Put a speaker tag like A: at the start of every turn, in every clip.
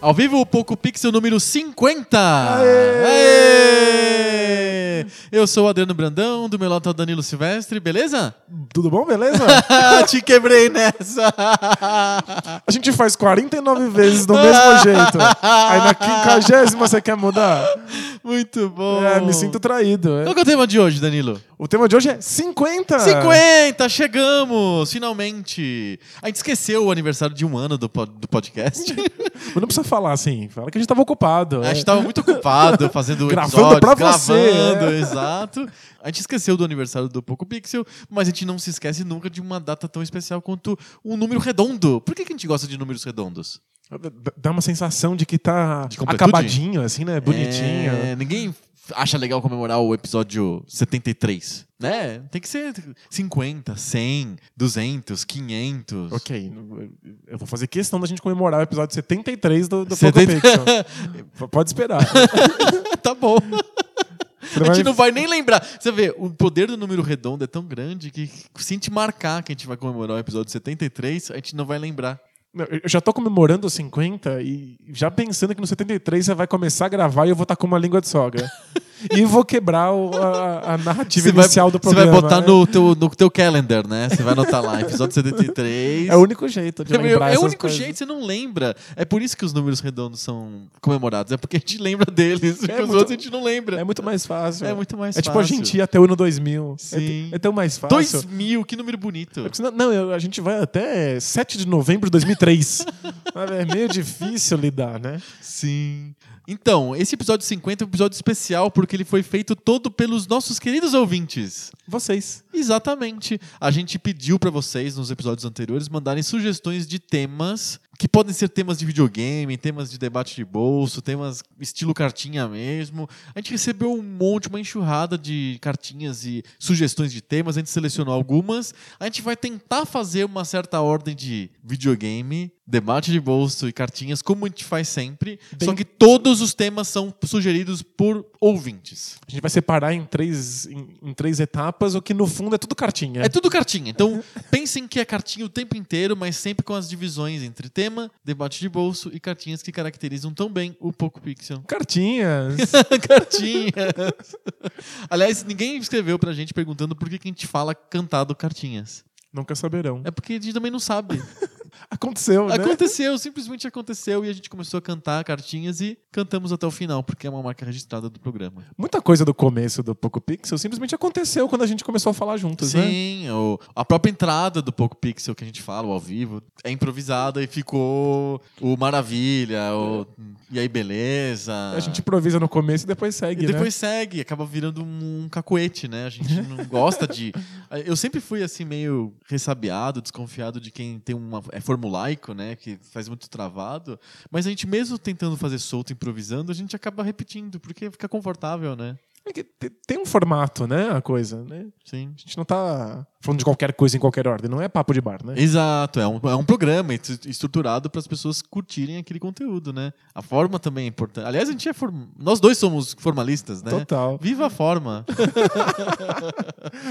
A: Ao vivo, o Poco Pixel número 50! Aê! Eu sou o Adriano Brandão, do meu lado tá o Danilo Silvestre, beleza?
B: Tudo bom, beleza?
A: Te quebrei nessa!
B: A gente faz 49 vezes do mesmo jeito. Aí na quinquagésima você quer mudar?
A: Muito bom!
B: É, me sinto traído.
A: Qual que é o tema de hoje, Danilo?
B: O tema de hoje é 50!
A: 50! Chegamos! Finalmente! A gente esqueceu o aniversário de um ano do, po- do podcast.
B: Mas não precisa falar assim. Fala que a gente tava ocupado.
A: A
B: é.
A: gente tá- tava muito ocupado fazendo
B: Gravando
A: episódios,
B: pra você, é.
A: gravando, exato. A gente esqueceu do aniversário do Poco Pixel, mas a gente não se esquece nunca de uma data tão especial quanto um número redondo. Por que, que a gente gosta de números redondos?
B: D- É. Dá uma sensação de que tá
A: De completude?
B: acabadinho, assim, né? Bonitinho.
A: É, ninguém acha legal comemorar o episódio 73, né? Tem que ser 50, 100, 200, 500.
B: Ok, eu vou fazer questão da gente comemorar o episódio 73 do, do
A: Setenta-
B: Poco Pixel. P- Pode esperar.
A: tá bom.
B: Você
A: A gente
B: vai-
A: não vai nem lembrar. Você vê, o poder do número redondo é tão grande que se a gente marcar que a gente vai comemorar o episódio 73, a gente não vai lembrar.
B: Não, Eu já tô comemorando os 50 e já pensando que no 73 você vai começar a gravar e eu vou estar com uma língua de sogra. e vou quebrar o- a, a narrativa inicial do
A: você
B: programa.
A: vai botar
B: né?
A: no, teu, no teu calendar, né? Você vai anotar lá, episódio 73.
B: É o único jeito de
A: É o
B: lembrar essas
A: único
B: coisas.
A: jeito, você não lembra. É por isso que os números redondos são comemorados. É porque a gente lembra deles, porque os
B: É muito-
A: outros a gente não lembra.
B: É muito mais fácil.
A: É muito mais
B: É tipo a
A: fácil.
B: gente ir até o ano 2000. É
A: Sim.
B: t- É, tão mais fácil.
A: 2000, que número bonito.
B: É porque senão- não, eu- a gente vai até 7 de novembro de 2003. Sabe, é meio difícil lidar, né?
A: Sim. Então, esse episódio 50 é um episódio especial porque ele foi feito todo pelos nossos queridos ouvintes.
B: Vocês.
A: Exatamente. A gente pediu pra vocês nos episódios anteriores mandarem sugestões de temas que podem ser temas de videogame, temas de debate de bolso, temas estilo cartinha mesmo. A gente recebeu um monte, uma enxurrada de cartinhas e sugestões de temas. A gente selecionou algumas. A gente vai tentar fazer uma certa ordem de videogame, debate de bolso e cartinhas, como a gente faz sempre.
B: Bem-
A: Só que todos os temas são sugeridos por ouvintes.
B: A gente vai separar em três, em, em três etapas, o que no fundo é tudo cartinha.
A: É tudo cartinha. Então, pensem que é cartinha o tempo inteiro, mas sempre com as divisões entre tema, debate de bolso e cartinhas que caracterizam tão bem o Poco Pixel.
B: Cartinhas.
A: cartinha! Aliás, ninguém escreveu pra gente perguntando por que, que a gente fala cantado cartinhas.
B: Nunca saberão.
A: É porque a gente também não sabe.
B: Aconteceu, né?
A: Aconteceu, simplesmente aconteceu e a gente começou a cantar cartinhas e cantamos até o final, porque é uma marca registrada do programa.
B: Muita coisa do começo do Poco Pixel simplesmente aconteceu quando a gente começou a falar juntos, né?
A: Sim, o- a própria entrada do Poco Pixel que a gente fala, o ao vivo, é improvisada e ficou o Maravilha, o E aí Beleza.
B: A gente improvisa no começo e depois segue,
A: E
B: né?
A: depois segue, acaba virando um, um cacoete, né? A gente não gosta de. Eu sempre fui assim, meio ressabiado, desconfiado de quem tem uma. é formulaico, né? Que faz muito travado. Mas a gente, mesmo tentando fazer solto, improvisando, a gente acaba repetindo, porque fica confortável, né?
B: É que te- Tem um formato, né? A coisa, né?
A: Sim.
B: A gente não tá falando de qualquer coisa em qualquer ordem. Não é papo de bar, né?
A: Exato, é um, é um programa est- estruturado para as pessoas curtirem aquele conteúdo, né? A forma também é importante. Aliás, a gente é form... nós dois somos formalistas, né?
B: Total.
A: Viva a forma!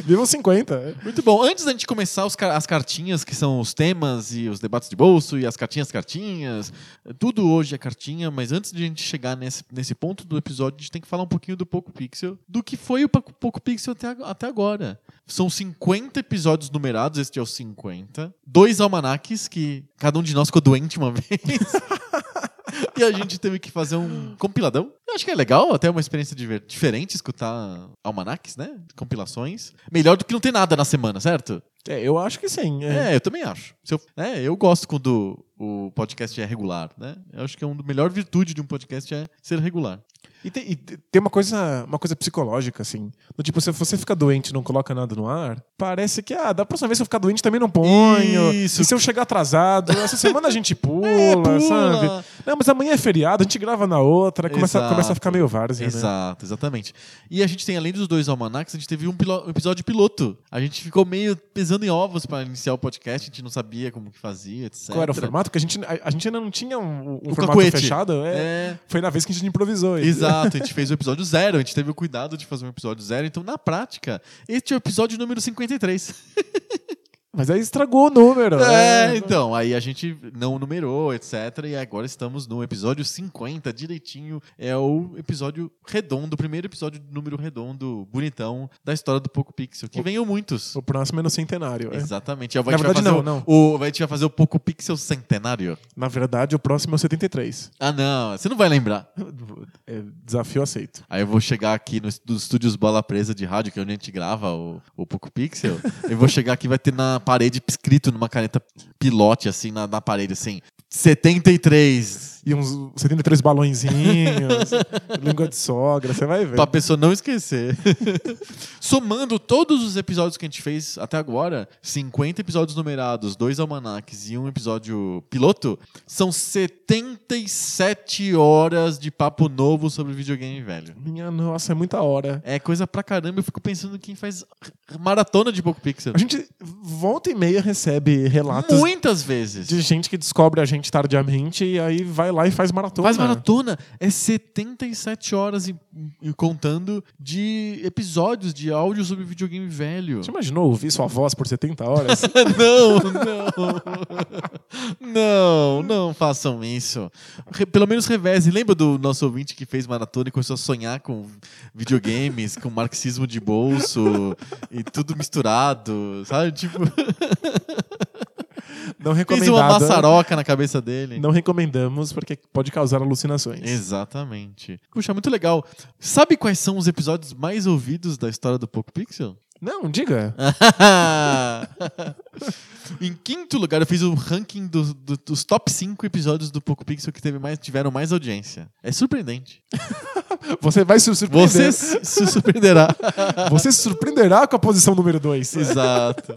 B: Vivam 50.
A: Muito bom. Antes da gente começar os ca- as cartinhas, que são os temas e os debates de bolso e as cartinhas, cartinhas, tudo hoje é cartinha, mas antes de a gente chegar nesse, nesse ponto do episódio, a gente tem que falar um pouquinho do Poco Pixel, do que foi o Poco Poco Pixel até, ag- até agora. São 50 episódios numerados, este é o 50. Dois almanaques, que cada um de nós ficou doente uma vez. E a gente teve que fazer um compiladão. Eu acho que é legal, até uma experiência diver- diferente escutar almanacs, né? Compilações. Melhor do que não ter nada na semana, certo?
B: É, eu acho que sim. é.
A: É, eu também acho. Se eu, é, eu gosto né? quando o podcast é regular, né? Eu acho que é uma melhor virtude de um podcast é ser regular.
B: E tem, e tem uma, coisa, uma coisa psicológica, assim. Do tipo, se você fica doente e não coloca nada no ar, parece que, ah, da próxima vez que eu ficar doente também não ponho.
A: Isso.
B: E se eu chegar atrasado, essa semana a gente pula,
A: É, pula.
B: sabe? Não, mas amanhã é feriado, a gente grava na outra, começa,
A: Exato.
B: começa a ficar meio várzea, né?
A: Exato, exatamente. E a gente tem, além dos dois almanacs, a gente teve um, pilo- um episódio piloto. A gente ficou meio pesando em ovos para iniciar o podcast, a gente não sabia como que fazia, etc.
B: Qual era o formato? Porque a gente, a, a gente ainda não tinha um, um
A: O
B: formato
A: cacuete.
B: fechado. é.
A: É,
B: Foi na vez que a gente improvisou. isso.
A: exato, a gente fez o episódio zero, a gente teve o cuidado de fazer um episódio zero. Então, na prática, este é o episódio número 53.
B: Mas aí estragou o número.
A: É,
B: né?
A: então, aí a gente não numerou, etc. E agora estamos no episódio 50, direitinho. É o episódio redondo, o primeiro episódio de número redondo, bonitão, da história do Poco Pixel, que venham muitos.
B: O próximo é no centenário. é.
A: Exatamente. É,
B: Na verdade,
A: vai fazer
B: não,
A: o,
B: não.
A: o- a gente vai fazer o Poco Pixel Centenário.
B: Na verdade, o próximo é o 73.
A: Ah, não. Você não vai lembrar.
B: É, desafio aceito.
A: Aí eu vou chegar aqui no, nos estúdios Bola Presa de rádio, que é onde a gente grava o, o Poco Pixel. eu vou chegar aqui vai ter na parede escrito numa caneta pilote, assim, na, na parede, assim, 73.
B: E uns 73 balõezinhos, língua de sogra, você vai ver.
A: Pra pessoa não esquecer. Somando todos os episódios que a gente fez até agora, 50 episódios numerados, dois almanacs e um episódio piloto, são 77 horas de papo novo sobre videogame velho.
B: Minha nossa, é muita hora.
A: É coisa pra caramba, eu fico pensando em quem faz maratona de pouco pixel.
B: A gente volta e meia recebe relatos
A: Muitas vezes.
B: de gente que descobre a gente tardiamente e aí vai lá e faz maratona.
A: Faz maratona. É 77 horas e, e contando de episódios de áudio sobre videogame velho.
B: Você imaginou ouvir sua voz por 70 horas?
A: Tipo, não, não. Não, não façam isso. Re- pelo menos reveze. Lembra do nosso ouvinte que fez maratona e começou a sonhar com videogames, com marxismo de bolso e tudo misturado, sabe? Tipo,
B: Não
A: fez uma
B: recomendado.
A: maçaroca na cabeça dele.
B: Não recomendamos porque pode causar alucinações.
A: Exatamente. Puxa, muito legal. Sabe quais são os episódios mais ouvidos da história do Poco Pixel?
B: Não, diga.
A: em quinto lugar, eu fiz o ranking do- do- dos top 5 episódios do Poco Pixel que teve mais, tiveram mais audiência. É surpreendente.
B: Você vai se surpreender.
A: Você se se surpreenderá.
B: Você se surpreenderá com a posição número 2.
A: Exato.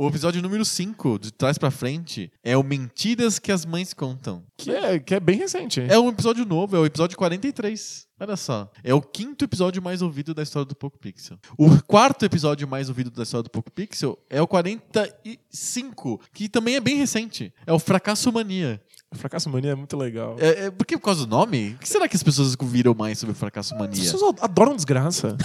A: O episódio número 5, de trás pra frente, é o Mentiras que as Mães Contam.
B: Que é, que é bem recente.
A: É um episódio novo, é o episódio 43. Olha só. É o quinto episódio mais ouvido da história do Poco Pixel. O quarto episódio mais ouvido da história do Poco Pixel é o 45, que também é bem recente. É o Fracasso Mania.
B: O Fracasso Mania é muito legal.
A: É, é- por que por causa do nome? O que será que as pessoas viram mais sobre o Fracasso
B: As
A: Mania?
B: pessoas ad- adoram desgraça.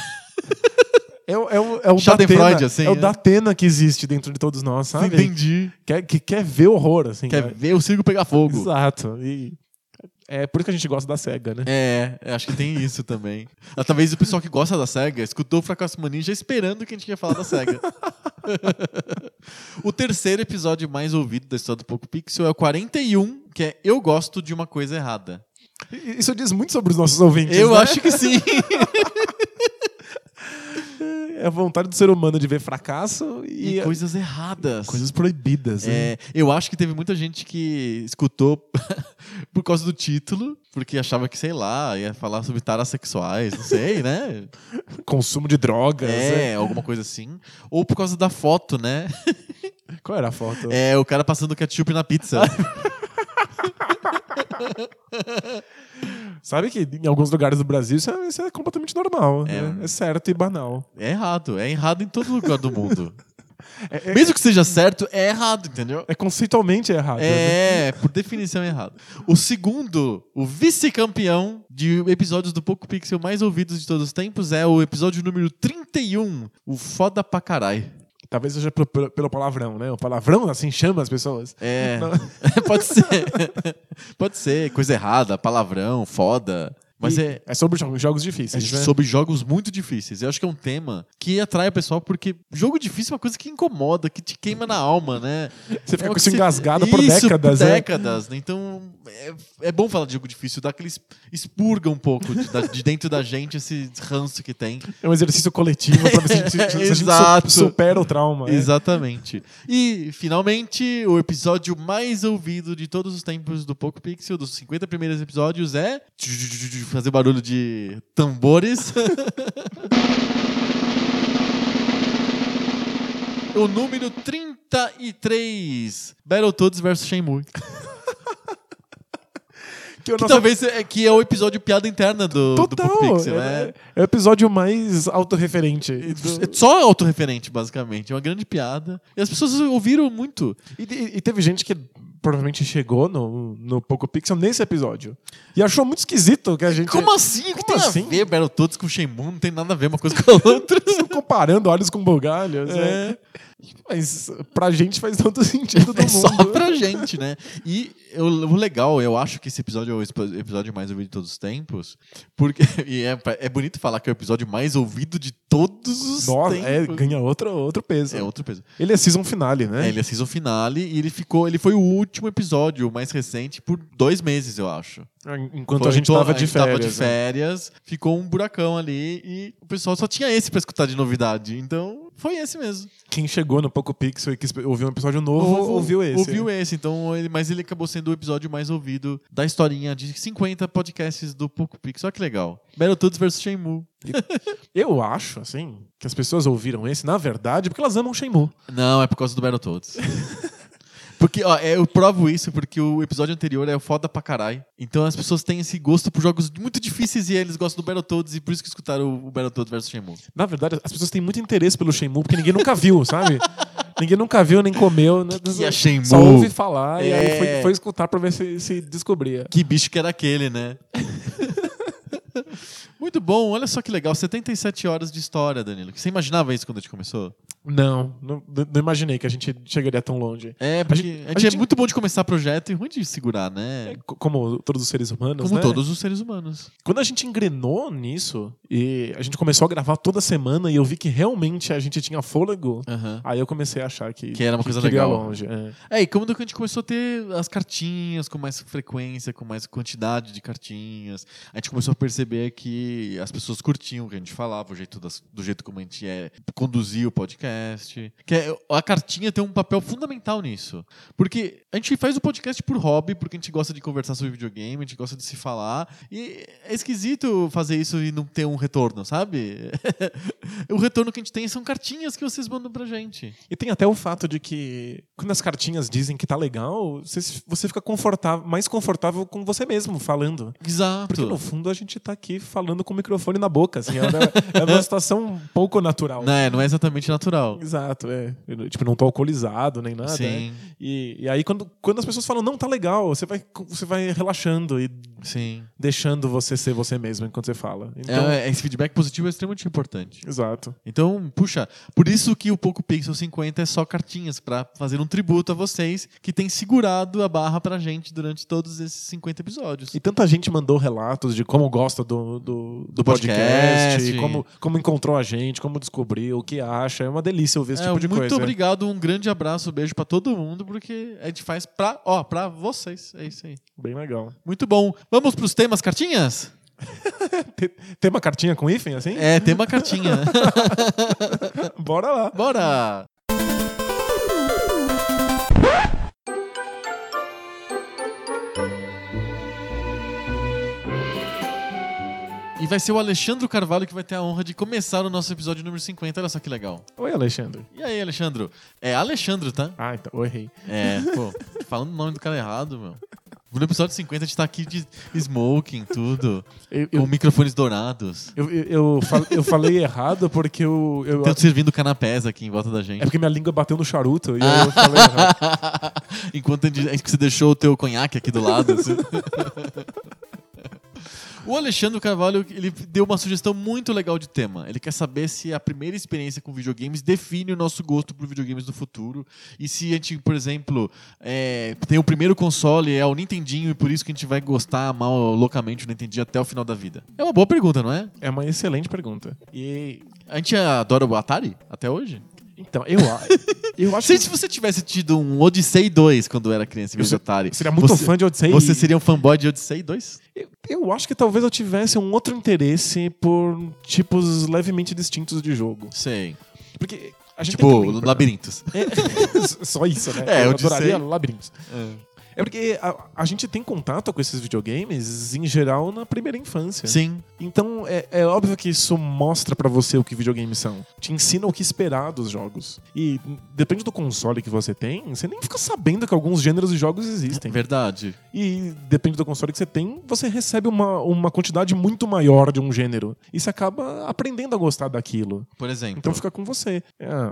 B: É o, é o, é o
A: Schadenfreude,
B: Datena-
A: assim,
B: é o
A: é.
B: Datena que existe dentro de todos nós, sabe?
A: Entendi.
B: Quer, que quer ver horror, assim.
A: Quer
B: cara.
A: ver o circo pegar fogo.
B: Exato. E é por isso que a gente gosta da SEGA, né?
A: É, eu acho que tem isso também. Ah, Talvez o pessoal que gosta da SEGA escutou o Fracasso Mania já esperando que a gente ia falar da SEGA. o terceiro episódio mais ouvido da história do Poco Pixel é o 41, que é Eu Gosto de Uma Coisa Errada.
B: E- Isso diz muito sobre os nossos ouvintes.
A: Eu
B: né?
A: acho que sim.
B: É a vontade do ser humano de ver fracasso e,
A: E coisas erradas.
B: coisas proibidas. né?
A: É, eu acho que teve muita gente que escutou por causa do título, porque achava que, sei lá, ia falar sobre taras sexuais, não sei, né?
B: Consumo de drogas. né?
A: É, alguma coisa assim. Ou por causa da foto, né?
B: Qual era a foto?
A: É, o cara passando ketchup na pizza.
B: Sabe que em alguns lugares do Brasil isso é, isso é completamente normal.
A: É.
B: né? É certo e banal.
A: É errado. É errado em todo lugar do mundo.
B: É- é-
A: Mesmo que seja certo, é errado, entendeu?
B: É conceitualmente errado. né?
A: É, por definição é errado. O segundo, o vice-campeão de episódios do Poco Pixel mais ouvidos de todos os tempos é o episódio número 31, o Foda Pra Caralho.
B: Talvez seja pelo, pelo- pelo palavrão, né? O palavrão assim chama as pessoas.
A: É,
B: Não.
A: pode ser. pode ser, coisa errada, palavrão, foda. Mas
B: E
A: é,
B: sobre jogos, jogos
A: É
B: difíceis, né?
A: sobre jogos muito difíceis. Eu acho que é um tema que atrai o pessoal, porque jogo difícil é uma coisa que incomoda, que te queima na alma, né?
B: Você
A: É
B: fica
A: o
B: com
A: que
B: isso
A: se-
B: engasgado por
A: Isso,
B: décadas,
A: Por
B: né?
A: décadas, né? Então, é, é bom falar de jogo difícil, dá aquele es- expurga um pouco de, da- de dentro da gente esse ranço que tem.
B: É um exercício coletivo pra ver se a gente, se a gente su-
A: Exato.
B: supera o trauma. né?
A: Exatamente. E, finalmente, o episódio mais ouvido de todos os tempos do Poco Pixel, dos 50 primeiros episódios, é. fazer barulho de tambores. o número 33. Battletoads versus Shenmue.
B: Que eu
A: Que
B: não
A: talvez é, que é o episódio piada interna do, do
B: Total.
A: Pulp Pixel,
B: é,
A: né?
B: é o episódio mais autorreferente.
A: É só autorreferente, basicamente. É uma grande piada. E as pessoas ouviram muito.
B: E, e- e teve gente que provavelmente chegou no, no Poco Pixel nesse episódio. E achou muito esquisito que a gente.
A: Como assim? O que tem
B: Como assim?
A: a ver Battletoads com Shenmue? Não tem nada a ver uma coisa com a outra.
B: Estão comparando olhos com bugalhos.
A: É.
B: né? Mas pra gente faz todo sentido do
A: É
B: mundo.
A: só pra gente, né? E eu- o legal, eu acho que esse episódio é o espo- episódio mais ouvido de todos os tempos. Porque, e é, pra- é bonito falar que é o episódio mais ouvido de todos os
B: Nossa, é,
A: tempos.
B: ganha outro, outro peso.
A: É, outro peso.
B: Ele é season finale, né?
A: É, ele é season finale e ele ficou. Ele foi o último episódio, o mais recente, por dois meses, eu acho.
B: Ah, Enquanto
A: Foi,
B: a gente
A: então,
B: tava de
A: gente tava
B: férias.
A: de
B: né?
A: férias, ficou um buracão ali e o pessoal só tinha esse pra escutar de novidade. Então, foi esse mesmo.
B: Quem chegou no Poco Pixel e quis ouvir um episódio novo, ouviu esse.
A: Ouviu esse, então, ele, mas ele acabou sendo o episódio mais ouvido da historinha de 50 podcasts do Poco Pix. Olha que legal. Battletoads vs Shenmue.
B: Eu acho, assim, que as pessoas ouviram esse, na verdade, porque elas amam Shenmue.
A: Não, é por causa do Battletoads. Porque, ó, é, eu provo isso porque o episódio anterior é o foda pra caralho. Então as pessoas têm esse gosto por jogos muito difíceis e eles gostam do Battletoads e por isso que escutaram o, o Battletoads vs Shenmue.
B: Na verdade, as pessoas têm muito interesse pelo Shenmue, porque ninguém nunca viu, sabe? ninguém nunca viu, nem comeu. né?
A: que é Shenmue?
B: Só ouve falar e aí
A: É.
B: foi, foi escutar pra ver se, se descobria.
A: Que bicho que era aquele, né? muito bom, olha só que legal. 77 horas de história, Danilo. Você imaginava isso quando a gente começou?
B: Não, não, não imaginei que a gente chegaria tão longe.
A: É, porque a
B: gente-
A: gente,
B: a gente-
A: é muito bom de começar projeto e ruim de segurar, né?
B: É, co- Como todos os seres humanos,
A: Como
B: né?
A: todos os seres humanos.
B: Quando a gente engrenou nisso e a gente começou a gravar toda semana e eu vi que realmente a gente tinha fôlego,
A: Aham.
B: aí eu comecei a achar que,
A: Que era uma coisa
B: que iria
A: legal.
B: longe. é.
A: É, e como que a gente começou a ter as cartinhas com mais frequência, com mais quantidade de cartinhas, a gente começou a perceber que as pessoas curtiam o que a gente falava, o jeito das- do jeito como a gente é, conduzia o podcast. Que é- a cartinha tem um papel fundamental nisso. Porque a gente faz o podcast por hobby, porque a gente gosta de conversar sobre videogame, a gente gosta de se falar, e é esquisito fazer isso e não ter um retorno, sabe? o retorno que a gente tem são cartinhas que vocês mandam pra gente.
B: E tem até o fato de que quando as cartinhas dizem que tá legal, você, se- você fica confortável, mais confortável com você mesmo falando.
A: Exato.
B: Porque no fundo a gente tá aqui falando com o microfone na boca, assim, é uma, é uma situação um pouco natural.
A: Não, é, não é exatamente natural.
B: Exato, é. Eu, tipo, não tô alcoolizado nem nada. né?
A: sim,
B: E, e aí quando, quando as pessoas falam, não, tá legal, você vai, você vai relaxando e
A: sim.
B: deixando você ser você mesmo enquanto você fala. Então,
A: É, esse feedback positivo é extremamente importante.
B: Exato.
A: Então, puxa, por isso que o Poco Pixel 50 é só cartinhas, pra fazer um tributo a vocês que tem segurado a barra pra gente durante todos esses 50 episódios.
B: E tanta gente mandou relatos de como gosta do, do, do podcast,
A: podcast.
B: como, como encontrou a gente, como descobriu, o que acha. É uma delícia ouvir esse
A: É,
B: tipo de
A: muito
B: coisa.
A: obrigado, um grande abraço, um beijo pra todo mundo, porque a gente faz pra, ó, pra vocês. É isso aí.
B: Bem legal.
A: Muito bom. Vamos pros temas cartinhas?
B: Te- Tem uma cartinha com hífen, assim?
A: É, tema cartinha.
B: Bora lá.
A: Bora! E vai ser o Alexandre Carvalho que vai ter a honra de começar o nosso episódio número 50. Olha só que legal.
B: Oi, Alexandre.
A: E aí, Alexandre? É Alexandre, tá?
B: Ah, então, eu errei.
A: É, pô, tô falando o nome do cara errado, meu. No episódio 50 a gente tá aqui de smoking, tudo,
B: Eu,
A: com
B: eu,
A: microfones dourados.
B: eu, eu, eu fal- eu falei errado porque eu, eu-
A: Tanto servindo canapés aqui em volta da
B: É
A: gente.
B: porque minha língua bateu no charuto e aí eu
A: Ah.
B: falei errado.
A: Enquanto a gente- a gente- você deixou o teu conhaque aqui do lado. assim. O Alexandre Carvalho, ele deu uma sugestão muito legal de tema. Ele quer saber se a primeira experiência com videogames define o nosso gosto por videogames do futuro. E se a gente, por exemplo, é, tem o primeiro console, é o Nintendinho, e por isso que a gente vai gostar, amar loucamente o Nintendinho até o final da vida. É uma boa pergunta, não é?
B: É uma excelente pergunta. E.
A: A gente adora o Atari até hoje?
B: Então, eu, a- eu acho
A: Se, se você tivesse tido um Odyssey 2 quando era criança em vez de
B: Eu
A: Atari,
B: que seria muito
A: você-
B: fã de Odyssey.
A: Você seria um fanboy de Odyssey 2?
B: Eu, eu acho que talvez eu tivesse um outro interesse por tipos levemente distintos de jogo.
A: Sei.
B: Porque a gente
A: Tipo,
B: tem que-
A: labirintos.
B: É, só isso, né?
A: É,
B: eu
A: eu disse
B: adoraria
A: aí.
B: labirintos. É porque a, a gente tem contato com esses videogames, em geral, na primeira infância.
A: Sim.
B: Então é, é óbvio que isso mostra pra você o que videogames são. Te ensina o que esperar dos jogos. E depende do console que você tem, você nem fica sabendo que alguns gêneros de jogos existem.
A: Verdade.
B: E depende do console que você tem, você recebe uma, uma quantidade muito maior de um gênero. E você acaba aprendendo a gostar daquilo.
A: Por exemplo.
B: Então fica com você. É,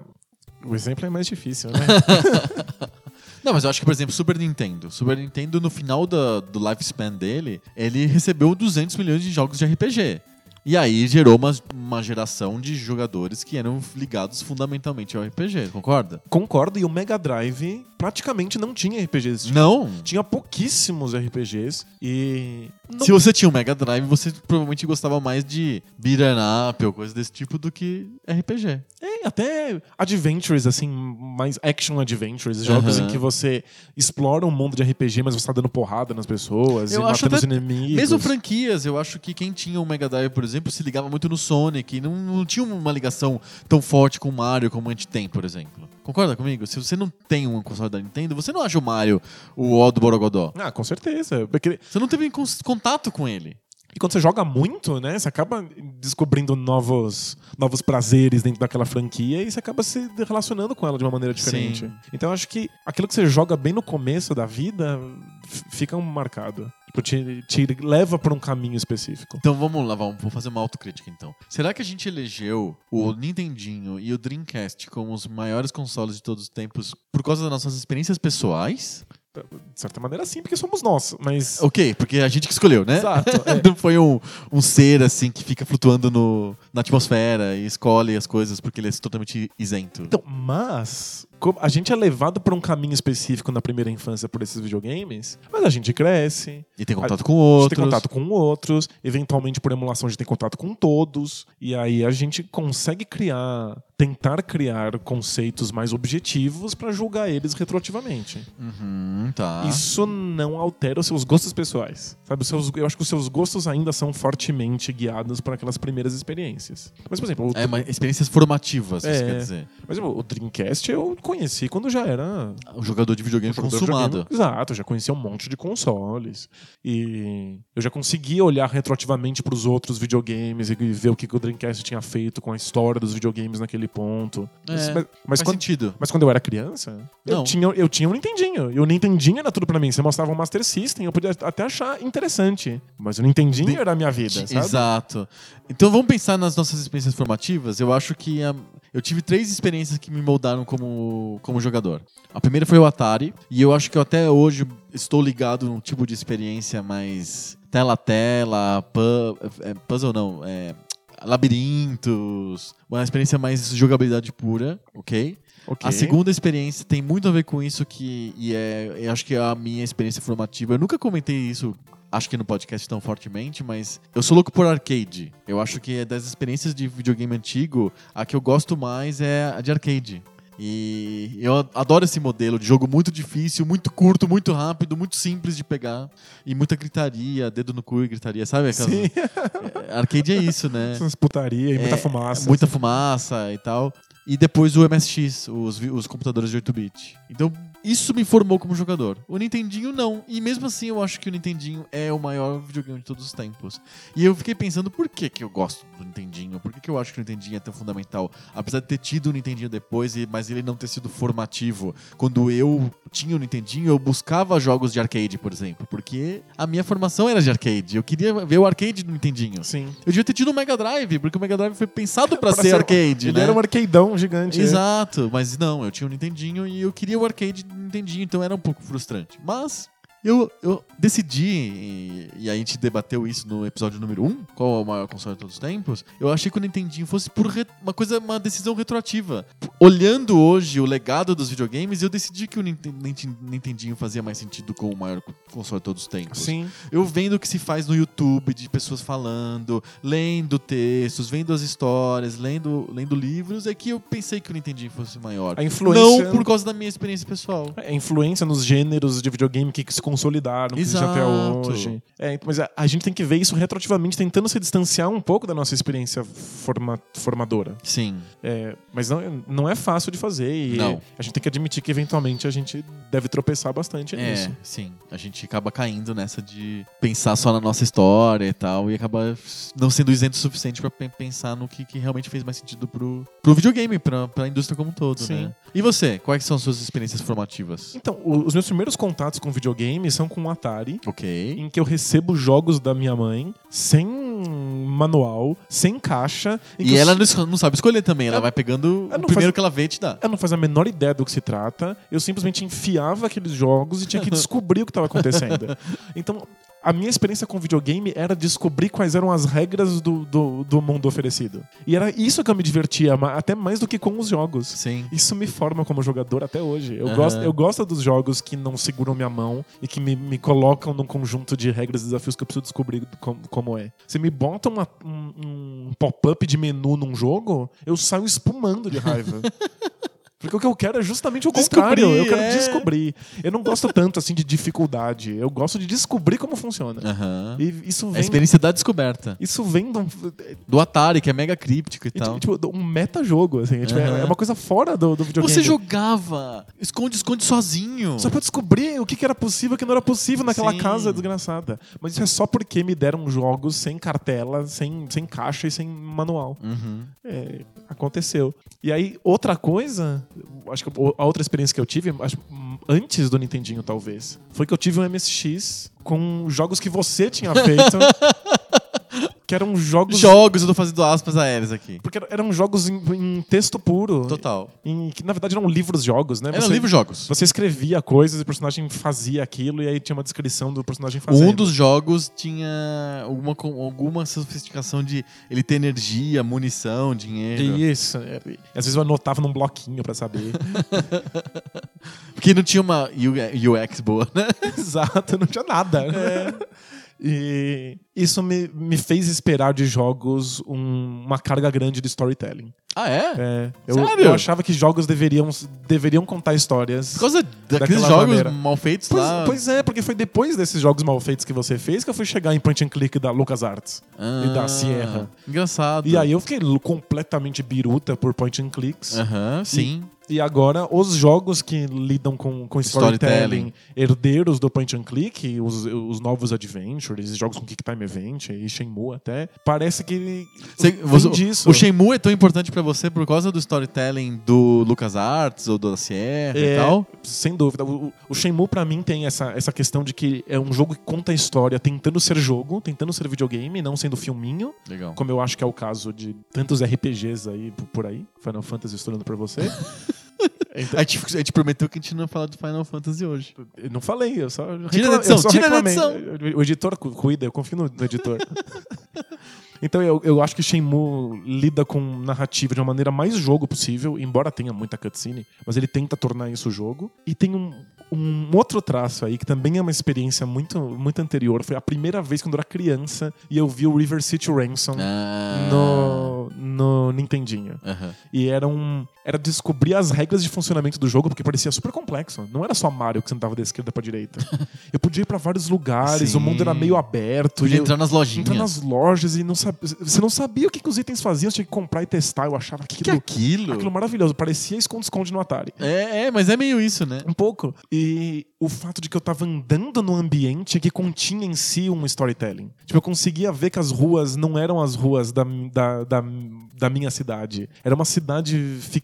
B: o exemplo é mais difícil, né?
A: Não, mas eu acho que, por exemplo, Super Nintendo. Super Nintendo, no final da- do lifespan dele, ele recebeu 200 milhões de jogos de RPG. E aí gerou uma, uma geração de jogadores que eram ligados fundamentalmente ao RPG, concorda?
B: Concordo, e o Mega Drive praticamente não tinha RPGs.
A: Não!
B: Tinha pouquíssimos RPGs e. não-
A: Se você tinha um Mega Drive, você provavelmente gostava mais de beat'em up ou coisa desse tipo do que RPG.
B: é, até adventures, assim, mais action adventures, jogos
A: Aham.
B: em que você explora um mundo de RPG, mas você tá dando porrada nas pessoas
A: Eu
B: e
A: acho
B: matando os
A: até-
B: inimigos.
A: Mesmo franquias, eu acho que quem tinha um Mega Drive, por exemplo, se ligava muito no Sonic. e Não, não tinha uma ligação tão forte com o Mario como a gente tem, por exemplo. Concorda comigo? Se você não tem um console da Nintendo, você não acha o Mario o O do Borogodó.
B: Ah, com certeza. Porque
A: Você não teve cons- contato com ele.
B: E quando você joga muito, né, você acaba descobrindo novos, novos prazeres dentro daquela franquia e você acaba se relacionando com ela de uma maneira diferente.
A: Sim.
B: Então eu acho que aquilo que você joga bem no começo da vida f- fica um marcado. Tipo, te, te leva pra um caminho específico.
A: Então vamos lá, vamos, vou fazer uma autocrítica então. Será que a gente elegeu o Nintendinho e o Dreamcast como os maiores consoles de todos os tempos por causa das nossas experiências pessoais?
B: De certa maneira, sim, porque somos nós, mas.
A: Ok, porque a gente que escolheu, né?
B: Exato. é.
A: Não foi um, um ser assim que fica flutuando no, na atmosfera e escolhe as coisas porque ele é totalmente isento.
B: Então, mas como a gente é levado pra um caminho específico na primeira infância por esses videogames, mas a gente cresce,
A: e tem contato
B: a-
A: com
B: A gente
A: outros.
B: tem contato com outros, eventualmente por emulação a gente tem contato com todos, e aí a gente consegue criar, tentar criar conceitos mais objetivos pra julgar eles retroativamente.
A: Uhum, tá.
B: Isso não altera os seus gostos pessoais, sabe? Os seus, eu acho que os seus gostos ainda são fortemente guiados por aquelas primeiras experiências. Mas, por exemplo, o,
A: É, mas experiências formativas,
B: É.
A: isso quer dizer.
B: por exemplo, o Dreamcast eu conheci quando já era
A: O Um jogador de videogame
B: Um jogador de
A: consumado.
B: videogame. Exato, eu já conhecia um monte de consoles. E eu já conseguia olhar retroativamente pros outros videogames e ver o que que o Dreamcast tinha feito com a história dos videogames naquele ponto.
A: É,
B: mas, mas- mas
A: Faz
B: quando,
A: sentido.
B: mas quando eu era criança, eu
A: Não.
B: tinha, eu tinha um Nintendinho. E o Nintendinho era tudo pra mim. Você mostrava um Master System, eu podia até achar interessante. Mas o Nintendinho
A: De-
B: era a minha vida, sabe?
A: Exato. Então vamos pensar nas nossas experiências formativas. Eu acho que ah, eu tive três experiências que me moldaram como, como jogador. A primeira foi o Atari, e eu acho que eu até hoje estou ligado num tipo de experiência mais tela a tela, pu- é, puzzle não, é, labirintos, uma experiência mais jogabilidade pura, ok?
B: Ok.
A: A segunda experiência tem muito a ver com isso que e é, eu acho que é a minha experiência formativa. Eu nunca comentei isso, acho que no podcast tão fortemente, mas eu sou louco por arcade. Eu acho que é das experiências de videogame antigo, a que eu gosto mais é a de arcade. E eu a- adoro esse modelo de jogo muito difícil, muito curto, muito rápido, muito simples de pegar e muita gritaria, dedo no cu e gritaria, sabe? Aquelas-
B: Sim,
A: É, Arcade é isso, né?
B: essas putaria e muita
A: É,
B: fumaça.
A: Muita fumaça e tal. E depois o MSX, os, vi- os computadores de 8-bit. Então, isso me formou como jogador. O Nintendinho não. E mesmo assim, eu acho que o Nintendinho é o maior videogame de todos os tempos. E eu fiquei pensando por que, que eu gosto do Nintendinho, por que, que eu acho que o Nintendinho é tão fundamental. Apesar de ter tido o Nintendinho depois, e- mas ele não ter sido formativo. Quando eu tinha o Nintendinho, eu buscava jogos de arcade, por exemplo. Porque a minha formação era de arcade. Eu queria ver o arcade do Nintendinho.
B: Sim.
A: Eu devia ter tido um Mega Drive, porque o Mega Drive foi pensado pra,
B: Pra
A: ser,
B: ser-
A: arcade,
B: Ele
A: né?
B: era um arqueidão gigante. é.
A: Exato, mas não, eu tinha o Nintendinho e eu queria o arcade do Nintendinho, então era um pouco frustrante. Mas eu, eu decidi, e, e a gente debateu isso no episódio número 1, qual é o maior console de todos os tempos, eu achei que o Nintendinho fosse por re- uma coisa, uma decisão retroativa. Olhando hoje o legado dos videogames, eu decidi que o Ninten- Ninten- Nintendinho fazia mais sentido como o maior console de todos os tempos.
B: Sim.
A: Eu vendo o que se faz no YouTube de pessoas falando, lendo textos, vendo as histórias, lendo, lendo livros, é que eu pensei que o Nintendinho fosse maior.
B: A influência-
A: Não por causa da minha experiência pessoal.
B: A influência nos É gêneros de videogame que se consolidaram, que existe até
A: Exato.
B: hoje. É, mas a, a gente tem que ver isso retroativamente, tentando se distanciar um pouco da nossa experiência forma- formadora.
A: Sim.
B: É, mas não, não é fácil de fazer e
A: Não.
B: a gente tem que admitir que eventualmente a gente deve tropeçar bastante
A: É,
B: nisso.
A: sim. A gente acaba caindo nessa de pensar só na nossa história e tal, e acaba não sendo isento o suficiente pra pe- pensar no que, que realmente fez mais sentido pro, pro videogame, pra, pra indústria como um todo,
B: Sim.
A: né? E você, quais são as suas experiências formativas?
B: Então, o- os meus primeiros contatos com videogame são com o Atari,
A: Ok.
B: em que eu recebo jogos da minha mãe sem manual, sem caixa. em que
A: E
B: eu
A: ela
B: s-
A: não es- não sabe escolher também, ela
B: Eu-
A: vai pegando
B: eu
A: o
B: não
A: primeiro
B: faço-
A: que ela vê e te dá.
B: Eu não fazia a menor ideia do que se trata. Eu simplesmente enfiava aqueles jogos e tinha que descobrir o que estava acontecendo. Então, a minha experiência com videogame era descobrir quais eram as regras do, do, do mundo oferecido. E era isso que eu me divertia, ma- até mais do que com os jogos.
A: Sim.
B: Isso me forma como jogador até hoje. Eu,
A: Aham.
B: gosto, eu gosto dos jogos que não seguram minha mão e que me, me colocam num conjunto de regras e desafios que eu preciso descobrir com- como é. Você me bota uma- um, um pop-up de menu num jogo, eu saio espumando de raiva. Porque o que eu quero é justamente o contrário.
A: Descobrir,
B: Eu quero
A: é.
B: descobrir. Eu não gosto tanto assim de dificuldade. Eu gosto de descobrir como funciona.
A: Aham. É
B: E isso
A: A
B: vem.
A: experiência da descoberta.
B: Isso vem de um,
A: Do Atari, que é mega críptico e
B: é
A: tal.
B: tipo, um metajogo, assim. É, tipo, é-
A: Aham.
B: é uma coisa fora do, do videogame.
A: Você jogava esconde, esconde sozinho.
B: Só pra eu descobrir o que que era possível e o que não era possível naquela
A: Sim.
B: casa desgraçada. Mas isso é só porque me deram jogos sem cartela, sem, sem caixa e sem manual.
A: Uhum.
B: É, aconteceu. E aí, outra coisa, acho que o- a outra experiência que eu tive, acho, hum, antes do Nintendinho, talvez, foi que eu tive um MSX com jogos que você tinha feito. que eram jogos.
A: Jogos, eu tô fazendo aspas aéreas aqui.
B: porque era- eram jogos em, em texto puro.
A: Total.
B: Em, que, na verdade, eram livros-jogos, né?
A: Era
B: Você-
A: livro jogos.
B: você escrevia coisas e o personagem fazia aquilo, e aí tinha uma descrição do personagem fazendo.
A: Um dos jogos tinha alguma, com- alguma sofisticação de ele ter energia, munição, dinheiro.
B: Isso. é, e Às vezes eu anotava num bloquinho pra saber.
A: Porque não tinha uma U- UX boa, né?
B: Exato, não tinha nada.
A: É.
B: E isso me, me fez esperar de jogos um- uma carga grande de storytelling.
A: Ah, é?
B: É, eu,
A: Sério?
B: eu achava que jogos deveriam, deveriam contar histórias.
A: Por causa daqueles
B: Daquela
A: jogos
B: maneira.
A: mal feitos
B: Pois,
A: lá.
B: pois é, porque foi depois desses jogos mal feitos que você fez que eu fui chegar em point and click da LucasArts.
A: Ah,
B: e da Sierra.
A: Engraçado.
B: E aí eu fiquei l- completamente biruta por point and clicks.
A: Aham, sim.
B: E agora, os jogos que lidam com, com
A: Storytelling.
B: storytelling, herdeiros do point and click, os, os novos adventures, jogos com Kick Time Event e Shenmue até, parece que
A: Você-
B: vem
A: você-
B: disso.
A: o Shenmue é tão importante pra você por causa do storytelling do LucasArts ou da Sierra e
B: É,
A: tal?
B: Sem dúvida. O, o- o Shenmue, pra mim, tem essa, essa questão de que é um jogo que conta a história tentando ser jogo, tentando ser videogame, não sendo filminho,
A: Legal.
B: como eu acho que é o caso de tantos RPGs aí p- por aí, Final Fantasy estourando pra você.
A: A gente, a gente prometeu que a gente não ia falar do Final Fantasy hoje.
B: Eu não falei, eu só.
A: Tira
B: recla-
A: da edição,
B: eu só
A: tira da
B: reclamei. O editor cu- cuida, eu confio no, no editor. então eu, eu acho que Shenmue lida com narrativa de uma maneira mais jogo possível, embora tenha muita cutscene, mas ele tenta tornar isso jogo. E tem um, um outro traço aí, que também é uma experiência muito, muito anterior. Foi a primeira vez quando eu era criança e eu vi o River City Ransom.
A: Ah.
B: No, no Nintendinho.
A: Aham.
B: E era um. Era descobrir as regras de funcionamento do jogo, porque parecia super complexo. Não era só Mario que você andava da esquerda pra direita. Eu podia ir pra vários lugares,
A: Sim.
B: o mundo era meio aberto.
A: Podia
B: e eu-
A: entrar nas lojinhas.
B: entrar nas lojas e não sabia. Você não sabia o que, que os itens faziam, você tinha que comprar e testar. Eu achava
A: que é
B: aquilo,
A: aquilo?
B: aquilo maravilhoso. Parecia esconde-esconde no Atari.
A: É, é, mas é meio isso, né?
B: Um pouco. E o fato de que eu tava andando num ambiente é que continha em si um storytelling. Tipo, eu conseguia ver que as ruas não eram as ruas da, da, da, da minha cidade. Era uma cidade. fi-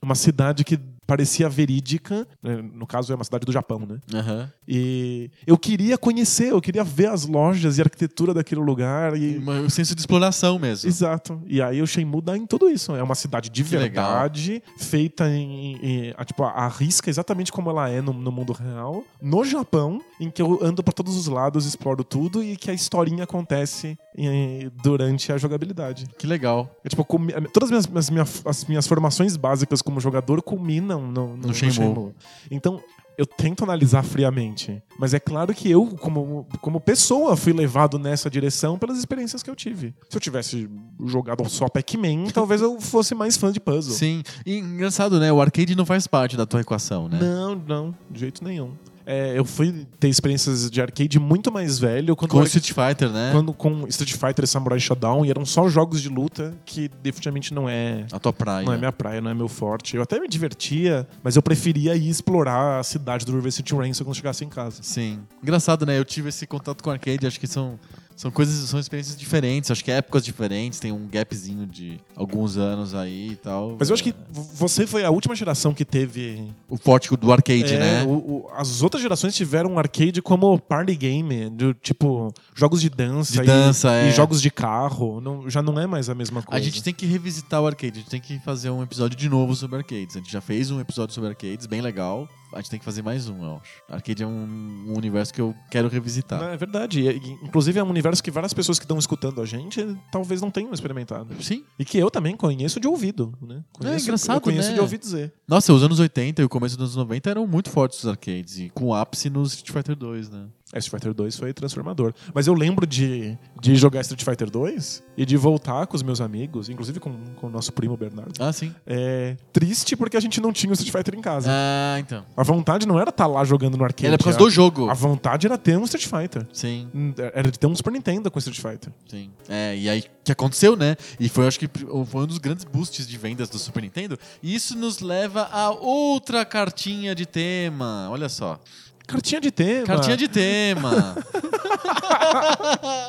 B: Uma cidade que parecia verídica. né? No caso, é uma cidade do Japão, né?
A: Aham.
B: E eu queria conhecer, eu queria ver as lojas e a arquitetura daquele lugar. E...
A: Uma- O senso de exploração mesmo.
B: Exato. E aí o Shenmue dá em tudo isso. É uma cidade de
A: Que legal.
B: verdade, feita em, em- a, tipo, a risca exatamente como ela é no, no mundo real, no Japão, em que eu ando pra todos os lados, exploro tudo e que a historinha acontece eh, durante a jogabilidade.
A: Que legal.
B: É, tipo, comi- todas as minhas, as minha- as minhas formações básicas como jogador culminam no, no,
A: No
B: no
A: Shenmue.
B: Shenmue. Então, eu tento analisar friamente. Mas é claro que eu, como, como pessoa, fui levado nessa direção pelas experiências que eu tive. Se eu tivesse jogado só Pac-Man, talvez eu fosse mais fã de puzzle.
A: Sim. E engraçado, né? O arcade não faz parte da tua equação, né?
B: Não, não, de jeito nenhum. é, eu fui ter experiências de arcade muito mais velho quando
A: Com
B: eu
A: o
B: era-
A: Street Fighter, né?
B: quando com Street Fighter e Samurai Shodown e eram só jogos de luta que definitivamente não é
A: A tua praia.
B: não é minha praia, não é meu forte. Eu até me divertia, mas eu preferia ir explorar a cidade do River City Ransom quando chegasse em casa.
A: Sim. Engraçado, né? Eu tive esse contato com arcade, acho que são, são coisas, são experiências diferentes, acho que épocas diferentes, tem um gapzinho de alguns anos aí e tal.
B: Mas eu acho
A: É.
B: que v- você foi a última geração que teve.
A: O forte do arcade,
B: É,
A: né?
B: o- o- as outras gerações tiveram um arcade como party game, do tipo jogos de dança,
A: De
B: e-
A: dança,
B: e,
A: é.
B: jogos de carro. Não- já não é mais a mesma
A: A
B: coisa.
A: gente tem que revisitar o arcade, a gente tem que fazer um episódio de novo sobre arcades. A gente já fez um episódio sobre arcades, bem legal. A gente tem que fazer mais um, eu acho. Arcade é um, um universo que eu quero revisitar.
B: Não, É verdade. E, e, Inclusive é um universo que várias pessoas que estão escutando a gente talvez não tenham experimentado.
A: Sim.
B: E que eu também conheço de ouvido, né? Conheço,
A: É engraçado,
B: eu conheço
A: né?
B: de ouvir dizer.
A: Nossa, os anos 80 e o começo dos anos 90 eram muito fortes os arcades, e com ápice no Street Fighter 2, né?
B: É, Street Fighter 2 foi transformador. Mas eu lembro de, de jogar Street Fighter 2 e de voltar com os meus amigos, inclusive com, com o nosso primo Bernardo.
A: Ah, sim.
B: É triste porque a gente não tinha o Street Fighter em casa.
A: Ah, então.
B: A vontade não era estar lá jogando no arcade.
A: Era por causa
B: a,
A: do jogo.
B: A vontade era ter um Street Fighter.
A: Sim,
B: Era de ter um Super Nintendo com Street Fighter.
A: sim. É, e aí que aconteceu, né? E foi, acho que foi um dos grandes boosts de vendas do Super Nintendo. E isso nos leva a outra cartinha de tema. Olha só.
B: Cartinha de tema.
A: Cartinha de tema.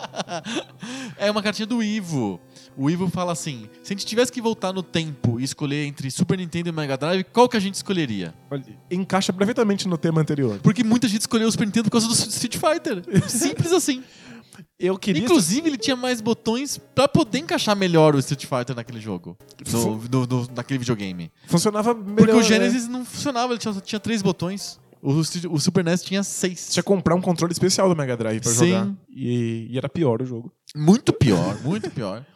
A: é uma cartinha do Ivo. O Ivo fala assim: se a gente tivesse que voltar no tempo e escolher entre Super Nintendo e Mega Drive, qual que a gente escolheria?
B: Olha, encaixa perfeitamente no tema anterior.
A: Porque muita gente escolheu o Super Nintendo por causa do Street Fighter. Simples assim.
B: Eu queria.
A: Inclusive, ele tinha mais botões pra poder encaixar melhor o Street Fighter naquele jogo. No, no- no- naquele videogame.
B: Funcionava melhor.
A: Porque o
B: né?
A: Genesis não funcionava, ele tinha, só tinha três botões. O, Street- o Super NES tinha seis.
B: Tinha que comprar um controle especial do Mega Drive pra
A: Sim.
B: jogar. E, e era pior o jogo.
A: Muito pior, muito pior.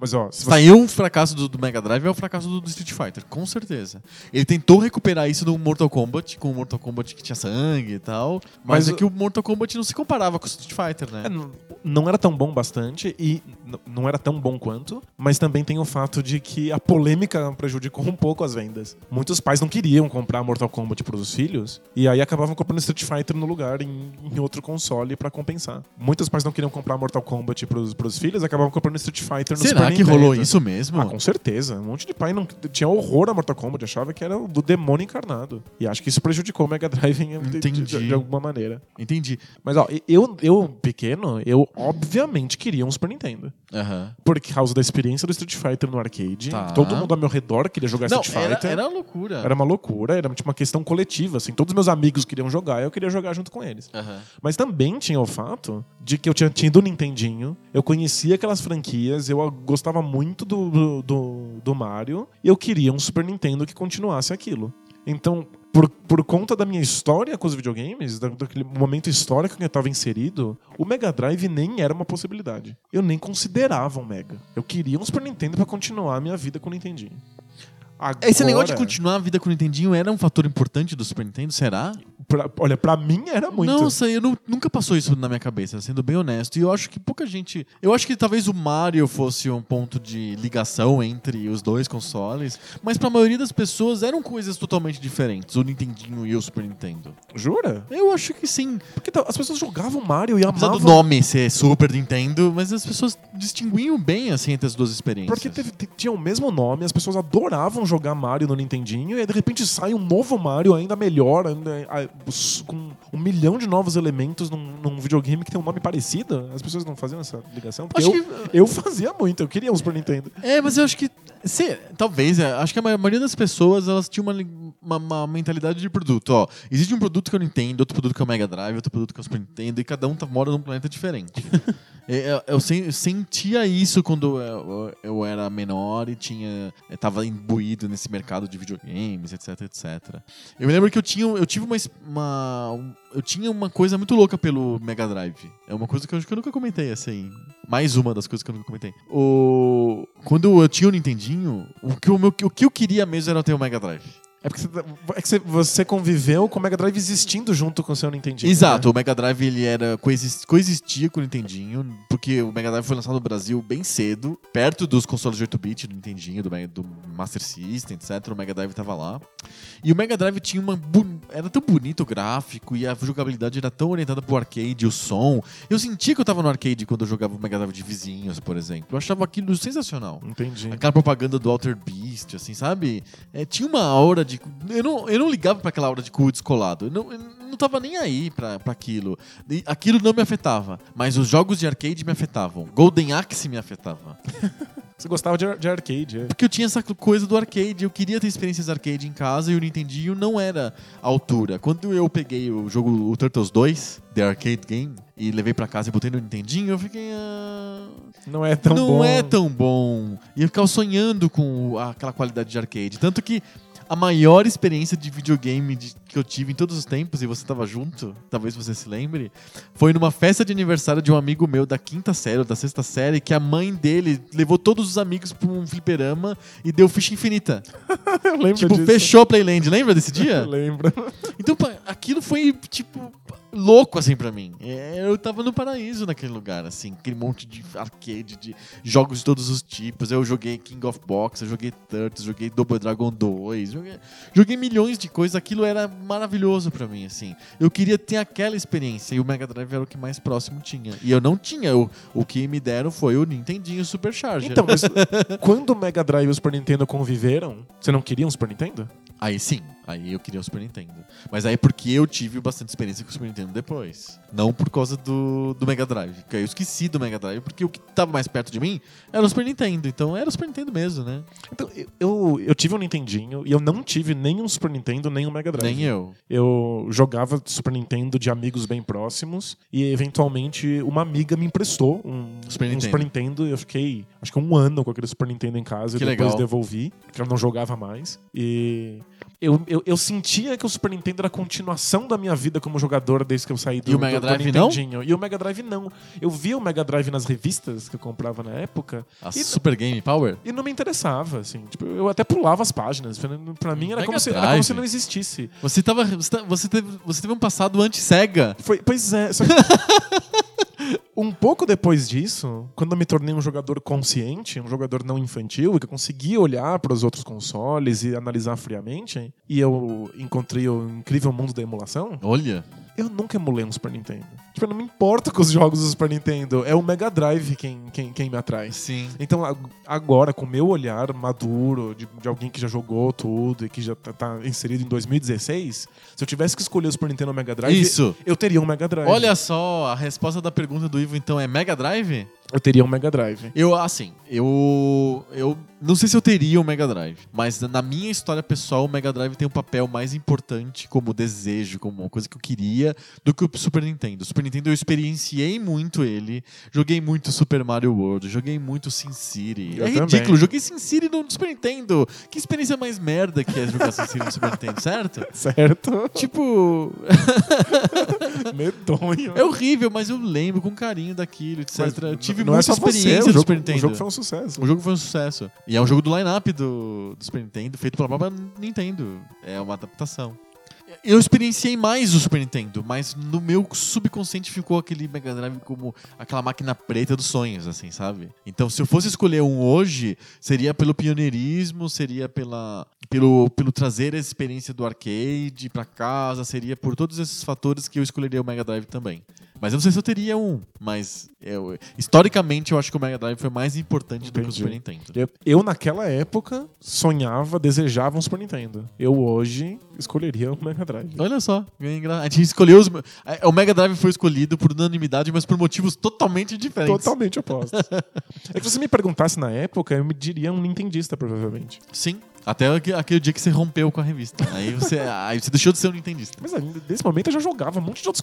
B: Mas ó, se você.
A: Saiu um fracasso do, do Mega Drive é o fracasso do, do Street Fighter, com certeza. Ele tentou recuperar isso no Mortal Kombat, com o Mortal Kombat que tinha sangue e tal. Mas,
B: Mas
A: é
B: o-
A: que o Mortal Kombat não se comparava com o Street Fighter, né?
B: É, n- não era tão bom bastante e n- não era tão bom quanto, mas também tem o fato de que a polêmica prejudicou um pouco as vendas. Muitos pais não queriam comprar Mortal Kombat para os filhos e aí acabavam comprando Street Fighter no lugar em, em outro console para compensar. Muitos pais não queriam comprar Mortal Kombat para os filhos, acabavam comprando Street Fighter no
A: Será
B: Super
A: que rolou
B: Nintendo.
A: isso mesmo?
B: Ah, com certeza. Um monte de pai não tinha horror a Mortal Kombat, achava que era do demônio encarnado. E acho que isso prejudicou o Mega Drive em- de- de-
A: Entendi.
B: de alguma maneira.
A: Entendi.
B: Mas ó, eu, eu pequeno, eu obviamente queria um Super Nintendo.
A: Aham.
B: Por causa da experiência do Street Fighter no arcade.
A: Tá.
B: Todo mundo ao meu redor queria jogar
A: Não,
B: Street
A: era,
B: Fighter.
A: era uma loucura.
B: Era uma loucura, era tipo uma questão coletiva, assim. Todos meus amigos queriam jogar, eu queria jogar junto com eles.
A: Aham.
B: Mas também tinha o fato de que eu tinha tido o Nintendinho, eu conhecia aquelas franquias, eu gostava muito do- do, do, do Mario, e eu queria um Super Nintendo que continuasse aquilo. Então, por, por conta da minha história com os videogames, da, daquele momento histórico que eu estava inserido, o Mega Drive nem era uma possibilidade. Eu nem considerava um Mega. Eu queria um Super Nintendo pra continuar a minha vida com o Nintendinho.
A: É, Esse negócio de
B: Agora,
A: continuar a vida com o Nintendinho era um fator importante do Super Nintendo, será?
B: pra- olha, pra mim era muito.
A: Não sei, eu nu- nunca passou isso na minha cabeça, sendo bem honesto. E eu acho que pouca gente. Eu acho que talvez o Mario fosse um ponto de ligação entre os dois consoles, mas pra maioria das pessoas eram coisas totalmente diferentes, o Nintendinho e o Super Nintendo.
B: Jura?
A: Eu acho que sim.
B: Porque tá- as pessoas jogavam Mario e
A: Apesar
B: amavam
A: do nome ser Super Nintendo, mas as pessoas distinguiam bem assim entre as duas experiências.
B: Porque teve- te- tinha o mesmo nome, as pessoas adoravam jogar Mario no Nintendinho, e aí de repente sai um novo Mario ainda melhor, ainda- a- s- com um milhão de novos elementos num, num videogame que tem um nome parecido. As pessoas não faziam essa ligação? Porque
A: Acho
B: eu,
A: que-
B: eu fazia muito, eu queria um Super Nintendo.
A: É, mas eu acho que. se- talvez, é, acho que a ma- maioria das pessoas elas tinham uma, li- uma- uma mentalidade de produto. Ó, existe um produto que eu não entendo, outro produto que é o Mega Drive, outro produto que é o Super Nintendo, e cada um tá, mora num planeta diferente. É, é, eu, sen- eu sentia isso quando eu, eu era menor e tinha. Eu tava imbuído nesse mercado de videogames, etc, etc. Eu me lembro que eu tinha, um, eu tive uma, es- uma- um- eu tinha uma coisa muito louca pelo Mega Drive. É uma coisa que eu acho que eu nunca comentei assim. Mais uma das coisas que eu nunca comentei. O quando eu tinha o Nintendinho, o que o meu, o que eu queria mesmo era ter o Mega Drive.
B: É porque você, é que você- você conviveu com o Mega Drive existindo junto com o seu Nintendinho.
A: Exato, o Mega Drive ele era coexis- coexistia com o Nintendinho, porque o Mega Drive foi lançado no Brasil bem cedo, perto dos consoles de 8-bit do Nintendinho, do, Mega- do Master System, etc. O Mega Drive tava lá. E o Mega Drive tinha uma bu- era tão bonito o gráfico e a jogabilidade era tão orientada pro arcade, o som. Eu sentia que eu tava no arcade quando eu jogava o Mega Drive de vizinhos, por exemplo. Eu achava aquilo sensacional.
B: Né? Entendi.
A: Aquela propaganda do Alter Beast, assim, sabe? É, tinha uma aura de. Eu não, eu não ligava pra aquela aura de cu descolado. Eu não, eu não tava nem aí pra, pra aquilo. E aquilo não me afetava. Mas os jogos de arcade me afetavam. Golden Axe me afetava.
B: Você gostava de, ar- de arcade, é.
A: Porque eu tinha essa coisa do arcade. Eu queria ter experiências arcade em casa e o Nintendinho não era a altura. Quando eu peguei o jogo o Turtles 2, The Arcade Game, e levei pra casa e botei no Nintendinho, eu fiquei. "Ah,
B: Não é tão
A: não
B: bom.
A: é tão bom. E eu ficava sonhando com o- aquela qualidade de arcade. Tanto que a maior experiência de videogame de- que eu tive em todos os tempos, e você tava junto, talvez você se lembre, foi numa festa de aniversário de um amigo meu da quinta série, ou da sexta série, que a mãe dele levou todos os amigos pra um fliperama e deu ficha infinita.
B: Eu lembro
A: tipo,
B: disso.
A: fechou Playland. Lembra desse dia?
B: Eu lembro.
A: Então, pá, aquilo foi, tipo, louco, assim, pra mim. É, Eu tava no paraíso naquele lugar, assim. Aquele monte de arcade, de jogos de todos os tipos. Eu joguei King of Box, eu joguei Turtles, joguei Double Dragon 2. Joguei, joguei milhões de coisas. Aquilo era maravilhoso pra mim, assim. Eu queria ter aquela experiência. E o Mega Drive era o que mais próximo tinha. E eu não tinha. Eu- o que me deram foi o Nintendinho Supercharger.
B: Então, mas quando o Mega Drive e o Super Nintendo conviveram, você não queria um Super Nintendo?
A: Aí sim, aí eu queria o Super Nintendo. Mas aí é porque eu tive bastante experiência com o Super Nintendo depois. Não por causa do, do Mega Drive. Que aí eu esqueci do Mega Drive, porque o que tava mais perto de mim era o Super Nintendo. Então era o Super Nintendo mesmo, né?
B: Então, eu- eu, eu tive um Nintendinho e eu não tive nem um Super Nintendo, nem um Mega Drive.
A: Nem eu.
B: Eu jogava Super Nintendo de amigos bem próximos e eventualmente uma amiga me emprestou um
A: Super
B: um
A: Nintendo.
B: Super Nintendo. Eu fiquei acho que um ano com aquele Super Nintendo em casa
A: Que
B: e depois
A: legal.
B: devolvi, porque eu não jogava mais. E eu, eu, eu sentia que o Super Nintendo era a continuação da minha vida como jogador desde que eu saí do,
A: E o Mega
B: do, do
A: Drive não?
B: Nintendinho. E o Mega Drive não. Eu via o Mega Drive nas revistas que eu comprava na época
A: A
B: E-
A: Super Game Power?
B: e não me interessava, assim. Tipo, eu até pulava as páginas. Pra mim era
A: Mega
B: como, se, era
A: Drive.
B: como se não existisse.
A: Você tava. Você, tá- você teve, você teve um passado anti-SEGA.
B: Foi, pois é. Só que... um pouco depois disso, quando eu me tornei um jogador consciente, um jogador não infantil, e que eu conseguia olhar para os outros consoles e analisar friamente, e eu encontrei o incrível mundo da emulação,
A: Olha.
B: eu nunca emulei um Super Nintendo. Tipo, eu não me importo com os jogos do Super Nintendo, é o Mega Drive quem, quem, quem me atrai.
A: Sim.
B: Então, ag- agora, com o meu olhar maduro, de, de alguém que já jogou tudo e que já tá, tá inserido em 2016, se eu tivesse que escolher o Super Nintendo ou o Mega Drive,
A: Isso.
B: eu teria um Mega Drive.
A: Olha só, a resposta da pergunta do Ivo então é Mega Drive?
B: Eu teria um Mega Drive.
A: Eu, assim, eu. Eu não sei se eu teria o Mega Drive, mas na minha história pessoal, o Mega Drive tem um papel mais importante como desejo, como uma coisa que eu queria, do que o Super Nintendo. O Super Nintendo eu experienciei muito ele, joguei muito Super Mario World, joguei muito Sin City.
B: Eu
A: é
B: também.
A: ridículo, joguei Sin City no Super Nintendo. Que experiência mais merda que é jogar Sin City no Super Nintendo, certo?
B: Certo?
A: Tipo,
B: Medonho.
A: é horrível, mas eu lembro com carinho daquilo, etc.
B: Mas
A: eu tive
B: não é
A: muita
B: só você,
A: experiência
B: o
A: do
B: jogo-
A: Super Nintendo.
B: O jogo foi um sucesso.
A: O jogo foi um sucesso. E é um jogo do line-up do, do Super Nintendo, feito pela própria Nintendo. É uma adaptação. Eu experienciei mais o Super Nintendo, mas no meu subconsciente ficou aquele Mega Drive como aquela máquina preta dos sonhos, assim, sabe? Então, se eu fosse escolher um hoje, seria pelo pioneirismo, seria pela, pelo, pelo trazer a experiência do arcade pra casa, seria por todos esses fatores que eu escolheria o Mega Drive também. Mas eu não sei se eu teria um, mas eu- historicamente eu acho que o Mega Drive foi mais importante do que o
B: Entendi.
A: Super Nintendo.
B: Eu, eu, naquela época, sonhava, desejava um Super Nintendo. Eu, hoje, escolheria o Mega Drive.
A: Olha só, é engra- a gente escolheu os. é, O Mega Drive foi escolhido por unanimidade, mas por motivos totalmente diferentes.
B: Totalmente oposto. é que se você me perguntasse na época, eu me diria um Nintendista, provavelmente.
A: Sim. Até aque- aquele dia que você rompeu com a revista. Aí você, aí você deixou de ser um nintendista.
B: Mas aí, nesse momento eu já jogava um monte de outros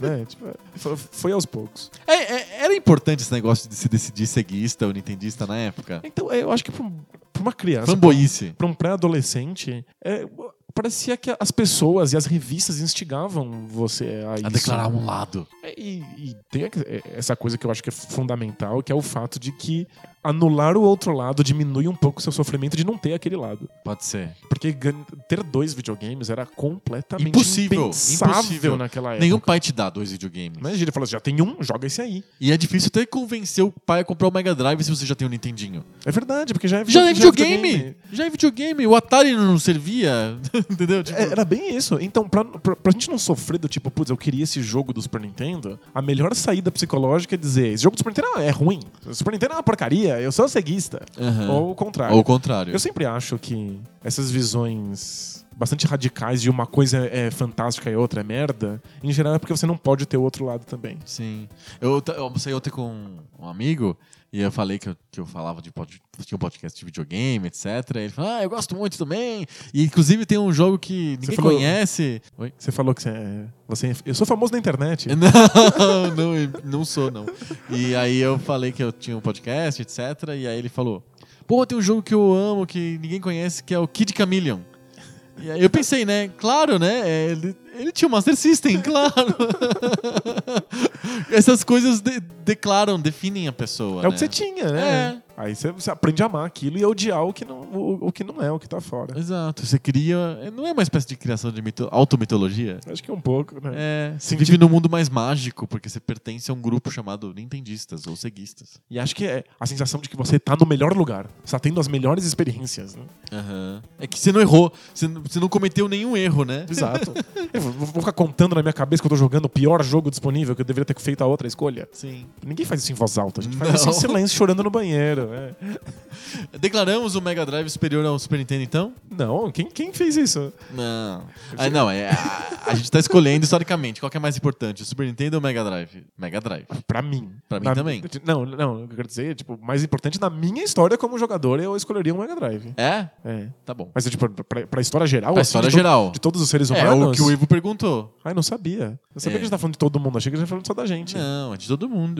B: né? Tipo, foi, foi aos poucos.
A: É- é- era importante esse negócio de se decidir seguista ou nintendista na época?
B: Então, é, eu acho que pra, um- pra uma criança,
A: Fanboyice.
B: pra um pré-adolescente, é, parecia que as pessoas e as revistas instigavam você a isso.
A: A declarar um lado.
B: é E, e tem a- essa coisa que eu acho que é fundamental, que é o é fato de que anular o outro lado diminui um pouco o seu sofrimento de não ter aquele lado.
A: Pode ser.
B: Porque gan- ter dois videogames era completamente
A: Impossível,
B: impensável
A: impossível.
B: naquela época.
A: Nenhum pai te dá dois videogames.
B: Imagina, ele falou assim, já tem um, joga esse aí.
A: E é difícil até convencer o pai a comprar o Mega Drive se você já tem o Nintendinho.
B: É verdade, porque já é,
A: Já é
B: vide-
A: videogame! Já é videogame! O Atari não servia, entendeu? Tipo,
B: É, Era bem isso. Então, pra, pra, pra gente não sofrer do tipo, putz, eu queria esse jogo do Super Nintendo, a melhor saída psicológica é dizer, esse jogo do Super Nintendo é ruim. O Super Nintendo é uma porcaria, eu sou ceguista.
A: Aham.
B: Ou o contrário.
A: Ou o contrário.
B: Eu sempre acho que essas visões bastante radicais de uma coisa é fantástica e outra é merda, em geral é porque você não pode ter o outro lado também.
A: Sim. Eu, t- eu almocei ontem com um amigo e eu falei que eu, que eu falava de pod- tinha um podcast de videogame, etc. E ele falou, ah, eu gosto muito também. E inclusive tem um jogo que ninguém
B: falou-
A: conhece. Oi?
B: Você falou que você é, você é- Eu sou famoso na internet.
A: Não, não, eu não sou, não. E aí eu falei que eu tinha um podcast, etc. E aí ele falou: Pô, tem um jogo que eu amo, que ninguém conhece, que é o Kid Chameleon. E aí eu pensei, né? Claro, né? é, Ele, ele tinha o Master System, claro. Essas coisas de- declaram, definem a pessoa.
B: É
A: né?
B: o
A: É.
B: que você tinha, né? Aí você, você aprende a amar aquilo e a odiar o que não, o, o que não é, o que tá fora.
A: Exato. Você cria. é, Não é uma espécie de criação de mito, automitologia?
B: Acho que é um pouco, né?
A: É, você
B: Sim,
A: vive
B: tipo-
A: num mundo mais mágico, porque você pertence a um grupo chamado Nintendistas ou Seguistas.
B: E acho que é a sensação de que você tá no melhor lugar. Você tá tendo as melhores experiências, né?
A: Aham. É que você não errou. Você, n- você não cometeu nenhum erro, né?
B: Exato. eu vou vou ficar contando na minha cabeça que eu tô jogando o pior jogo disponível, que eu deveria ter feito a outra escolha.
A: Sim.
B: Ninguém faz isso em voz alta, a gente
A: Não.
B: faz isso em silêncio, chorando no banheiro. né?
A: Declaramos o Mega Drive superior ao Super Nintendo, então?
B: Não, quem, quem fez isso?
A: Não. Ah, não, é, a, a gente tá escolhendo historicamente qual que é mais importante, o Super Nintendo ou o Mega Drive? Mega Drive.
B: Pra mim.
A: Pra mim
B: Na-
A: também.
B: Não, não, eu quero dizer, tipo, mais importante na minha história como jogador, eu escolheria um Mega Drive.
A: É?
B: É.
A: Tá bom.
B: Mas, tipo, pra, pra história geral?
A: Pra
B: assim,
A: história
B: de to-
A: geral.
B: De todos os seres
A: É
B: humanos?
A: o que o Ivo perguntou.
B: Ai, não sabia. Eu sabia
A: É.
B: que a gente tá falando de todo mundo. Achei que a gente tá falando só da gente.
A: Não, é de todo mundo.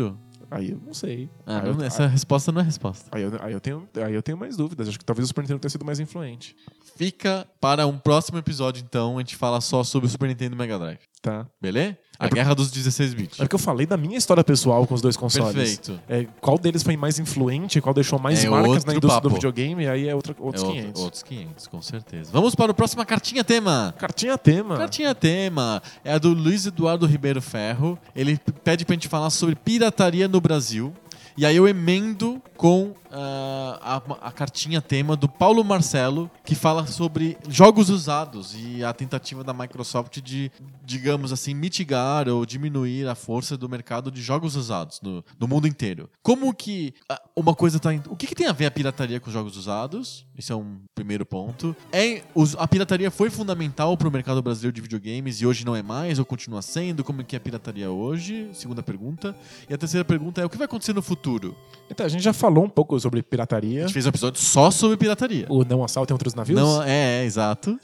B: Aí eu não sei.
A: Ah,
B: aí,
A: não,
B: eu,
A: essa resposta não é resposta.
B: aí, eu, aí eu tenho, aí eu tenho mais dúvidas. Acho que talvez o Super Nintendo tenha sido mais influente.
A: Fica para um próximo episódio, então, a gente fala só sobre o Super Nintendo e o Mega Drive.
B: Tá.
A: Beleza? A
B: por-
A: guerra dos 16 bits.
B: É porque eu falei da minha história pessoal com os dois consoles.
A: Perfeito.
B: É, qual deles foi mais influente, qual deixou mais
A: É
B: marcas
A: outro
B: na indústria
A: papo.
B: do videogame, aí é outra, outros
A: É outro-
B: 500.
A: Outros 500, com certeza. Vamos para o próximo Cartinha Tema.
B: Cartinha tema.
A: Cartinha tema é a do Luiz Eduardo Ribeiro Ferro. Ele p- pede pra gente falar sobre pirataria no Brasil. E aí eu emendo com ah, a, a cartinha tema do Paulo Marcelo, que fala sobre jogos usados e a tentativa da Microsoft de, digamos assim, mitigar ou diminuir a força do mercado de jogos usados no, no mundo inteiro. Como que ah, uma coisa tá. em- O que, que tem a ver a pirataria com os jogos usados? Isso é um primeiro ponto. É, os- a pirataria foi fundamental para o mercado brasileiro de videogames e hoje não é mais, ou continua sendo? Como que é a pirataria hoje? Segunda pergunta. E a terceira pergunta é: o que vai acontecer no futuro?
B: Então, a gente já falou um pouco sobre
A: A
B: pirataria.
A: gente fez um episódio só sobre pirataria.
B: O não assalto em outros navios.
A: Não, é, é, exato.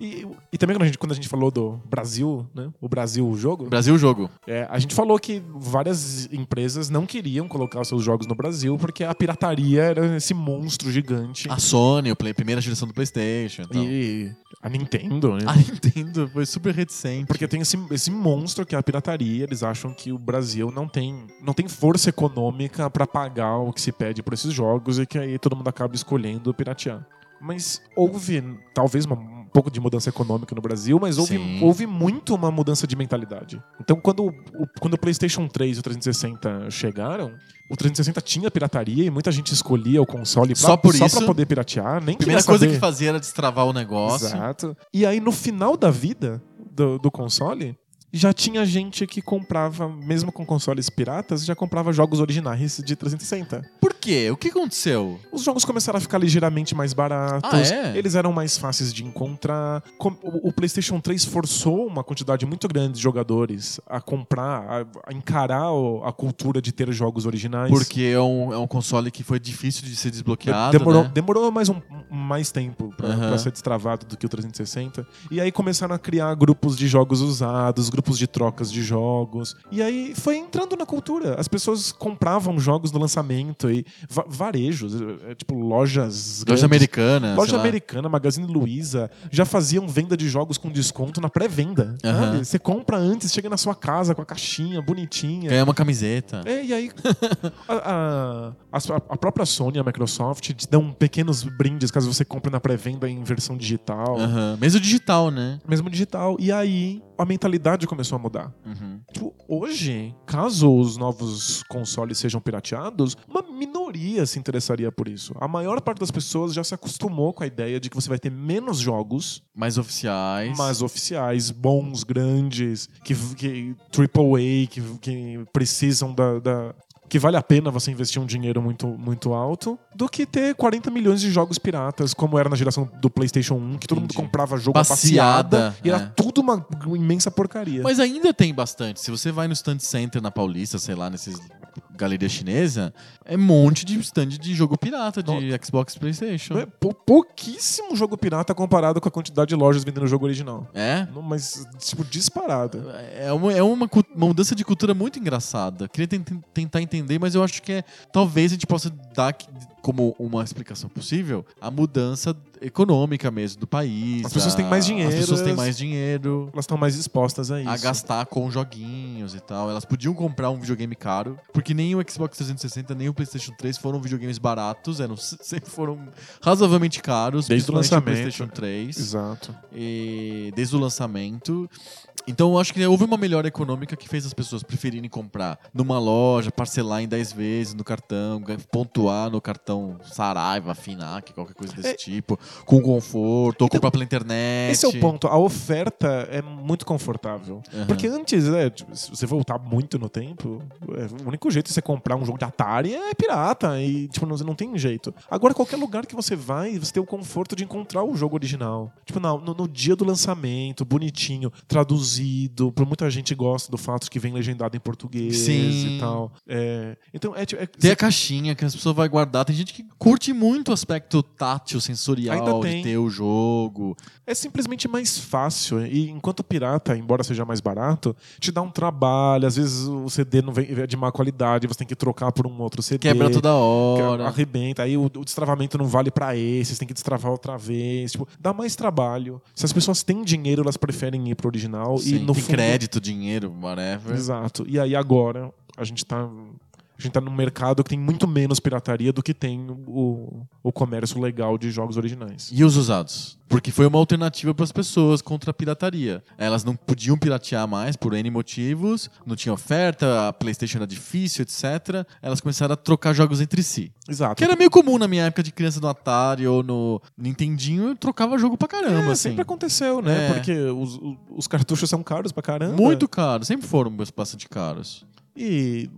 B: E, e também quando a, gente, quando a gente falou do Brasil, né? O Brasil, o jogo.
A: Brasil jogo.
B: É, a gente falou que várias empresas não queriam colocar os seus jogos no Brasil porque a pirataria era esse monstro gigante.
A: A Sony, o play, primeira geração do PlayStation. Então.
B: E a Nintendo, né?
A: A Nintendo foi super reticente.
B: Porque tem esse, esse monstro que é a pirataria. Eles acham que o Brasil não tem, não tem força econômica pra pagar o que se pede por esses jogos e que aí todo mundo acaba escolhendo piratear. Mas houve, talvez, uma- um pouco de mudança econômica no Brasil, mas houve,
A: Sim.
B: houve muito uma mudança de mentalidade. Então, quando o, o- quando o PlayStation 3 e o 360 chegaram, o 360 tinha pirataria e muita gente escolhia o console pra,
A: Só por
B: só
A: isso,
B: pra poder piratear. Nem
A: A primeira
B: queria
A: coisa
B: saber.
A: que fazia era destravar o negócio.
B: Exato. E aí, no final da vida do, do console, já tinha gente que comprava, mesmo com consoles piratas, já comprava jogos originais de 360.
A: Por quê? O que aconteceu?
B: Os jogos começaram a ficar ligeiramente mais baratos,
A: Ah, é?
B: eles eram mais fáceis de encontrar. Com- O o PlayStation 3 forçou uma quantidade muito grande de jogadores a comprar, a, a encarar o- a cultura de ter jogos originais.
A: Porque é um, é um console que foi difícil de ser desbloqueado.
B: Demorou,
A: né?
B: demorou mais, um, mais tempo pra,
A: Aham.
B: pra ser destravado do que o 360. E aí começaram a criar grupos de jogos usados, grupos de trocas de jogos. E aí foi entrando na cultura. As pessoas compravam jogos no lançamento e va- varejos, é, é, tipo lojas grandes.
A: Loja americana.
B: Loja
A: sei lá.
B: americana, Magazine Luiza, já faziam venda de jogos com desconto na pré-venda.
A: Aham.
B: sabe? Você compra antes, chega na sua casa com a caixinha bonitinha.
A: Ganhar uma camiseta.
B: É, e aí a, a- as- a própria Sony e a Microsoft te dão pequenos brindes caso você compre na pré-venda em versão digital.
A: Aham. Mesmo digital, né?
B: Mesmo digital. E aí a mentalidade começou a mudar.
A: Uhum.
B: Tipo, hoje, caso os novos consoles sejam pirateados, uma minoria se interessaria por isso. A maior parte das pessoas já se acostumou com a ideia de que você vai ter menos jogos,
A: Mais oficiais.
B: mas oficiais, bons, grandes, que, que AAA, que, que precisam da. da- que vale a pena você investir um dinheiro muito, muito alto, do que ter 40 milhões de jogos piratas, como era na geração do PlayStation 1, que todo mundo
A: Entendi.
B: comprava jogo passeada,
A: Passeada,
B: passeada e era
A: é.
B: tudo uma imensa porcaria.
A: Mas ainda tem bastante. Se você vai no stand center na Paulista, sei lá, nesses galeria chinesa, é um monte de stand de jogo pirata de Xbox e
B: Não é
A: PlayStation.
B: pou- pouquíssimo jogo pirata comparado com a quantidade de lojas vendendo o jogo original.
A: É?
B: Não, mas, tipo, disparada.
A: É uma, é uma cu- uma mudança de cultura muito engraçada. Queria ten- ten- tentar entender, mas eu acho que é. Talvez a gente possa dar que- como uma explicação possível a mudança econômica mesmo do país.
B: As pessoas
A: a-
B: têm mais dinheiro,
A: As pessoas têm
B: elas-
A: mais dinheiro.
B: Elas estão mais expostas a isso.
A: A gastar com joguinhos e tal. Elas podiam comprar um videogame caro, porque nem o Xbox 360 nem o PlayStation 3 foram videogames baratos, eram, se- sempre foram razoavelmente caros,
B: Desde o
A: principalmente
B: lançamento.
A: PlayStation 3
B: Exato.
A: e- desde o lançamento. Então eu acho que houve uma melhora econômica que fez as pessoas preferirem comprar numa loja, parcelar em 10 vezes no cartão, ga- pontuar no cartão Saraiva, Finac, qualquer coisa desse
B: É. Então,
A: tipo, com conforto, ou comprar pela internet.
B: Esse é o ponto. A oferta é muito confortável.
A: Aham.
B: Porque antes, né, tipo, se você voltar muito no tempo, é, o único jeito de você comprar um jogo de Atari é pirata. E, tipo, não, não tem jeito. Agora, qualquer lugar que você vai, você tem o conforto de encontrar o jogo original. Tipo, na- no, no dia do lançamento, bonitinho, traduzido. Por muita gente gosta do fato de que vem legendado em português
A: Sim.
B: e tal. É, então, é, tipo, é-
A: Tem a caixinha que as pessoas vão guardar. Tem gente que curte muito o aspecto tátil,
B: Ainda
A: sensorial,
B: tem.
A: de ter o jogo.
B: É simplesmente mais fácil. E enquanto pirata, embora seja mais barato, te dá um trabalho. Às vezes o CD não vem é de má qualidade, você tem que trocar por um outro CD.
A: Quebra toda
B: que
A: hora.
B: Arrebenta, aí o, o destravamento não vale pra esse, você tem que destravar outra vez. Tipo, dá mais trabalho. Se as pessoas têm dinheiro, elas preferem ir pro original e
A: Sim,
B: no
A: tem
B: fundo-
A: crédito, né? dinheiro, whatever.
B: Exato. E aí agora a gente tá. A gente tá num mercado que tem muito menos pirataria do que tem o, o comércio legal de jogos originais.
A: E os usados? Porque foi uma alternativa para as pessoas contra a pirataria. Elas não podiam piratear mais por N motivos, não tinha oferta, a PlayStation era difícil, etc. Elas começaram a trocar jogos entre si.
B: Exato.
A: Que era meio comum na minha época de criança no Atari ou no Nintendinho, eu trocava jogo pra caramba,
B: É,
A: assim.
B: sempre aconteceu, né?
A: É.
B: Porque os, os- os cartuchos são caros pra caramba.
A: Muito caro, sempre foram meus bastante caros.
B: E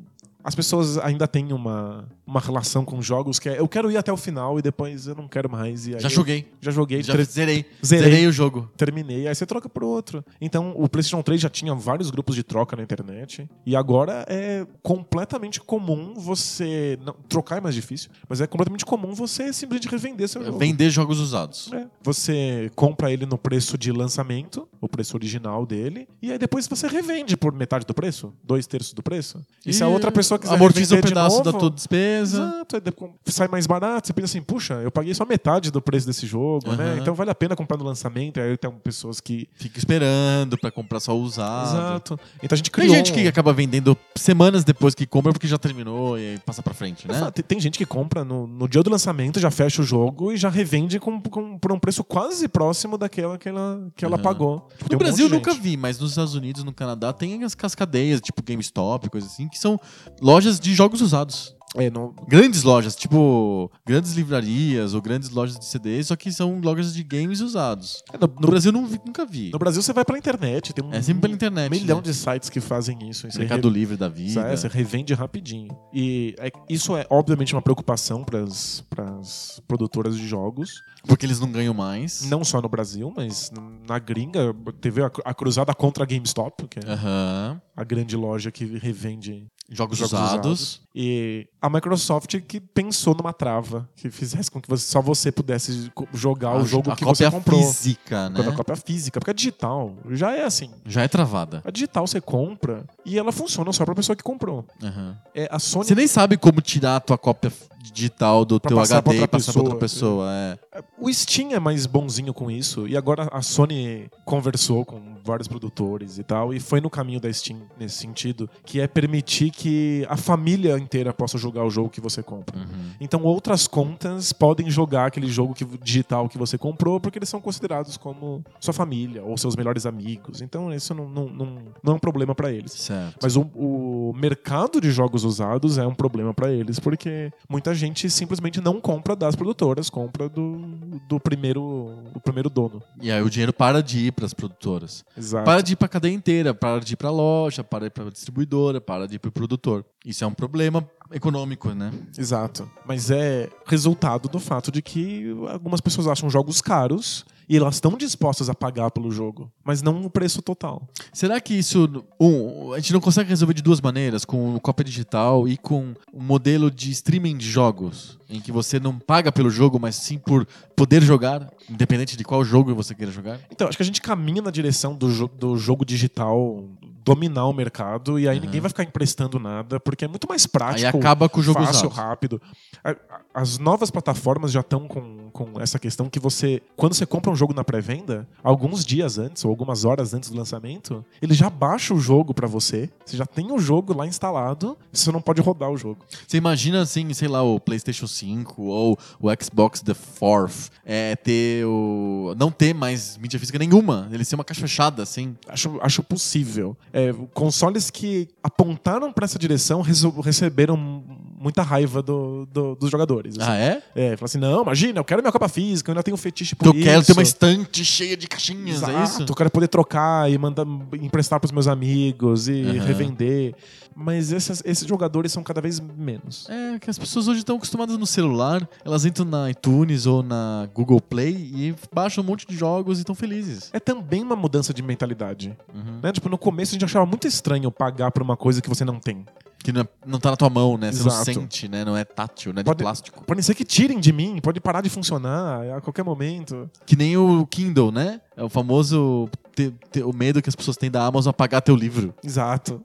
B: as pessoas ainda têm uma, uma relação com jogos que é eu quero ir até o final e depois eu não quero mais. E aí
A: Já
B: eu
A: joguei,
B: Já joguei,
A: já
B: ter-
A: zerei,
B: zerei.
A: zerei, o jogo.
B: terminei, aí você troca por outro. Então o PlayStation 3 já tinha vários grupos de troca na internet. E agora é completamente comum você. não, trocar é mais difícil, mas é completamente comum você simplesmente revender seu jogo.
A: Vender jogos usados.
B: É. Você compra ele no preço de lançamento, o preço original dele, e aí depois você revende por metade do preço, dois terços do preço. E, se a outra pessoa quiser
A: Amortiza um
B: revender de
A: pedaço
B: novo,
A: da tua despesa.
B: Exato, aí depois sai mais barato, você pensa assim, puxa, eu paguei só metade do preço desse jogo, né?
A: Aham.
B: Então vale a pena comprar no lançamento, aí tem pessoas que.
A: Fica esperando pra comprar só usado.
B: Exato. Então a gente
A: Tem
B: criou.
A: gente que acaba vendendo semanas depois que compra porque já terminou e aí passa pra frente, né?
B: Exato. Tem gente que compra no, no dia do lançamento, já fecha o jogo e já revende com, com- por um preço quase próximo daquela que ela, que ela
A: Aham.
B: pagou. Tipo, tem
A: No
B: um
A: Brasil
B: monte de
A: nunca
B: gente.
A: vi, mas nos Estados Unidos, no Canadá, tem as cascadeias, tipo GameStop, coisa assim, que são lojas de jogos usados.
B: É, não,
A: Grandes lojas, tipo grandes livrarias ou grandes lojas de CD, só que são lojas de games usados.
B: é, no,
A: No Brasil não vi- nunca vi.
B: No Brasil você vai pela internet, tem um
A: É sempre pela internet.
B: milhão
A: né?
B: de sites que fazem isso. e Você,
A: Mercado Livre da
B: re- sabe,
A: vida.
B: você revende rapidinho. E é- isso é obviamente uma preocupação para as produtoras de jogos,
A: Porque eles não ganham mais.
B: não só no Brasil, mas na gringa teve a, cru- a cruzada contra a GameStop, que é
A: Aham.
B: a grande loja que revende
A: Jogos,
B: jogos
A: usados.
B: usados. E a Microsoft que pensou numa trava que fizesse com que você- só você pudesse co- jogar o
A: A-
B: jogo
A: a
B: que
A: cópia
B: você comprou.
A: física, né?
B: Quando a cópia física, porque a digital já é assim.
A: Já é travada.
B: A digital você compra e ela funciona só pra pessoa que comprou.
A: Aham.
B: É, a Sony
A: Você nem sabe como tirar a tua cópia digital do
B: Pra
A: teu
B: passar pra
A: HD e
B: outra
A: passar pra outra
B: pessoa.
A: pessoa. É.
B: O Steam é mais bonzinho com isso, e agora a Sony conversou com vários produtores e tal, e foi no caminho da Steam nesse sentido, que é permitir que a família inteira possa jogar o jogo que você compra.
A: Uhum.
B: Então outras contas podem jogar aquele jogo que- digital que você comprou, porque eles são considerados como sua família ou seus melhores amigos. Então isso não, não, não, não é um problema pra eles.
A: Certo.
B: Mas o, o mercado de jogos usados é um problema pra eles, porque muita gente simplesmente não compra das produtoras, compra do, do primeiro do primeiro dono.
A: E aí o dinheiro para de ir pras produtoras.
B: Exato.
A: Para de ir pra cadeia inteira, para de ir pra loja, para de ir pra distribuidora, para de ir pro produtor. Isso é um problema econômico, né?
B: Exato. Mas é resultado do fato de que algumas pessoas acham jogos caros e elas estão dispostas a pagar pelo jogo, mas não o preço total.
A: Será que isso. Um, a gente não consegue resolver de duas maneiras, com o cópia digital e com o modelo de streaming de jogos, em que você não paga pelo jogo, mas sim por poder jogar, independente de qual jogo você queira jogar?
B: Então, acho que a gente caminha na direção do, jo- do jogo digital dominar o mercado e aí
A: Uhum.
B: ninguém vai ficar emprestando nada, porque é muito mais prático.
A: Aí acaba com o jogo usado.
B: fácil, rápido. A- a- As novas plataformas já estão com, com essa questão que você, quando você compra um jogo na pré-venda, alguns dias antes ou algumas horas antes do lançamento, ele já baixa o jogo pra você. Você já tem o jogo lá instalado, você não pode rodar o jogo.
A: Você imagina assim, sei lá, o PlayStation 5 ou o Xbox The Fourth é, ter o. não ter mais mídia física nenhuma, ele ser uma caixa fechada, assim.
B: Acho, acho possível. É, consoles que apontaram pra essa direção resol- receberam muita raiva do- do- dos jogadores. assim.
A: Ah, é?
B: É, fala assim, não, imagina, eu quero minha capa física, eu ainda tenho um fetiche por
A: Porque eu
B: isso.
A: quero ter uma estante cheia de caixinhas, é isso?
B: Eu quero poder trocar e mandar emprestar pros meus amigos e
A: Aham.
B: revender. Mas essas- esses jogadores são cada vez menos.
A: É, que as pessoas hoje estão acostumadas no celular, elas entram na iTunes ou na Google Play e baixam um monte de jogos e estão felizes.
B: É também uma mudança de mentalidade.
A: Uhum.
B: Né? Tipo, no começo a gente achava muito estranho pagar por uma coisa que você não tem.
A: Que não, é, não tá na tua mão, né? Você não
B: Exato.
A: sente, né? Não é tátil, né? De
B: Pode-
A: plástico.
B: Pode ser que tirem de mim, pode parar de funcionar a qualquer momento.
A: Que nem o Kindle, né? É o famoso te- te- o medo que as pessoas têm da Amazon apagar teu livro.
B: Exato.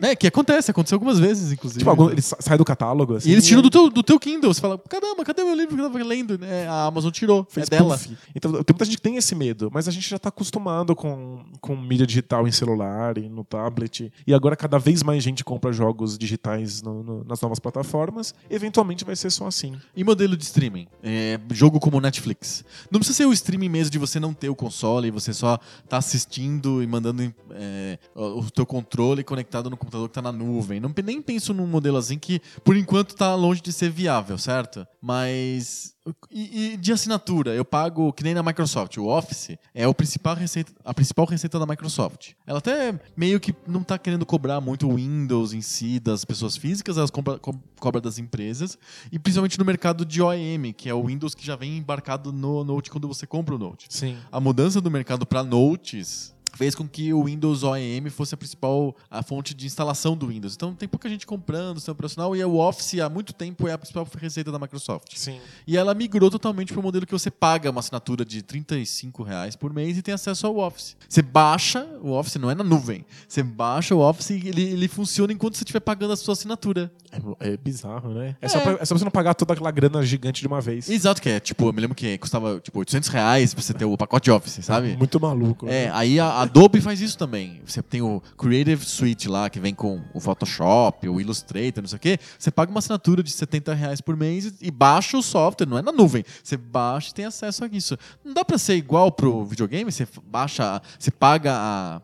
A: Né? Que acontece, aconteceu algumas vezes, inclusive.
B: Tipo, algum, ele sa- sai do catálogo, assim.
A: É. E eles tiram do teu, do teu Kindle. Você fala, caramba, cadê meu livro que eu tava lendo? É, a Amazon tirou. é dela.
B: puff. Então, tem muita gente que tem esse medo, mas a gente já está acostumado com, com mídia digital em celular e no tablet. E agora cada vez mais gente compra jogos digitais no- no- nas novas plataformas. Eventualmente vai ser só assim.
A: E modelo de streaming? É, jogo como Netflix. Não precisa ser o streaming mesmo de você não ter o console e você só tá assistindo e mandando é, o o teu controle conectado no computador que tá na nuvem. Não, pe- nem penso num modelo assim que, por enquanto, tá longe de ser viável, certo? Mas. E, e de assinatura, eu pago que nem na Microsoft. O Office é o principal receita, a principal receita da Microsoft. Ela até meio que não tá querendo cobrar muito o Windows em si das pessoas físicas, elas compra, co- cobra das empresas, e principalmente no mercado de OEM, que é o Windows que já vem embarcado no Note quando você compra o Note.
B: Sim.
A: A mudança do mercado para Notes fez com que o Windows OEM fosse a principal a fonte de instalação do Windows. Então tem pouca gente comprando, sistema operacional, e o Office há muito tempo é a principal receita da Microsoft.
B: Sim.
A: E ela migrou totalmente para o modelo que você paga uma assinatura de R$ 35 reais por mês e tem acesso ao Office. Você baixa o Office, não é na nuvem. Você baixa o Office e ele, ele funciona enquanto você estiver pagando a sua assinatura.
B: É, é bizarro, né? É, Só pra, é só pra você não pagar toda aquela grana gigante de uma vez.
A: Exato, que é tipo, eu me lembro que custava tipo 800 reais pra você ter o pacote de Office, sabe?
B: Muito maluco. né?
A: É, aí a a Adobe faz isso também. Você tem o Creative Suite lá, que vem com o Photoshop, o Illustrator, não sei o quê. Você paga uma assinatura de 70 reais por mês e- e baixa o software, não é na nuvem. Você baixa e tem acesso a isso. Não dá pra ser igual pro videogame? Você f- baixa, você paga a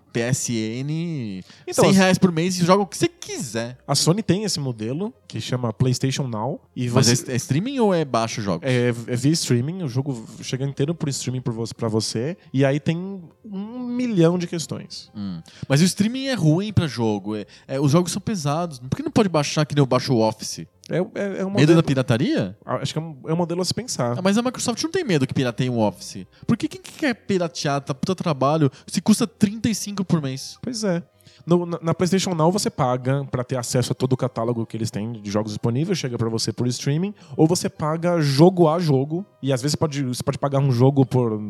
A: PSN
B: Então,
A: 100
B: as-
A: reais por mês e joga o que você quiser.
B: A Sony tem esse modelo que chama PlayStation Now. E
A: Mas
B: você,
A: é s- é streaming ou é baixo o jogo?
B: É, é via streaming, o jogo chega inteiro por streaming por você- pra você, e aí tem um milhão de questões.
A: Hum. Mas o streaming é ruim pra jogo. é- é, os jogos são pesados. Por que não pode baixar que nem eu baixo o Office?
B: É, é, é um
A: Medo
B: modelo,
A: da pirataria?
B: Acho que é um, é um modelo a se pensar.
A: Ah, mas a Microsoft não tem medo que um pirateiem o Office. Por que quem que quer piratear, tá puta trabalho, se custa 35 por mês?
B: Pois é. No- na, na PlayStation Now você paga pra ter acesso a todo o catálogo que eles têm de jogos disponíveis, chega pra você por streaming, ou você paga jogo a jogo, e às vezes pode, você pode pagar um jogo por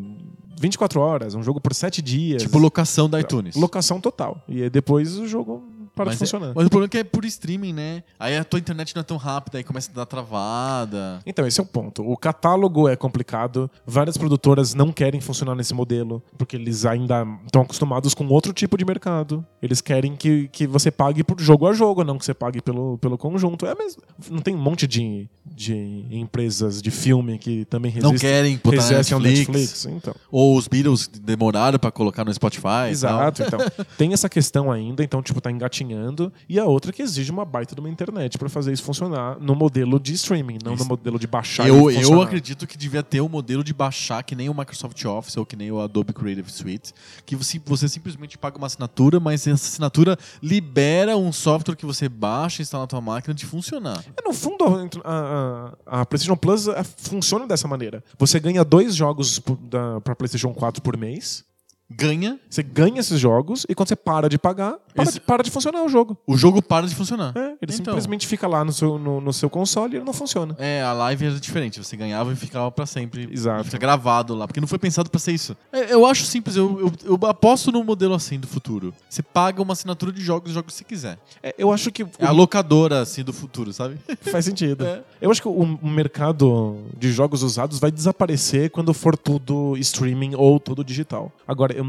B: 24 horas, um jogo por 7 dias.
A: Tipo locação da iTunes.
B: Locação total. E aí depois o jogo para
A: mas,
B: de funcionar.
A: É, mas o problema é que é por streaming, né? Aí a tua internet não é tão rápida, aí começa a dar travada.
B: Então, esse é o ponto. O catálogo é complicado. Várias produtoras não querem funcionar nesse modelo, porque eles ainda estão acostumados com outro tipo de mercado. Eles querem que, que você pague por jogo a jogo, não que você pague pelo, pelo conjunto. É mesmo. Não tem um monte de, de empresas de filme que também resistem.
A: não querem botar na
B: resistem ao
A: Netflix,
B: Netflix. Então.
A: Ou os Beatles demoraram pra colocar no Spotify. e
B: Exato, então. Tem essa questão ainda, então, tipo, tá engatinhando. E a outra que exige uma baita de uma internet pra fazer isso funcionar no modelo de streaming, não
A: Isso.
B: no modelo de baixar
A: tal. Eu,
B: e
A: eu
B: funcionar.
A: acredito que devia ter um modelo de baixar que nem o Microsoft Office ou que nem o Adobe Creative Suite, que você, você simplesmente paga uma assinatura, mas essa assinatura libera um software que você baixa e instala na tua máquina de funcionar.
B: É, No fundo, a, a- a PlayStation Plus é, funciona dessa maneira. Você ganha dois jogos por- da- pra PlayStation 4 por mês.
A: Ganha,
B: Você ganha esses jogos e quando você para de pagar, para,
A: Esse-
B: de, para de funcionar o jogo.
A: o jogo para de funcionar.
B: É, ele
A: Então.
B: simplesmente fica lá no seu, no, no seu console e ele não funciona.
A: É, a live era diferente. Você ganhava e ficava pra sempre.
B: Exato.
A: E Fica gravado lá, porque não foi pensado pra ser isso. É, eu acho simples, eu, eu, eu aposto num modelo assim do futuro. Você paga uma assinatura de jogos, joga o que você quiser.
B: É, eu acho que o-
A: É a locadora assim do futuro, sabe?
B: faz sentido.
A: É.
B: Eu acho que o, o mercado de jogos usados vai desaparecer quando for tudo streaming ou tudo digital. Agora, eu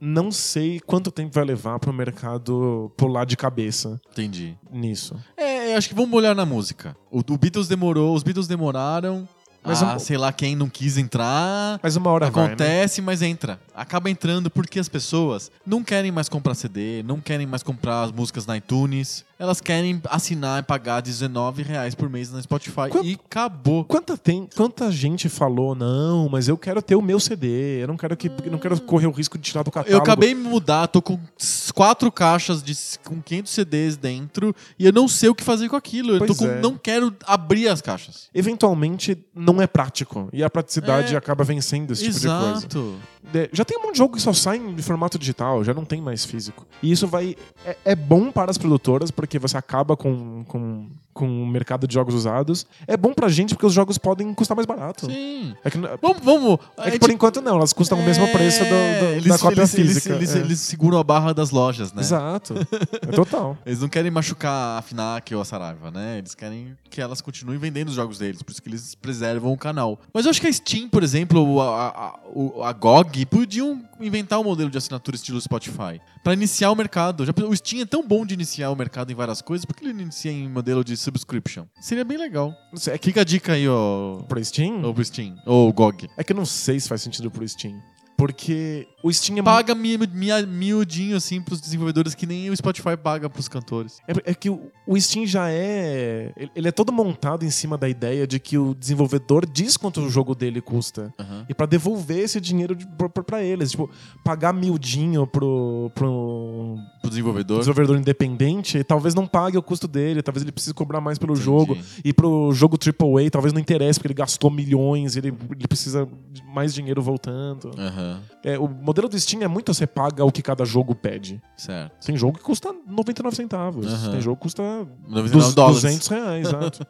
B: não sei quanto tempo vai levar pro mercado pular de cabeça
A: Entendi.
B: nisso.
A: É, eu acho que vamos olhar na música. O, o Beatles demorou, os Beatles demoraram.
B: Mas
A: ah,
B: um-
A: sei lá quem não quis entrar.
B: Mas uma hora vai, né?
A: Acontece, mas entra. Acaba entrando porque as pessoas não querem mais comprar CD, não querem mais comprar as músicas na iTunes. Elas querem assinar e pagar R$19 reais por mês na Spotify.
B: Quanto-
A: E acabou.
B: Quanta, tem, quanta gente falou, não, mas eu quero ter o meu CD, eu não quero que não quero correr o risco de tirar tá do catálogo.
A: Hum. Eu acabei de me mudar, tô com s- quatro caixas de, s- com 500 CDs dentro e eu não sei o que fazer com aquilo. Eu tô
B: Pois
A: com-
B: é.
A: não quero abrir as caixas.
B: Eventualmente não é prático. E a praticidade
A: É.
B: acaba vencendo esse tipo de coisa.
A: Exato.
B: De- Já tem um monte de jogo que só sai em formato digital, já não tem mais físico. E isso vai. É, é bom para as produtoras, porque você acaba com, com, com o mercado de jogos usados. É bom pra gente, porque os jogos podem custar mais barato.
A: Sim.
B: É que, n-
A: Vamos, vamos.
B: é que por enquanto não, elas custam o mesmo preço do- do- da cópia
A: É, eles,
B: física.
A: Eles,
B: É.
A: eles seguram a barra das lojas, né?
B: Exato. É total.
A: Eles não querem machucar a Fnac ou a Saraiva, né? Eles querem que elas continuem vendendo os jogos deles, por isso que eles preservam o canal. Mas eu acho que a Steam, por exemplo, a, a- o- a GOG, podiam inventar um modelo de assinatura estilo Spotify Pra iniciar o mercado. Já pensou- o Steam é tão bom de iniciar o mercado em várias coisas, por que ele não inicia em modelo de subscription? Seria bem legal.
B: Não sei, é que
A: Fica a dica aí, ó,
B: pro Steam?
A: ô pro Steam, ou GOG.
B: É que eu não sei se faz sentido pro Steam. Porque o Steam é
A: Paga mi- mi- miudinho, assim, pros desenvolvedores, que nem o Spotify paga pros cantores.
B: É, é que o o Steam já é. ele- Ele é todo montado em cima da ideia de que o desenvolvedor diz quanto o jogo dele custa.
A: Aham.
B: E pra devolver esse dinheiro de, pra, pra- pra eles. Tipo, pagar miudinho pro, pro
A: Pro desenvolvedor.
B: desenvolvedor independente, talvez não pague o custo dele, talvez ele precise cobrar mais pelo
A: Entendi.
B: jogo. E pro jogo AAA, talvez não interesse, porque ele gastou milhões, ele, ele precisa de mais dinheiro voltando.
A: Aham.
B: É, o modelo do Steam é muito você paga o que cada jogo pede.
A: Certo.
B: Tem jogo que custa 99 centavos.
A: Aham.
B: Tem jogo que custa
A: 99
B: 200,
A: dólares.
B: 200 reais, exato.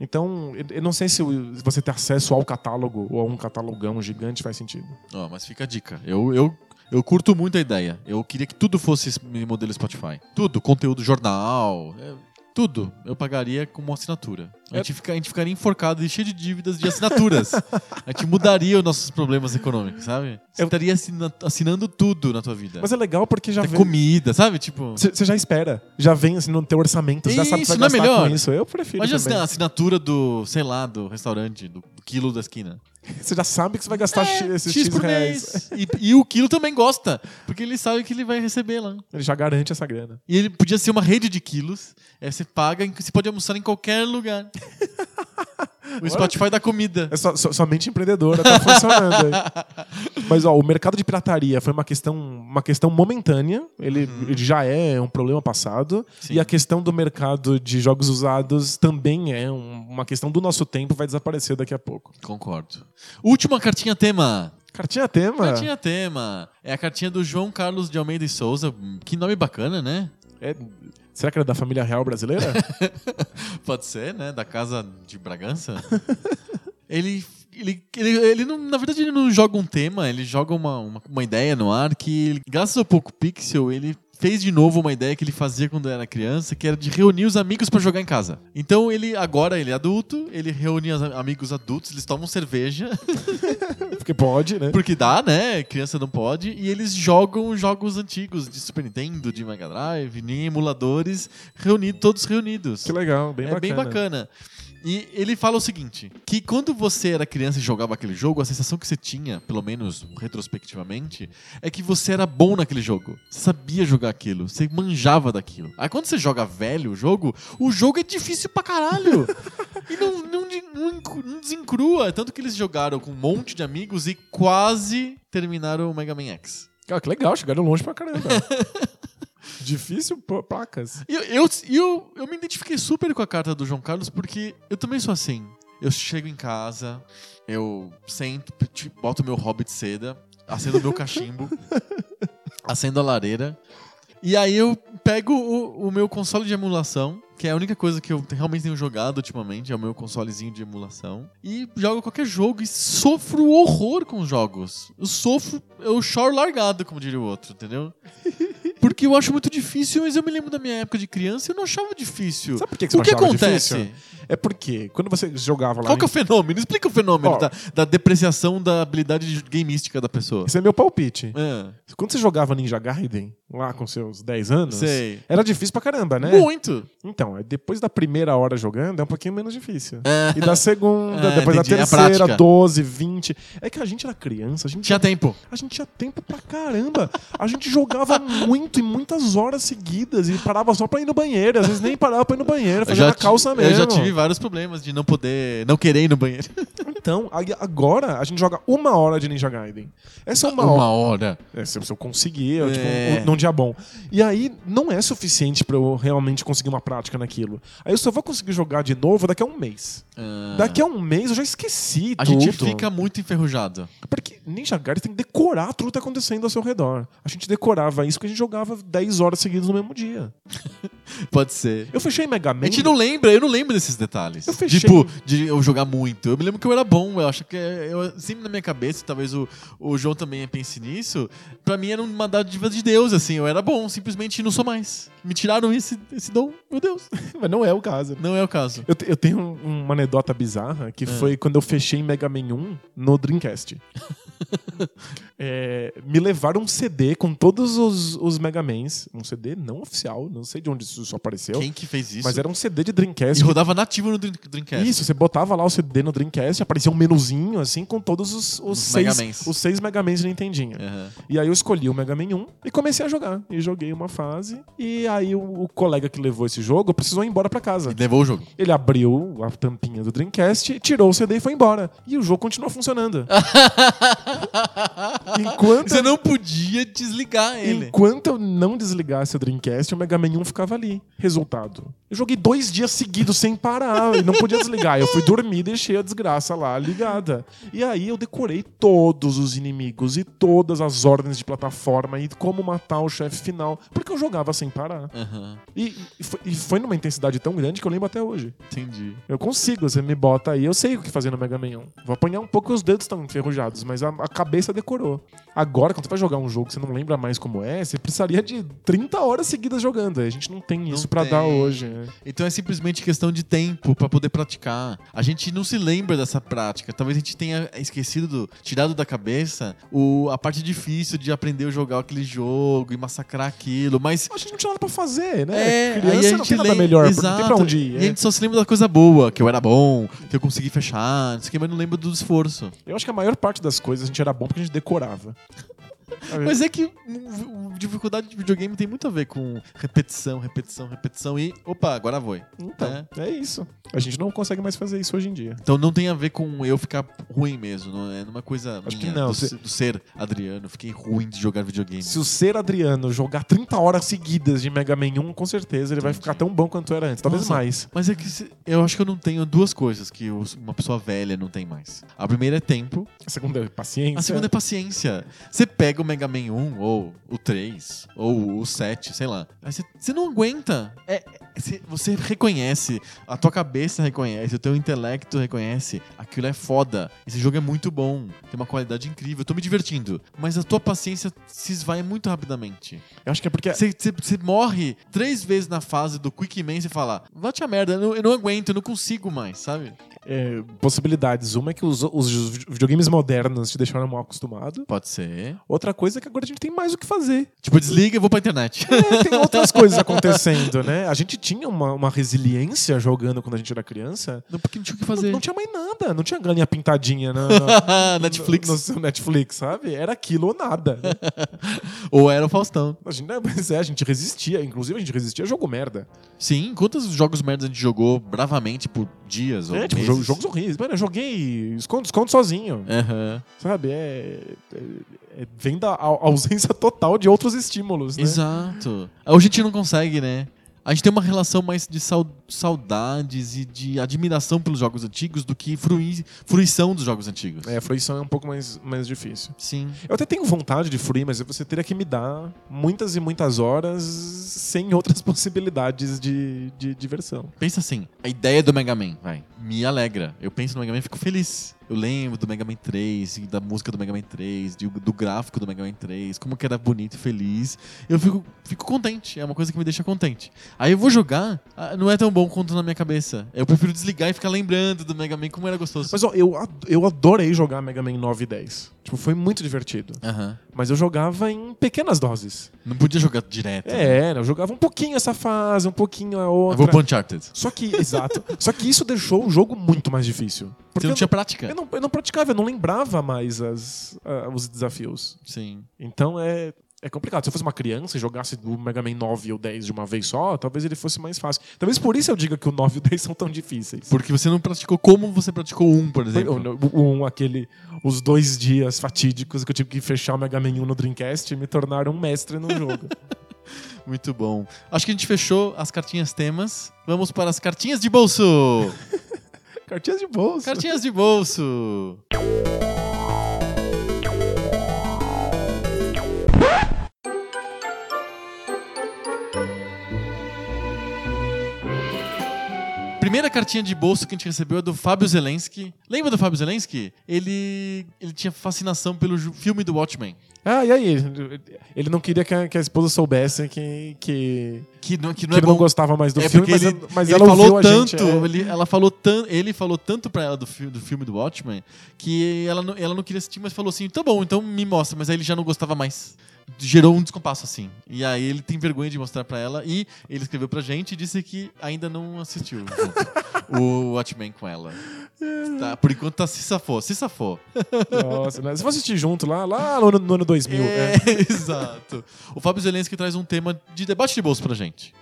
B: Então, eu- eu não sei se o- se você ter acesso ao catálogo ou a um catalogão gigante faz sentido.
A: Ó, mas fica a dica. Eu, eu, eu curto muito a ideia. Eu queria que tudo fosse esse modelo Spotify. Tudo. Conteúdo, jornal, é, tudo. Eu pagaria como assinatura. A
B: É.
A: gente, fica- a gente ficaria enforcado e cheio de dívidas de assinaturas. a gente mudaria os nossos problemas econômicos, sabe? Você
B: Eu-
A: estaria assina- assinando tudo na tua vida.
B: Mas é legal porque já
A: Até
B: vem.
A: comida, sabe? Tipo...
B: Você você já espera. Já vem assim no teu orçamento. Você já sabe que
A: Isso,
B: vai
A: não é
B: gastar
A: melhor?
B: com isso. Eu prefiro.
A: Imagina
B: também.
A: a assinatura do, sei lá, do restaurante, do, do quilo da esquina.
B: Você já sabe que você vai gastar X- Tá esses X, reais.
A: É, mês. E, e o quilo também gosta, porque ele sabe que ele vai receber lá.
B: Ele já garante essa grana.
A: E ele podia ser uma rede de quilos. Aí você paga e você pode almoçar em qualquer lugar. o Spotify dá comida.
B: É só- só- somente empreendedora tá funcionando. aí. Mas ó, o mercado de pirataria foi uma questão, uma questão momentânea. Ele, ele já é um problema passado.
A: Uhum. Sim.
B: E a questão do mercado de jogos usados também é um- uma questão do nosso tempo, vai desaparecer daqui a pouco.
A: Concordo. Última cartinha tema.
B: Cartinha tema.
A: Cartinha tema. É a cartinha do João Carlos de Almeida e Souza. Hum, Que nome bacana, né?
B: É- Será que era da família real brasileira?
A: Pode ser, né? Da casa de Bragança. ele, ele, ele, ele não, na verdade, ele não joga um tema, ele joga uma, uma, uma ideia no ar que, graças ao Poco Pixel, ele fez de novo uma ideia que ele fazia quando era criança, que era de reunir os amigos pra jogar em casa. Então ele agora ele é adulto, ele reúne os am- amigos adultos, eles tomam cerveja,
B: Porque pode, né?
A: porque dá, né? Criança não pode, e eles jogam jogos antigos de Super Nintendo, de Mega Drive, em emuladores, reunidos, todos reunidos
B: Que legal, bem
A: é
B: bacana.
A: bem bacana. E ele fala o seguinte: que quando você era criança e jogava aquele jogo, a sensação que você tinha, pelo menos retrospectivamente, é que você era bom naquele jogo. Você sabia jogar aquilo, você manjava daquilo. Aí quando você joga velho o jogo, o jogo é difícil pra caralho. e não, não, de- não, incru- não desencrua. Tanto que eles jogaram com um monte de amigos e quase terminaram o Mega Man X.
B: Cara, que legal, chegaram longe pra caramba. Difícil, pô, placas.
A: E Eu, eu, eu, eu me identifiquei super com a carta do João Carlos porque eu também sou assim. Eu chego em casa, eu sento, p- t- boto meu hobby de seda, acendo meu cachimbo, acendo a lareira. E aí eu pego o, o meu console de emulação, que é a única coisa que eu te- realmente tenho jogado ultimamente, é o meu consolezinho de emulação, e jogo qualquer jogo e sofro horror com os jogos. Eu sofro, eu choro largado, como diria o outro, entendeu? Porque eu acho muito difícil, mas eu me lembro da minha época de criança e eu não achava difícil.
B: Sabe por que, que você
A: O que
B: achava
A: acontece?
B: difícil? É porque quando você jogava lá.
A: Qual que é o fenômeno? Explica o fenômeno
B: Ó.
A: da, da depreciação da habilidade de- gameística da pessoa.
B: Esse é meu palpite.
A: Ah,
B: Quando você jogava Ninja Gaiden, lá com seus 10 anos,
A: sei.
B: era difícil pra caramba, né?
A: Muito.
B: Então, é depois da primeira hora jogando, é um pouquinho menos difícil. E da segunda,
A: É,
B: depois
A: entendi. É a
B: da terceira,
A: prática.
B: 12, 20. É que a gente era criança, a gente
A: Tinha tempo.
B: A gente tinha tempo pra caramba. A gente jogava muito e muitas horas seguidas e parava só pra ir no banheiro. Às vezes nem parava pra ir no banheiro,
A: Eu
B: fazia na
A: ti-
B: calça mesmo.
A: Eu já tive vários problemas de não poder, não querer ir no banheiro.
B: Então, aí agora a gente joga uma hora de Ninja Gaiden. Essa é uma, hora.
A: hora.
B: É, se se eu conseguir, eu,
A: É.
B: tipo, um- num dia bom. E aí não é suficiente pra eu realmente conseguir uma prática naquilo. Aí eu só vou conseguir jogar de novo daqui a um mês.
A: Ah.
B: Daqui a um mês eu já esqueci
A: A
B: tudo.
A: gente fica muito enferrujado.
B: Porque Ninja Gaiden tem que decorar tudo que tá acontecendo ao seu redor. A gente decorava isso porque a gente jogava 10 horas seguidas no mesmo dia.
A: Pode ser.
B: Eu fechei Mega Man.
A: A gente não lembra, eu não lembro desses detalhes.
B: Eu fechei.
A: Tipo, de eu jogar muito. Eu me lembro que eu era bom, eu acho que é, eu, sempre na minha cabeça, talvez o, o João também pense nisso. Pra mim era uma dádiva de Deus, assim, eu era bom, simplesmente não sou mais. Me tiraram esse, esse dom, meu Deus.
B: Mas não é o caso.
A: Não é o caso.
B: Eu, te- eu tenho um- uma anedota bizarra
A: Ah.
B: que foi quando eu fechei Mega Man 1 no Dreamcast. É, me levaram um CD com todos os, os Mega Mans. Um CD não oficial, não sei de onde isso só apareceu.
A: Quem que fez isso?
B: Mas era um CD de
A: E
B: Dreamcast.
A: rodava nativo no Dream- Dreamcast.
B: Isso, você botava lá o CD no Dreamcast, aparecia um menuzinho assim com todos os, os,
A: Os
B: seis,
A: Mega Mans.
B: os seis Mega Mans de Nintendinho.
A: Aham.
B: E aí eu escolhi o Mega Man 1 e comecei a jogar. E joguei uma fase. E aí o, o colega que levou esse jogo precisou ir embora pra casa.
A: E levou o jogo.
B: Ele abriu a tampinha do Dreamcast, tirou o CD e foi embora. E o jogo continuou funcionando. enquanto,
A: Você não podia desligar ele.
B: enquanto eu não desligasse o Dreamcast, o Mega Man 1 ficava ali. Resultado. Eu joguei dois dias seguidos sem parar e não podia desligar. Eu fui dormir e deixei a desgraça lá ligada. E aí eu decorei todos os inimigos e todas as ordens de plataforma e como matar o chefe final. Porque eu jogava sem parar.
A: Aham,
B: E, e foi- e foi numa intensidade tão grande que eu lembro até hoje.
A: entendi.
B: Eu consigo, você me bota aí, eu sei o que fazer no Mega Man 1. Vou apanhar um pouco, os dedos estão enferrujados, mas a, a cabeça decorou. Agora, quando você vai jogar um jogo que você não lembra mais como é, você precisaria de 30 horas seguidas jogando. A gente não tem isso pra
A: tem.
B: dar hoje. né?
A: Então é simplesmente questão de tempo pra poder praticar. A gente não se lembra dessa prática. Talvez a gente tenha esquecido, do- tirado da cabeça o, a parte difícil de aprender a jogar aquele jogo e massacrar aquilo. Mas
B: A gente não tinha nada pra fazer, né?
A: é,
B: Criança
A: aí a
B: não
A: gente
B: tem nada
A: lembra-
B: melhor,
A: Exato.
B: não tem pra onde ir.
A: E a
B: é.
A: gente só se lembra da coisa boa, que eu era bom, que eu consegui fechar, não sei o que, mas não lembro do esforço.
B: Eu acho que a maior parte das coisas a gente era bom porque a gente decorava.
A: Mas é que hum, dificuldade de videogame tem muito a ver com repetição, repetição, repetição e. Opa, agora foi.
B: Então, é. isso. A gente não consegue mais fazer isso hoje em dia.
A: Então não tem a ver com eu ficar ruim mesmo. Não é numa coisa
B: Acho que
A: minha,
B: não,
A: do,
B: se-
A: se- do ser Adriano. Fiquei ruim de jogar videogame.
B: Se o ser Adriano jogar 30 horas seguidas de Mega Man 1, com certeza ele vai
A: Entendi.
B: ficar tão bom quanto era antes. Talvez
A: Nossa.
B: mais.
A: Mas é que se- eu acho que eu não tenho duas coisas que os- uma pessoa velha não tem mais. A primeira é tempo,
B: A segunda é paciência.
A: a segunda é paciência. Você pega o Mega Man 1, ou o 3, ou o 7, sei lá. Aí você, você não aguenta. É, é- cê- você reconhece, a tua cabeça reconhece, o teu intelecto reconhece. Aquilo é foda. Esse jogo é muito bom, tem uma qualidade incrível, eu tô me divertindo. Mas a tua paciência se esvai muito rapidamente.
B: Eu acho que é porque.
A: Você- Você você morre três vezes na fase do Quick Man e você fala, vá-te a merda, eu não, eu não aguento, eu não consigo mais, sabe?
B: é, possibilidades. Uma é que os, os videogames modernos te deixaram mal acostumado.
A: Pode ser.
B: Outra coisa é que agora a gente tem mais o que fazer.
A: Tipo, desliga e vou pra internet.
B: É, tem outras coisas acontecendo, né? A gente tinha uma, uma resiliência jogando quando a gente era criança.
A: não, porque não tinha o que
B: Não,
A: fazer.
B: não tinha mais nada. Não tinha galinha pintadinha na, na-
A: Netflix.
B: No, no seu Netflix, sabe? Era aquilo ou nada. né?
A: Ou era o Faustão.
B: A gente, né, mas é, a gente resistia. Inclusive, a gente resistia a jogo merda.
A: Sim, quantos jogos merda a gente jogou bravamente por dias ou
B: É, tipo,
A: meses?
B: jo- jogos horríveis. Mano, eu joguei esconde, esconde sozinho.
A: Aham.
B: Sabe? É, é- é- vem da au- ausência total de outros estímulos, né?
A: Exato. Hoje a gente não consegue, né? A gente tem uma relação mais de sau- saudades e de admiração pelos jogos antigos do que frui- fruição dos jogos antigos.
B: É, a fruição é um pouco mais, mais difícil.
A: Sim.
B: Eu até tenho vontade de fruir, mas você teria que me dar muitas e muitas horas sem outras possibilidades de, de diversão.
A: Pensa assim, a ideia do Mega Man, vai, me alegra. Eu penso no Mega Man e fico feliz. Eu lembro do Mega Man 3, e da música do Mega Man 3, de- do gráfico do Mega Man 3, como que era bonito e feliz. Eu fico, fico contente, é uma coisa que me deixa contente. Aí eu vou jogar, ah, não é tão bom quanto na minha cabeça. Eu prefiro desligar e ficar lembrando do Mega Man, como era gostoso.
B: Mas ó, eu, ad- eu adorei jogar Mega Man 9 e 10. Tipo, foi muito divertido.
A: Aham.
B: Mas eu jogava em pequenas doses.
A: Não podia jogar direto. né?
B: É, eu jogava um pouquinho essa fase, um pouquinho a
A: Eu vou
B: outra.
A: pro Uncharted.
B: Só que, exato. Só que isso deixou o jogo muito mais difícil.
A: Você
B: Porque
A: não tinha
B: eu,
A: prática?
B: não, eu não praticava, eu não lembrava mais as, ah, os desafios.
A: Sim.
B: Então é, é complicado. Se eu fosse uma criança e jogasse o Mega Man 9 ou 10 de uma vez só, talvez ele fosse mais fácil. Talvez por isso eu diga que o 9 e o 10 são tão difíceis.
A: Porque você não praticou como você praticou um, por exemplo.
B: O- o- um, aquele, os dois dias fatídicos que eu tive que fechar o Mega Man 1 no Dreamcast me tornaram um mestre no jogo.
A: Muito bom. Acho que a gente fechou as cartinhas temas. Vamos para as cartinhas de bolso!
B: Cartinhas de bolsa.
A: cartinhas de bolso! Primeira cartinha de bolso que a gente recebeu é do Fábio Zelensky. Lembra do Fábio Zelensky? Ele, ele tinha fascinação pelo ju- filme do Watchmen.
B: Ah, e aí? Ele não queria que a, que a esposa soubesse que, que,
A: Que não, que
B: que
A: não
B: ele
A: é bom
B: não gostava mais do
A: é
B: filme,
A: porque
B: mas,
A: ele,
B: a- mas
A: ele
B: ela
A: falou
B: ouviu a gente,
A: tanto,
B: é.
A: ele, ela falou tan- ele falou tanto pra ela do filme do, filme do Watchmen que ela não, ela não queria assistir, mas falou assim, tá bom, então me mostra. Mas aí ele já não gostava mais. Gerou um descompasso, assim. E aí ele tem vergonha de mostrar pra ela e ele escreveu pra gente e disse que ainda não assistiu junto o Watchmen com ela. Tá, por enquanto tá se safou, se safou.
B: Nossa, né? Se fosse assistir junto lá, lá no, ano- no ano 2000.
A: É,
B: é.
A: exato. O Fábio Zelensky traz um tema de debate de bolso pra gente.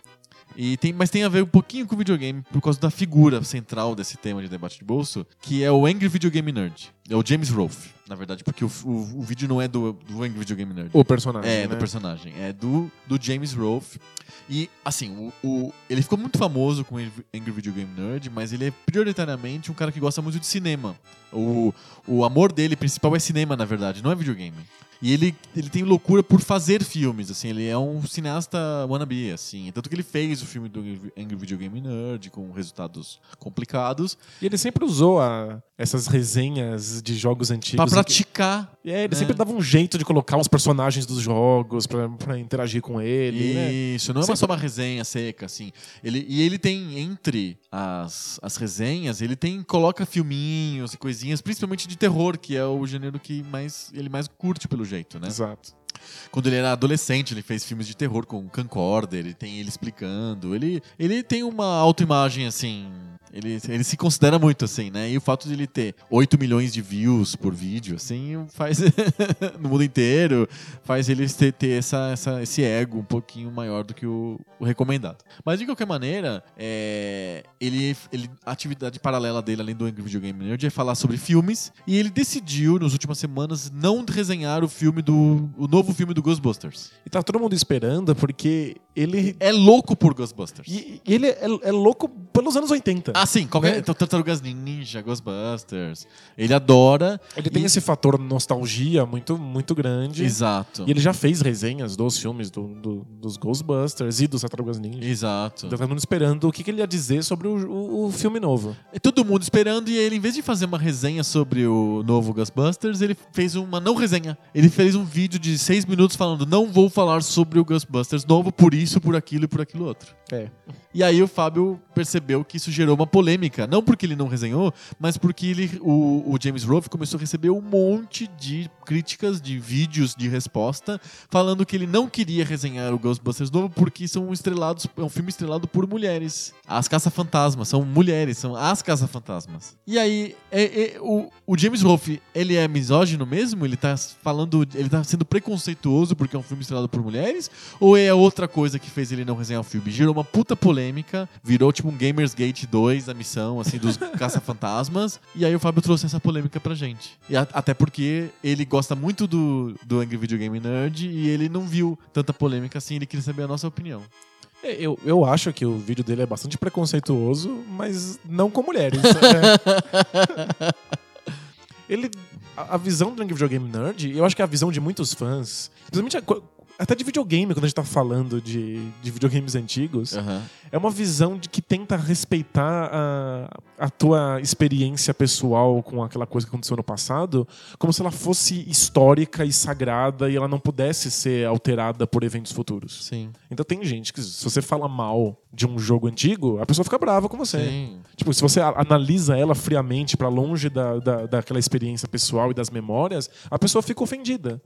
A: E tem, mas tem a ver um pouquinho com videogame por causa da figura central desse tema de debate de bolso, que é o Angry Video Game Nerd. É o James Rolfe, na verdade, porque o, o- o vídeo não é do, do Angry Video Game Nerd.
B: O personagem.
A: É,
B: né?
A: do personagem. É do, do James Rolfe. E, assim, o, o- ele ficou muito famoso com Angry Angry Video Game Nerd, mas ele é prioritariamente um cara que gosta muito de cinema. O, o amor dele principal é cinema, na verdade, não é videogame. E ele, ele tem loucura por fazer filmes, assim, ele é um cineasta wannabe, assim. Tanto que ele fez o filme do Angry Video Game Nerd com resultados complicados
B: E ele sempre usou a- essas resenhas de jogos
A: pra
B: antigos.
A: praticar
B: É, ele
A: né?
B: sempre dava um jeito de colocar os personagens dos jogos pra, pra interagir com ele, né?
A: Isso, não é uma
B: Sempre-
A: só uma resenha seca, assim. Ele, e ele tem, entre as, as resenhas, ele tem coloca filminhos e coisinhas, principalmente de terror, que é o gênero que mais ele mais curte, pelo jeito, né?
B: Exato.
A: Quando ele era adolescente, ele fez filmes de terror com Cancorda, ele tem ele explicando. Ele, ele tem uma autoimagem, assim. Ele, ele se considera muito, assim, né? E o fato de ele ter 8 milhões de views por vídeo, assim, faz. no mundo inteiro, faz ele ter, ter essa, essa, esse ego um pouquinho maior do que o, o recomendado. Mas de qualquer maneira, é, ele, ele, a atividade paralela dele, além do Angry Video Game Nerd, é falar sobre filmes. E ele decidiu, nas últimas semanas, não resenhar o filme do. o novo filme do Ghostbusters.
B: E tá todo mundo esperando porque ele.
A: É louco por Ghostbusters.
B: E, e ele é, é louco pelos anos 80.
A: Ah, sim, qualquer.
B: É.
A: então, Tartarugas Ninja, Ghostbusters. Ele adora.
B: Ele tem
A: e-
B: esse fator nostalgia muito, muito grande.
A: Exato.
B: E ele já fez resenhas dos filmes do, do- dos Ghostbusters e dos Tartarugas Ninja.
A: Exato.
B: Então tá todo mundo esperando o que, que ele ia dizer sobre o, o- o filme novo.
A: É todo mundo esperando e ele, em vez de fazer uma resenha sobre o novo Ghostbusters, ele fez uma não resenha. Ele fez um vídeo de seis minutos falando: não vou falar sobre o Ghostbusters novo, por isso, por aquilo e por aquilo outro.
B: É.
A: E aí o Fábio percebeu que isso gerou uma polêmica. Não porque ele não resenhou, mas porque ele, o, o James Rove começou a receber um monte de críticas, de vídeos de resposta, falando que ele não queria resenhar o Ghostbusters novo porque são estrelados, é um filme estrelado por mulheres. As caça-fantasmas são mulheres, são as caça-fantasmas. E aí, é- é- o, o James Rolfe, ele é misógino mesmo? Ele tá falando, ele tá sendo preconceituoso porque é um filme estrelado por mulheres? Ou é outra coisa que fez ele não resenhar o filme? Gerou uma puta polêmica, virou tipo um Gamers Gate 2, a missão, assim, dos caça-fantasmas. E aí o Fábio trouxe essa polêmica pra gente. E a- até porque ele gosta muito do, do Angry Video Game Nerd e ele não viu tanta polêmica assim, ele queria saber a nossa opinião.
B: É, Eu, eu acho que o vídeo dele é bastante preconceituoso, mas não com mulheres. né? Ele. A, a visão do Angry Video Game Nerd, eu acho que é a visão de muitos fãs, principalmente a co- até de videogame, quando a gente tá falando de, de videogames antigos, é uma visão de que tenta respeitar a, a tua experiência pessoal com aquela coisa que aconteceu no passado, como se ela fosse histórica e sagrada e ela não pudesse ser alterada por eventos futuros.
A: Sim.
B: Então tem gente que, se você fala mal de um jogo antigo, a pessoa fica brava com você.
A: Sim.
B: Tipo, se você a- analisa ela friamente pra longe da, da, daquela experiência pessoal e das memórias, a pessoa fica ofendida.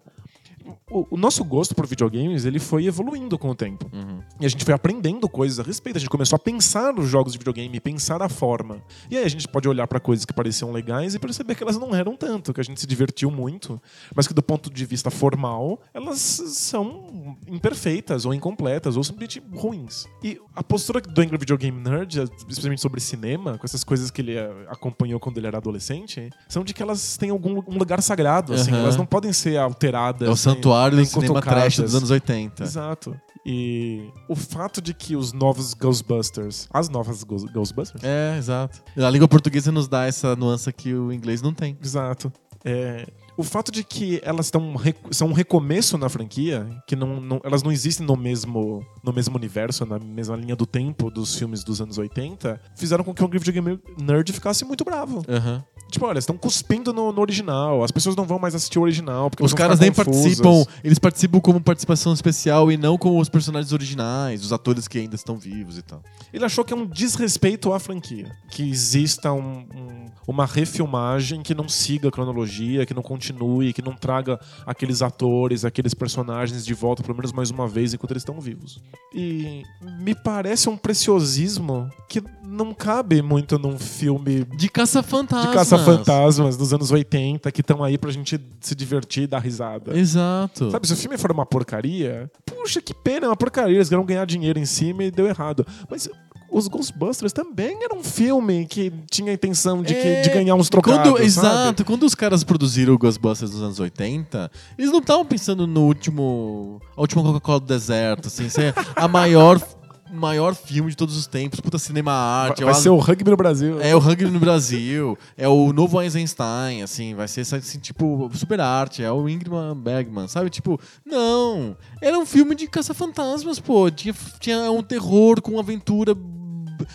B: O, o nosso gosto por videogames ele foi evoluindo com o tempo.
A: Uhum.
B: E a gente foi aprendendo coisas a respeito. A gente começou a pensar os jogos de videogame, pensar a forma. E aí a gente pode olhar pra coisas que pareciam legais e perceber que elas não eram tanto, que a gente se divertiu muito, mas que do ponto de vista formal, elas são imperfeitas ou incompletas ou simplesmente ruins. E a postura do Angry Video Game Nerd, especialmente sobre cinema, com essas coisas que ele eh, acompanhou quando ele era adolescente, são de que elas têm algum um lugar sagrado, assim,
A: Aham.
B: elas não podem ser alteradas. né?
A: É o
B: nem-
A: santuário do
B: nem
A: cinema
B: cutucadas.
A: trash dos anos 80.
B: Exato. E o fato de que os novos Ghostbusters. As novas Ghost- Ghostbusters?
A: É, exato. A língua portuguesa nos dá essa nuance que o inglês não tem.
B: Exato. É, o fato de que elas tão re- são um recomeço na franquia, que não, não- elas não existem no mesmo, no mesmo universo, na mesma linha do tempo dos filmes dos anos 80, fizeram com que o Angry Video Game Nerd ficasse muito bravo.
A: Aham.
B: Tipo, olha, estão cuspindo no, no original, as pessoas não vão mais assistir o original. Porque
A: Os
B: elas vão
A: caras nem
B: ficar tá confusas.
A: participam, eles participam como participação especial e não como os personagens originais, os atores que ainda estão vivos e tal.
B: Ele achou que é um desrespeito à franquia. Que exista um- um- uma refilmagem que não siga a cronologia, que não continue, que não traga aqueles atores, aqueles personagens de volta, pelo menos mais uma vez, enquanto eles estão vivos. E me parece um preciosismo que não cabe muito num filme
A: De caça-fantasmas.
B: de caça-fantasmas dos anos 80 que estão aí pra gente se divertir e dar risada.
A: Exato.
B: Sabe, se o filme for uma porcaria, puxa, que pena, é uma porcaria. Eles queriam ganhar dinheiro em cima e deu errado. Mas os Ghostbusters também era um filme que tinha a intenção de, que-
A: É,
B: de ganhar uns
A: Quando-
B: trocados, sabe?
A: Exato, quando os caras produziram o Ghostbusters dos anos 80, eles não estavam pensando no último. A última Coca-Cola do deserto, assim, ser a maior, maior filme de todos os tempos, puta cinema
B: Vai,
A: arte. é
B: vai
A: o
B: ser o rugby no Brasil.
A: É o Hungry no Brasil, é o novo Eisenstein, assim, vai ser assim, tipo super arte, é o Ingmar Bergman, sabe? Tipo, não, era um filme de caça-fantasmas, pô, tinha, tinha um terror com aventura b-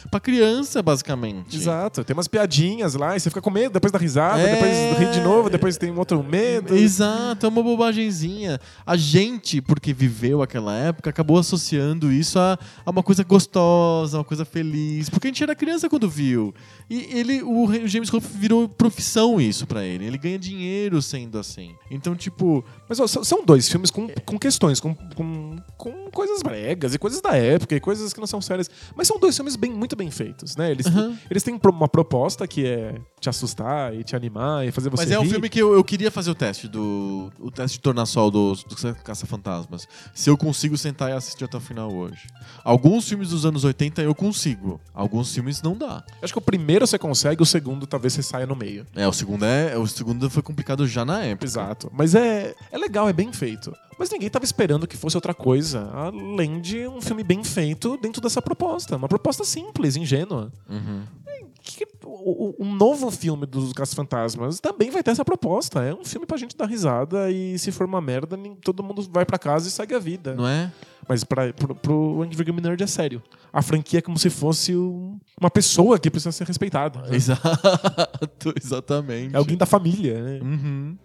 A: pra criança, basicamente.
B: Exato, tem umas piadinhas lá, e você fica com medo, depois dá risada,
A: É.
B: depois ri de novo, depois tem um outro medo.
A: Exato, é uma bobagenzinha. A gente, porque viveu aquela época, acabou associando isso a, a uma coisa gostosa, uma coisa feliz. Porque a gente era criança quando viu. E ele, o Re- o James Hope virou profissão isso pra ele. Ele ganha dinheiro sendo assim. Então, tipo,
B: Mas ó, são- são dois filmes
A: É.
B: com, com questões, com, com, com coisas bregas e coisas da época e coisas que não são sérias. Mas são dois filmes bem, muito bem feitos, né? Eles,
A: Aham.
B: eles têm pro- uma proposta que é te assustar e te animar e fazer você
A: Mas é um
B: rir.
A: filme que eu, eu queria fazer o teste do. O teste de tornassol do, do Caça-Fantasmas. Se eu consigo sentar e assistir até o final hoje. Alguns filmes dos anos 80 eu consigo. Alguns filmes não dá.
B: Acho que o primeiro você consegue, o segundo talvez você saia no meio.
A: É, o segundo é. O segundo foi complicado já na época.
B: Exato. Mas é, é legal, é bem feito. Mas ninguém tava esperando que fosse outra coisa, além de um filme bem feito dentro dessa proposta. Uma proposta simples, ingênua.
A: Uhum.
B: que o, o- um novo filme dos Caça-Fantasmas também vai ter essa proposta. É um filme pra gente dar risada e se for uma merda, nem- todo mundo vai pra casa e segue a vida.
A: Não é?
B: Mas pra, pro, pro Andrew Game Nerd é sério. A franquia é como se fosse um- uma pessoa que precisa ser respeitada. né?
A: Exato, exatamente.
B: É alguém da família, né?
A: Uhum.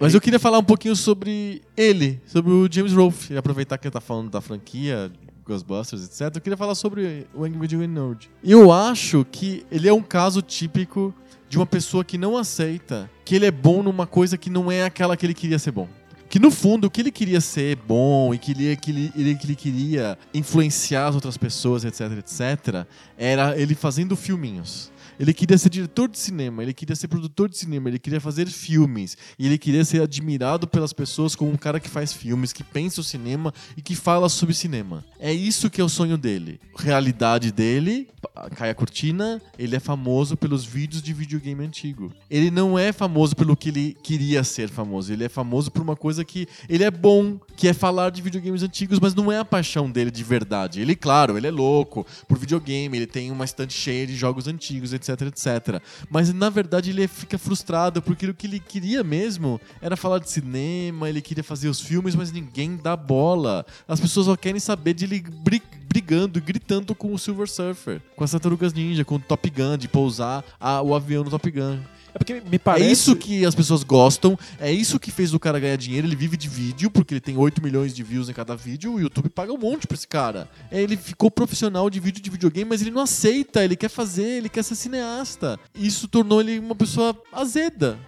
A: Mas eu queria falar um pouquinho sobre ele, sobre o James Rolfe. E aproveitar que ele tá falando da franquia Ghostbusters, etc. Eu queria falar sobre o Angry Video Nerd. Eu acho que ele é um caso típico de uma pessoa que não aceita que ele é bom numa coisa que não é aquela que ele queria ser bom. Que no fundo, o que ele queria ser bom e que ele, que ele, ele- que ele queria influenciar as outras pessoas, etc, etc, era ele fazendo filminhos. Ele queria ser diretor de cinema, ele queria ser produtor de cinema, ele queria fazer filmes. E ele queria ser admirado pelas pessoas como um cara que faz filmes, que pensa o cinema e que fala sobre cinema. É isso que é o sonho dele. Realidade dele, pa- cai a cortina, ele é famoso pelos vídeos de videogame antigo. Ele não é famoso pelo que ele queria ser famoso, ele é famoso por uma coisa que ele é bom, que é falar de videogames antigos, mas não é a paixão dele de verdade. Ele, claro, ele é louco por videogame, ele tem uma estante cheia de jogos antigos, etc, etc. Mas na verdade ele fica frustrado porque o que ele queria mesmo era falar de cinema, ele queria fazer os filmes, mas ninguém dá bola. As pessoas só querem saber de ele bri- brigando, e gritando com o Silver Surfer, com as Tartarugas Ninja, com o Top Gun, de pousar a- o avião no Top Gun.
B: É porque me parece.
A: É isso que as pessoas gostam, é isso que fez o cara ganhar dinheiro. Ele vive de vídeo, porque ele tem 8 milhões de views em cada vídeo, o YouTube paga um monte pra esse cara. É, Ele ficou profissional de vídeo de videogame, mas ele não aceita, ele quer fazer, ele quer ser cineasta. Isso tornou ele uma pessoa azeda.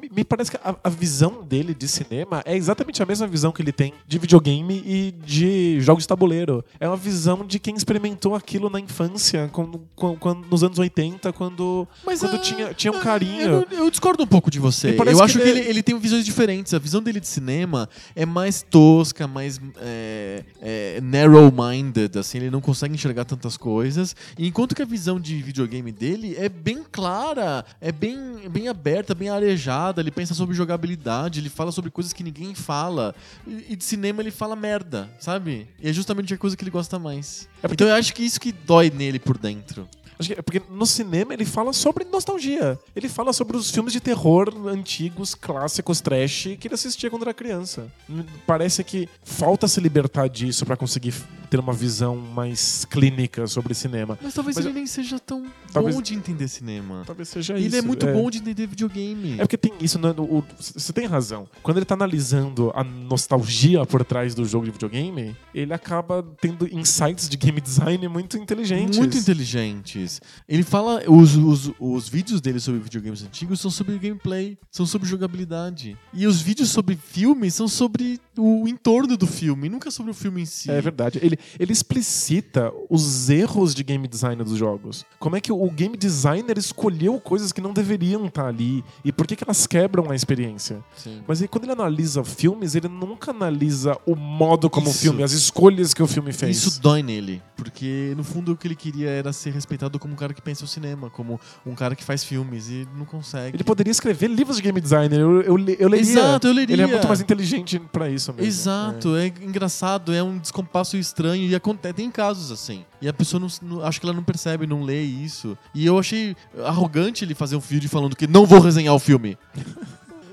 B: Me- Me parece que a, a visão dele de cinema é exatamente a mesma visão que ele tem de videogame e de jogos de tabuleiro. É uma visão de quem experimentou aquilo na infância, quando, quando- quando- nos anos 80, quando,
A: Mas
B: quando
A: ah,
B: tinha, tinha um
A: ah,
B: carinho.
A: Eu, eu discordo um pouco de você.
B: Me parece
A: Eu
B: que é
A: acho que
B: ele-
A: ele, ele tem visões diferentes. A visão dele de cinema é mais tosca, mais é, é, narrow-minded, assim, ele não consegue enxergar tantas coisas. Enquanto que a visão de videogame dele é bem clara, é bem, bem aberta, bem arejada. Ele pensa sobre jogabilidade, ele fala sobre coisas que ninguém fala. E, e de cinema ele fala merda, sabe? E é justamente a coisa que ele gosta mais.
B: É porque-
A: Então eu acho que isso que dói nele por dentro.
B: Acho que é porque no cinema ele fala sobre nostalgia. Ele fala sobre os filmes de terror antigos, clássicos, trash, que ele assistia quando era criança. Hum, Parece que falta se libertar disso pra conseguir f- ter uma visão mais clínica sobre cinema.
A: Mas talvez
B: Mas
A: ele nem seja tão
B: Talvez-
A: bom de entender cinema.
B: Talvez seja
A: ele
B: isso.
A: é muito bom de entender videogame.
B: É porque tem isso, né? no- o- c- Você tem razão. Quando ele tá analisando a nostalgia por trás do jogo de videogame, ele acaba tendo insights de game design muito inteligentes.
A: muito inteligentes. Ele fala. Os, os, os vídeos dele sobre videogames antigos são sobre gameplay, são sobre jogabilidade. E os vídeos sobre filmes são sobre o entorno do filme, nunca sobre o filme em si.
B: É verdade. Ele, ele explicita os erros de game design dos jogos. Como é que o game designer escolheu coisas que não deveriam estar ali e por que, que elas quebram a experiência.
A: Sim.
B: Mas aí, quando ele analisa filmes, ele nunca analisa o modo como
A: Isso.
B: o filme, as escolhas que o filme fez.
A: Isso dói nele, porque no fundo o que ele queria era ser respeitado como um cara que pensa o cinema, como um cara que faz filmes e não consegue.
B: Ele poderia escrever livros de game designer. Eu, eu, le- eu leria.
A: Exato, eu leria.
B: Ele é muito mais inteligente pra isso mesmo.
A: Exato, é. engraçado, é um descompasso estranho e acontece, tem casos assim. E a pessoa não, não- acho que ela não percebe, não lê isso. E eu achei arrogante ele fazer um vídeo falando que não vou resenhar o filme.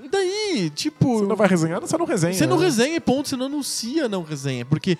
A: E daí? aí, tipo.
B: É. Você não vai resenhar, você não resenha.
A: Você não
B: né?
A: resenha e ponto, você não anuncia não resenha. Porque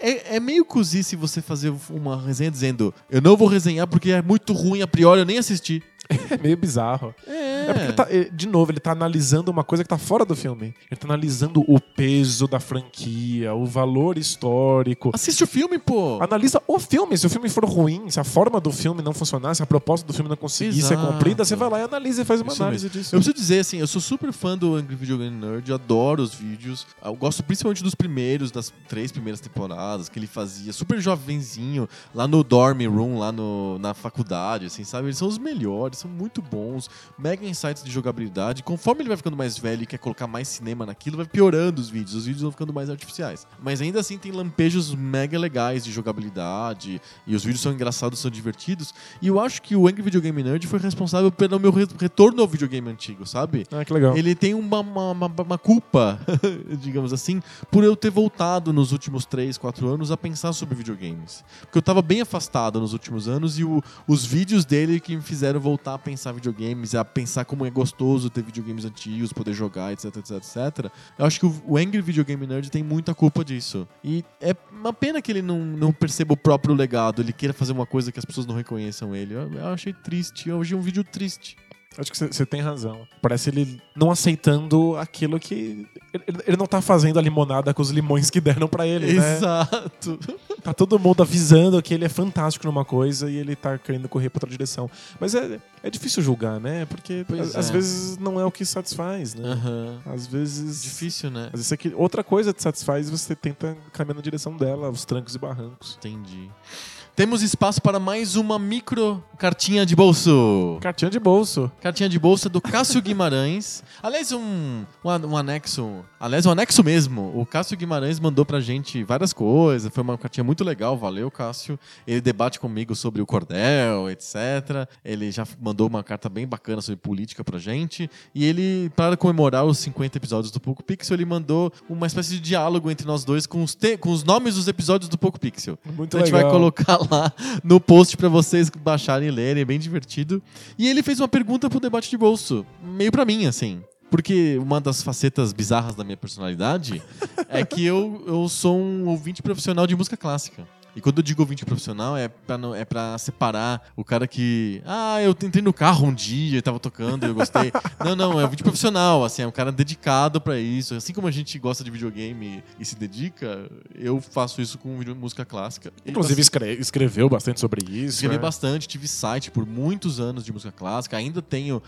A: é, é meio cozice você fazer um, uma resenha dizendo eu não vou resenhar porque é muito ruim a priori, eu nem assisti.
B: É meio bizarro.
A: É,
B: É porque, tá- eh, de novo, ele tá analisando uma coisa que tá fora do filme. Ele tá analisando o peso da franquia, o valor histórico.
A: Assiste o filme, pô.
B: Analisa o filme. Se o filme for ruim, se a forma do filme não funcionar, se a proposta do filme não conseguir ser
A: Exato.
B: cumprida, você vai lá e analisa e faz uma
A: Isso
B: análise
A: mesmo.
B: disso.
A: Eu preciso dizer, assim, eu sou super fã do Angry Video Game Nerd, eu adoro os vídeos. Eu gosto principalmente dos primeiros, das três primeiras temporadas que ele fazia, super jovenzinho, lá no dorm room, lá no, na faculdade, assim, sabe? Eles são os melhores, são muito bons, mega insights de jogabilidade. Conforme ele vai ficando mais velho e quer colocar mais cinema naquilo, vai piorando os vídeos, os vídeos vão ficando mais artificiais. Mas ainda assim tem lampejos mega legais de jogabilidade, e os vídeos são engraçados, são divertidos. E eu acho que o Angry Video Game Nerd foi responsável pelo meu re- retorno ao videogame antigo, sabe?
B: Ah, que legal.
A: Ele tem uma, uma, uma- uma culpa, digamos assim, por eu ter voltado nos últimos 3, 4 anos a pensar sobre videogames. Porque eu tava bem afastado nos últimos anos e o- os vídeos dele que me fizeram voltar a pensar videogames, a pensar como é gostoso ter videogames antigos, poder jogar, etc, etc, etc. Eu acho que o, o Angry Video Game Nerd tem muita culpa disso. E é uma pena que ele não, não perceba o próprio legado, ele queira fazer uma coisa que as pessoas não reconheçam ele. Eu, eu achei triste, hoje é um vídeo triste.
B: Acho que você- você tem razão. Parece ele não aceitando aquilo que. Ele, ele não tá fazendo a limonada com os limões que deram pra ele, né?
A: Exato.
B: Tá todo mundo avisando que ele é fantástico numa coisa e ele tá querendo correr pra outra direção. Mas é, é difícil julgar, né? Porque
A: Pois
B: às-
A: é.
B: às vezes não é o que satisfaz, né?
A: Aham.
B: Às vezes.
A: Difícil, né?
B: Às vezes é que outra coisa te satisfaz e você tenta caminhar na direção dela, os trancos e barrancos.
A: Entendi. Temos espaço para mais uma micro cartinha de bolso.
B: Cartinha de bolso.
A: Cartinha de bolsa do Cássio Guimarães. Aliás, um, um, an- um anexo. Aliás, um anexo mesmo. O Cássio Guimarães mandou pra gente várias coisas. Foi uma cartinha muito legal. Valeu, Cássio. Ele debate comigo sobre o cordel, etc. Ele já mandou uma carta bem bacana sobre política pra gente. E ele, para comemorar os 50 episódios do Poco Pixel, ele mandou uma espécie de diálogo entre nós dois com os, te- com os nomes dos episódios do Poco Pixel.
B: Muito
A: Então a gente
B: legal.
A: vai colocar lá no post pra vocês baixarem e lerem, é bem divertido. E ele fez uma pergunta pro debate de bolso, meio pra mim, assim. Porque uma das facetas bizarras da minha personalidade é que eu, eu sou um ouvinte profissional de música clássica. E quando eu digo ouvinte profissional, é pra, não- é pra separar o cara que. Ah, eu entrei no carro um dia e tava tocando, eu gostei. não, não, é ouvinte profissional, assim, é um cara dedicado pra isso. Assim como a gente gosta de videogame e se dedica, eu faço isso com vídeo- música clássica. E
B: Inclusive, escre- escreveu bastante sobre isso.
A: Escrevi
B: né?
A: bastante, tive site por muitos anos de música clássica. Ainda tenho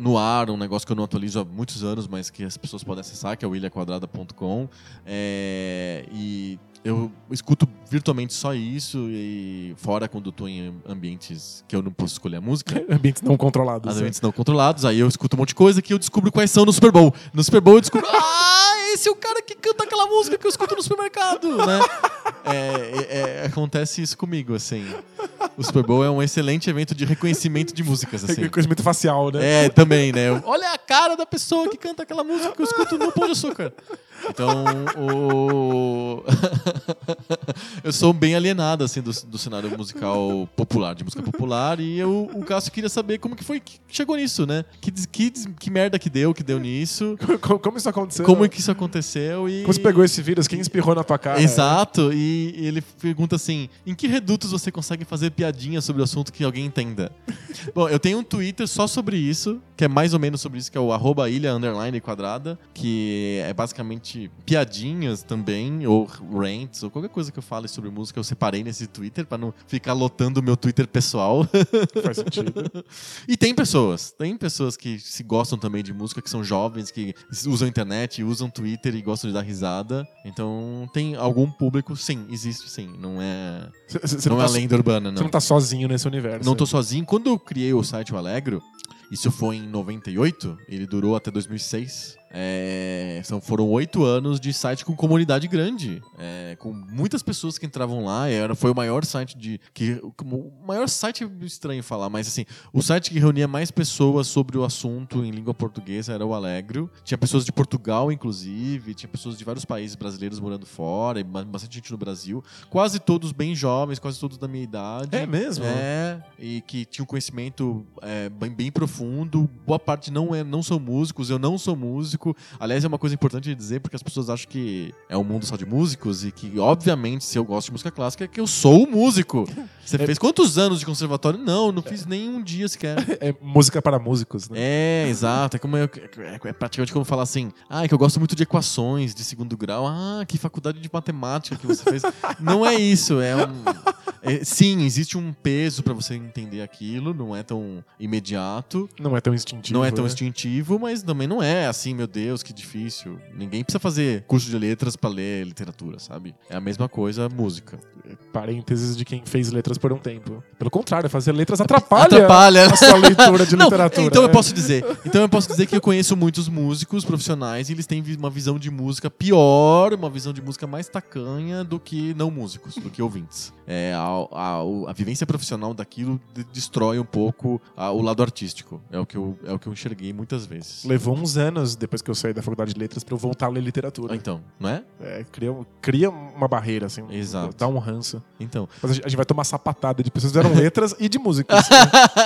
A: no ar um negócio que eu não atualizo há muitos anos, mas que as pessoas podem acessar, que é o ilhaquadrada.com. É, e eu escuto virtualmente só isso, e fora quando estou em ambientes que eu não posso escolher a música.
B: Ambientes não controlados.
A: Os
B: né?
A: ambientes não controlados, aí eu escuto um monte de coisa que eu descubro quais são no Super Bowl. No Super Bowl eu descubro. Ah, esse é o cara que canta aquela música que eu escuto no supermercado, né? É, é, é, acontece isso comigo, assim. O Super Bowl é um excelente evento de reconhecimento de músicas, assim.
B: Coisa muito facial, né?
A: É, também, né? Eu- Olha a cara da pessoa que canta aquela música que eu escuto no Pão de Açúcar. Então, o... eu sou bem alienado, assim, do, do cenário musical popular, de música popular, e eu, o Cássio queria saber como que foi que chegou nisso, né? Que, des- que, des- que merda que deu, que deu nisso,
B: Como, como isso aconteceu?
A: É. como é que isso aconteceu e...
B: Como Então, você pegou esse vírus? Quem espirrou na tua cara? né?
A: Exato, e ele pergunta assim: em que redutos você consegue fazer piadinha sobre o assunto que alguém entenda? Bom, eu tenho um Twitter só sobre isso, que é mais ou menos sobre isso, que é o arroba ilha underline quadrada, que é basicamente piadinhas também, ou rants, ou qualquer coisa que eu fale sobre música, eu separei nesse Twitter pra não ficar lotando o meu Twitter pessoal.
B: Faz sentido.
A: E tem pessoas, tem pessoas que se gostam também de música, que são jovens, que usam internet, usam Twitter e gostam de dar risada. Então tem algum público, sim, existe sim. Não é,
B: Você- Você você
A: não
B: não,
A: é
B: tá,
A: lenda urbana,
B: você
A: não.
B: não tá sozinho nesse universo.
A: Não tô sozinho. Quando eu criei o site O Alegro, isso foi em 98, ele durou até 2006. É, são, foram oito anos de site com comunidade grande, é, com muitas pessoas que entravam lá. Era, foi o maior site de. Que, como- o maior site é estranho falar, mas assim, o site que reunia mais pessoas sobre o assunto em língua portuguesa era o Alegro. Tinha pessoas de Portugal, inclusive, tinha pessoas de vários países brasileiros morando fora, e ba- bastante gente no Brasil. Quase todos bem jovens, quase todos da minha idade.
B: É mesmo?
A: É, e que tinha um conhecimento é, bem, bem profundo. Boa parte não, é, não são músicos, eu não sou músico. músico. Aliás, é uma coisa importante de dizer, porque as pessoas acham que é um mundo só de músicos e que, obviamente, se eu gosto de música clássica, é que eu sou um músico. Você fez quantos anos de conservatório? Não, não fiz nem um dia sequer.
B: É música para músicos, né?
A: É, exato. É, como eu, é, é praticamente como falar assim: ah, é que eu gosto muito de equações de segundo grau. Ah, que faculdade de matemática que você fez. não é isso. É um. é- sim, existe um peso pra você entender aquilo. Não é tão imediato.
B: Não é tão instintivo.
A: Não é tão
B: né?
A: instintivo, mas também não é assim, meu Deus, que difícil. Ninguém precisa fazer curso de letras pra ler literatura, sabe? É a mesma coisa a música.
B: Parênteses de quem fez letras por um tempo. Pelo contrário, fazer letras atrapalha,
A: Atrapalha.
B: a sua leitura de
A: Não,
B: literatura.
A: então eu
B: né?
A: posso dizer. Então eu posso dizer que eu conheço muitos músicos profissionais e eles têm vi- uma visão de música pior, uma visão de música mais tacanha do que não músicos, do que ouvintes. É, a, a- o- a vivência profissional daquilo de- destrói um pouco a- o lado artístico. É o que eu, é o que eu enxerguei muitas vezes.
B: Levou uns anos depois que eu saí da faculdade de letras pra eu voltar a ler literatura.
A: Ah, Então, não é?
B: É, cria, cria uma barreira, assim.
A: Exato.
B: Dá um ranço.
A: Então.
B: Mas a gente- a gente vai tomar sapatada de pessoas que fizeram letras e de músicas.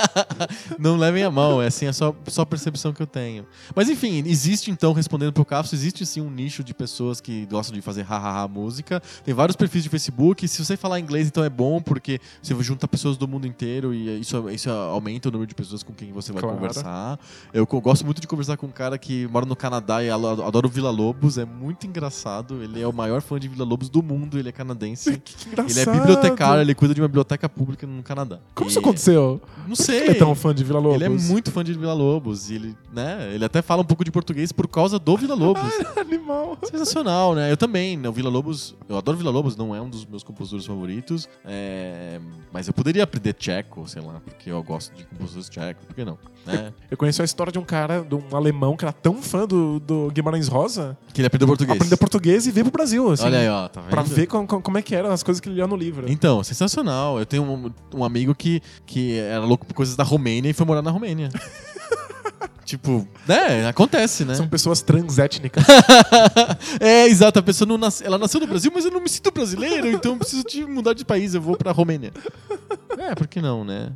A: não levem a mão, é assim, é só, só a percepção que eu tenho. Mas enfim, existe então, respondendo pro Capso, existe sim um nicho de pessoas que gostam de fazer hahaha música. Tem vários perfis de Facebook. Se você falar inglês, então é bom, porque você junta pessoas do mundo inteiro e isso, isso aumenta o número de pessoas com quem você vai
B: Claro.
A: conversar. Eu, co- gosto muito de conversar com um cara que mora no Canadá e alo- adora o Vila Lobos, é muito engraçado. Ele é o maior fã de Vila Lobos do mundo, ele é canadense.
B: que engraçado.
A: Ele é bibliotecário, ele cuida de uma biblioteca pública no Canadá.
B: Como
A: E-
B: isso aconteceu?
A: Não
B: Por que
A: sei.
B: Ele é tão fã de Vila Lobos.
A: Ele é muito fã de Vila Lobos. E ele, né, ele até fala um pouco de português por causa do Vila Lobos.
B: Ah, animal.
A: Sensacional, né? Eu também. né, O Vila Lobos, eu adoro Vila Lobos, não é um dos meus compositores favoritos. é, Mas eu poderia aprender tcheco, sei lá, porque eu gosto de compositores tchecos, por que não? Né?
B: Eu conheço a história de um cara, de um alemão que era tão fã do, do Guimarães Rosa,
A: Que ele aprendeu português.
B: aprendeu português e veio pro Brasil, assim.
A: Olha aí, ó, tá vendo?
B: Pra ver com- com- como é que eram as coisas que ele lia no livro.
A: Então, sensacional. Eu tenho um, um amigo que, que era louco por coisas da Romênia e foi morar na Romênia. tipo, né? Acontece, né?
B: São pessoas transétnicas.
A: é, exato. A pessoa não nasce, ela nasceu no Brasil, mas eu não me sinto brasileiro, então eu preciso de mudar de país, eu vou pra Romênia. É, por que não, né?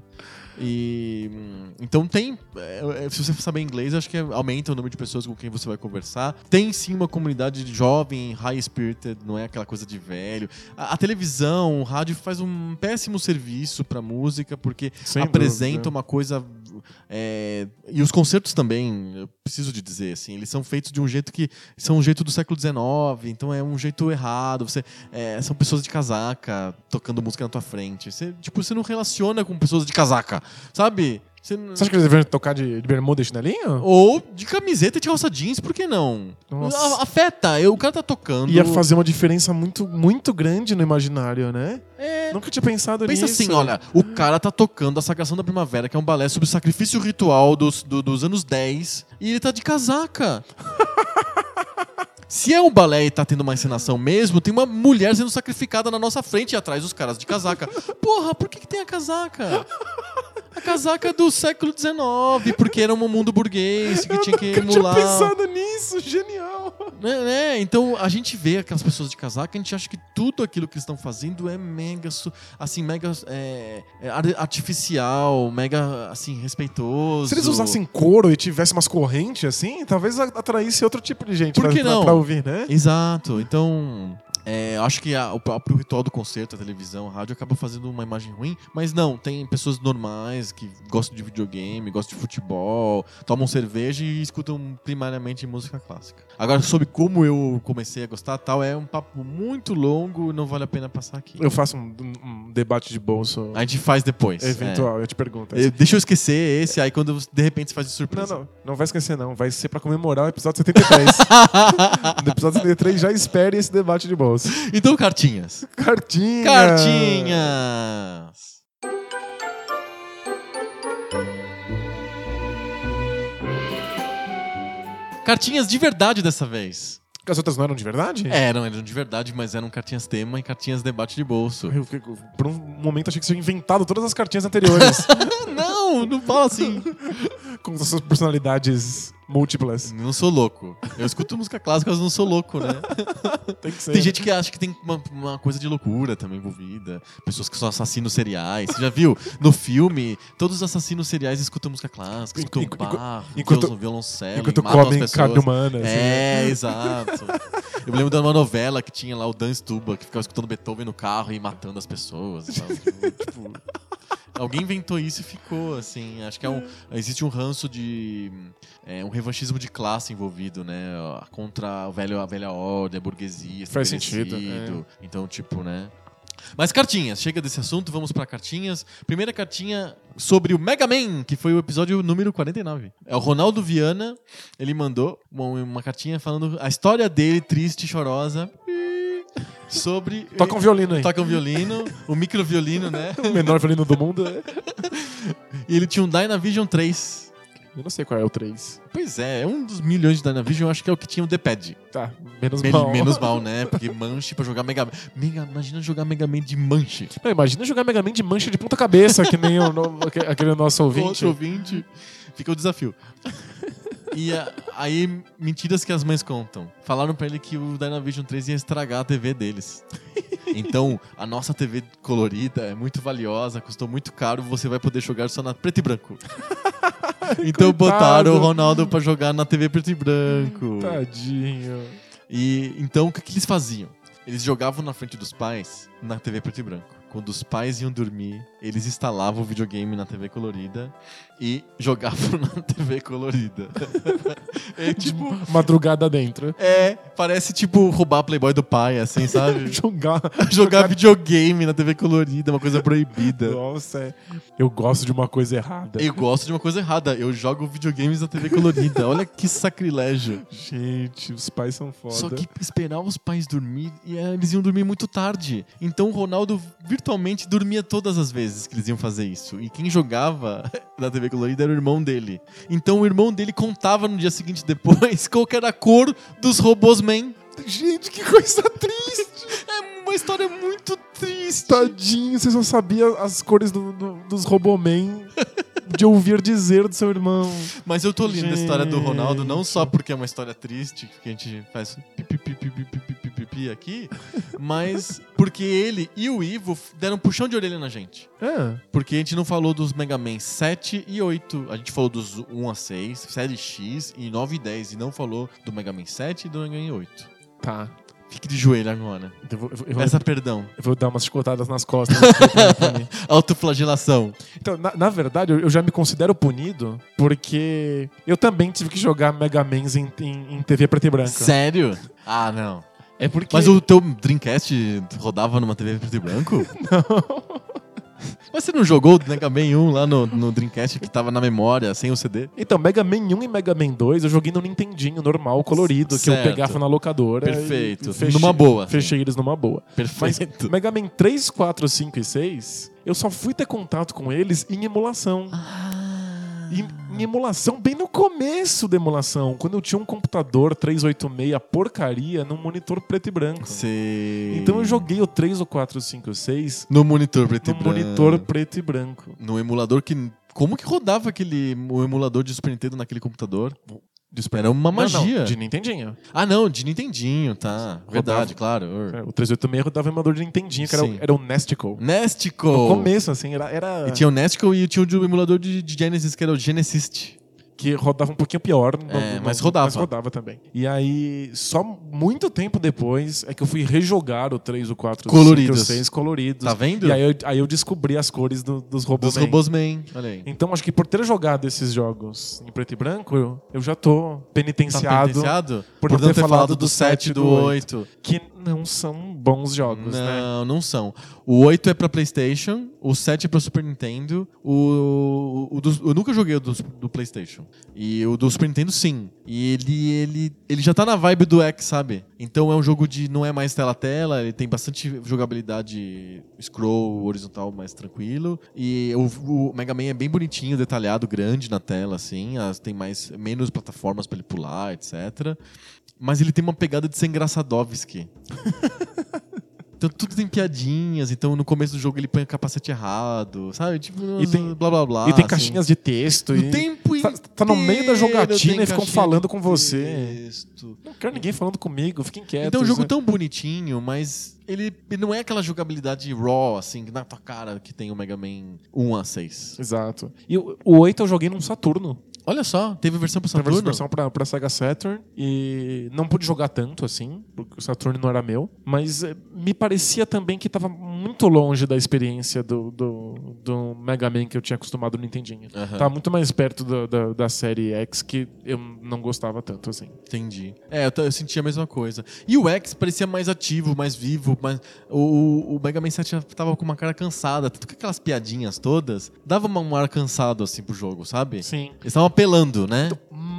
A: E hum, então tem. é, é, Se você saber inglês, eu acho que aumenta o número de pessoas com quem você vai conversar. Tem sim uma comunidade de jovem, high spirited, não é aquela coisa de velho. A, a televisão, o rádio faz um péssimo serviço pra música, porque
B: Sem
A: apresenta
B: dúvida.
A: uma coisa. é, e os concertos também, eu preciso de dizer, assim, eles são feitos de um jeito que. São um jeito do século XIX, então é um jeito errado. Você, é, são pessoas de casaca tocando música na tua frente. Você, tipo, você não relaciona com pessoas de casaca, sabe? Você não-
B: Você acha que eles deveriam tocar de, de bermuda e chinelinho?
A: Ou de camiseta e de calça jeans, por que não?
B: Nossa.
A: A- afeta, eu- o cara tá tocando.
B: Ia fazer uma diferença muito, muito grande no imaginário, né?
A: É,
B: Nunca tinha pensado
A: Pensa
B: nisso.
A: assim, olha, o cara tá tocando a Sagração da Primavera, que é um balé sobre o sacrifício ritual dos, do- dos anos 10, e ele tá de casaca. Se é um balé e tá tendo uma encenação mesmo, tem uma mulher sendo sacrificada na nossa frente e atrás dos caras de casaca. Porra, por que, que tem a casaca? A casaca é do século XIX, porque era um mundo burguês que tinha que
B: Nunca tinha
A: emular.
B: pensado nisso, genial.
A: Né, né? Então a gente vê aquelas pessoas de casaca, a gente acha que tudo aquilo que eles estão fazendo é mega, su- assim, mega é, é ar- artificial, mega, assim, respeitoso.
B: Se eles usassem couro e tivesse umas correntes assim, talvez a- atraísse outro tipo de gente
A: Por
B: pra,
A: que
B: pra-
A: não?
B: pra ouvir, né?
A: Exato. Então, é, eu acho que a- o próprio ritual do concerto, a televisão, a rádio, acaba fazendo uma imagem ruim. Mas não, tem pessoas normais que gostam de videogame, gostam de futebol, tomam cerveja e escutam primariamente música clássica. Agora, sobre como eu comecei a gostar tal, é um papo muito longo, não vale a pena passar aqui.
B: Eu faço um, um debate de bolso
A: A gente faz depois.
B: eventual, eu te pergunto.
A: Ah, É. Eu- Deixa eu esquecer esse, aí quando de repente você faz de
B: Não,
A: surpresa.
B: não, não vai esquecer não, vai ser pra comemorar o episódio 73. no episódio 73 já espere esse debate de bolso.
A: Então, cartinhas.
B: Cartinha!
A: Cartinhas! Cartinhas de verdade dessa vez.
B: As outras não eram de verdade?
A: É, não eram de verdade, mas eram cartinhas tema e cartinhas debate de bolso.
B: Eu fiquei-
A: Ah,
B: por um momento achei que tinha inventado todas as cartinhas anteriores.
A: não, não fala assim.
B: com suas personalidades múltiplas.
A: Não sou louco. Eu escuto música clássica, mas não sou louco, né?
B: Tem que ser.
A: Tem gente que acha que tem uma, uma coisa de loucura também envolvida. Pessoas que são assassinos seriais. Você já viu? No filme, todos os assassinos seriais escutam música clássica, escutam
B: Enqu- enqu-
A: barro,
B: enquanto-
A: enquanto, violoncelo,
B: enquanto
A: e É, matam as
B: comem
A: pessoas.
B: carne humana, assim.
A: É, exato. Eu me lembro de uma novela que tinha lá o Dan Stuba, que ficava escutando Beethoven no carro e matando as pessoas. e tal. Tipo, alguém inventou isso e ficou, assim. Acho que é um, existe um ranço de. é, um revanchismo de classe envolvido, né? Contra a velha, a velha ordem, a burguesia.
B: Faz
A: estabelecido.
B: sentido, é.
A: Então, tipo, né? Mas cartinhas, chega desse assunto, vamos pra cartinhas. Primeira cartinha sobre o Mega Man, que foi o episódio número 49. É o Ronaldo Viana, ele mandou uma, uma cartinha falando a história dele, triste, chorosa, sobre.
B: Toca um violino aí.
A: Toca um violino, o microviolino, né?
B: O menor violino do mundo. é.
A: E ele tinha um Dynavision 3.
B: Eu não sei qual é o 3.
A: Pois é, é um dos milhões de Dynavision, eu acho que é o que tinha o D-Pad.
B: Tá, menos
A: Men-
B: mal.
A: Menos mal, né? Porque manche pra jogar Mega Man. Mega- Imagina jogar Mega Man de manche.
B: Não, imagina jogar Mega Man de mancha de ponta cabeça, que nem o no- aque- aquele nosso ouvinte.
A: Outro ouvinte. Fica o desafio. E a- aí, mentiras que as mães contam. Falaram pra ele que o Dynavision 3 ia estragar a TV deles. Então, a nossa TV colorida é muito valiosa, custou muito caro, você vai poder jogar só na preto e branco. Então botaram o Ronaldo pra jogar na TV preto e branco.
B: Tadinho.
A: E então o que, que eles faziam? Eles jogavam na frente dos pais na TV preto e branco. Quando os pais iam dormir, eles instalavam o videogame na TV colorida e jogavam na TV colorida. é tipo.
B: Madrugada dentro.
A: É, parece tipo roubar a Playboy do pai, assim, sabe?
B: Jogar.
A: Jogar videogame na TV colorida, uma coisa proibida.
B: Nossa, é. eu gosto de uma coisa errada.
A: Eu gosto de uma coisa errada, eu jogo videogames na TV colorida. Olha que sacrilégio.
B: Gente, os pais são foda.
A: Só que esperar os pais dormir e eh, eles iam dormir muito tarde. Então o Ronaldo virtualmente dormia todas as vezes que eles iam fazer isso. E quem jogava na TV colorida era o irmão dele. Então o irmão dele contava no dia seguinte depois qual que era a cor dos robôs man.
B: Gente, que coisa triste.
A: É uma história muito triste.
B: Tá Tadinho, você só sabia as cores do- do- dos Roboman de ouvir dizer do seu irmão.
A: Mas eu tô lendo a história do
B: Gente.
A: Ronaldo não só porque é uma história triste, que a gente faz pipi, pipi, pipi, pipi, pipi aqui, mas porque ele e o Ivo deram um puxão de orelha na gente.
B: É.
A: Porque a gente não falou dos Mega Man 7 e 8. A gente falou dos 1 a 6, série X e 9 e 10. E não falou do Mega Man 7 e do Mega Man 8.
B: Tá.
A: Fique de joelho agora.
B: Eu vou, eu vou- eu vou-
A: Peça perdão.
B: eu vou dar umas chicotadas nas costas. pra- pra mim.
A: Autoflagelação.
B: Então, na, na verdade, eu, eu já me considero punido porque eu também tive que jogar Mega Mans em, em- em TV preta e branca.
A: Sério? Ah, não.
B: É porque.
A: Mas o teu Dreamcast rodava numa TV preto e branco? Mas você não jogou o Mega Man 1 lá no, no Dreamcast que tava na memória, sem o CD?
B: Então, Mega Man 1 e Mega Man 2 eu joguei no Nintendinho normal, colorido, que eu
A: Certo.
B: pegava na locadora. e-
A: Perfeito.
B: e fechei-
A: Numa boa, assim.
B: Fechei eles numa boa. Mas
A: Perfeito.
B: Mega Man 3, 4, 5 e 6, eu só fui ter contato com eles em emulação.
A: Ah.
B: Em, em emulação, bem no começo da emulação, quando eu tinha um computador 386 porcaria num monitor preto e branco.
A: Sei.
B: Então eu joguei o 3, o 4, o 5, o 6
A: No monitor preto
B: no
A: e branco.
B: monitor preto e branco.
A: No emulador que. Como que rodava aquele o emulador de Super Nintendo naquele computador? Era uma
B: Não, não,
A: magia.
B: de Nintendinho.
A: Ah, não, de Nintendinho, tá. Verdade, claro.
B: É, O 386 rodava em emulador de Nintendinho, que era, o-
A: Sim.
B: era o Nesticle.
A: Nestico!
B: No começo, assim, era, era
A: E tinha o Nestico e tinha o emulador de, de Genesis, que era o Genesis.
B: que rodava um pouquinho pior.
A: É, mas rodava.
B: Mas rodava também. E aí, só muito tempo depois, é que eu fui rejogar o 3, o 4, o 5,
A: Coloridos.
B: o 6 coloridos.
A: Tá vendo?
B: E aí eu, aí eu descobri as cores do- dos robôs.
A: Dos robôs Man. Olha aí.
B: Então, acho que por ter jogado esses jogos em preto e branco, eu, eu já tô
A: Tá
B: penitenciado,
A: penitenciado?
B: por não ter falado do sete e do oito.
A: 8.
B: que não são bons jogos, né?
A: Não, não são. O 8 é pra PlayStation, o 7 é pra Super Nintendo, o, o, o do- eu nunca joguei o do, do PlayStation. E o do Super Nintendo, sim. E ele, ele, ele já tá na vibe do X, sabe? Então é um jogo de. não é mais tela a tela, ele tem bastante jogabilidade scroll horizontal mais tranquilo. E o, o Mega Man é bem bonitinho, detalhado, grande na tela, assim. As- tem mais, menos plataformas pra ele pular, etc. Mas ele tem uma pegada de ser engraçadovski. Então tudo tem piadinhas, então no começo do jogo ele põe o capacete errado, sabe? Tipo,
B: E tem-
A: blá blá blá.
B: e tem
A: assim.
B: caixinhas de texto.
A: O
B: E...
A: tempo
B: Tá- tá no meio da
A: inteiro
B: jogatina
A: tem
B: e ficam
A: caixinha
B: falando
A: de
B: com você.
A: texto.
B: Não quero ninguém falando comigo, fiquem quietos.
A: Então é um jogo
B: né?
A: tão bonitinho, mas ele ele não é aquela jogabilidade raw, assim, na tua cara que tem o Mega Man 1 a 6.
B: Exato. E o, o 8 eu joguei num Saturno.
A: Olha só, teve versão pro
B: Saturno?
A: Saturno.
B: versão pra, pra Sega Saturn. E não pude jogar tanto assim, porque o Saturn não era meu. Mas eh, me parecia também que tava muito longe da experiência do, do, do Mega Man que eu tinha acostumado no Nintendinho.
A: Aham.
B: Tava muito mais perto da, da, da série X que eu não gostava tanto assim.
A: Entendi. É, eu, t- eu senti a mesma coisa. E o X parecia mais ativo, mais vivo, mas o- o, o Mega Man 7 já tava com uma cara cansada, tanto que aquelas piadinhas todas dava uma- um ar cansado assim pro jogo, sabe?
B: Sim. Então,
A: Eles estavam apelando, né?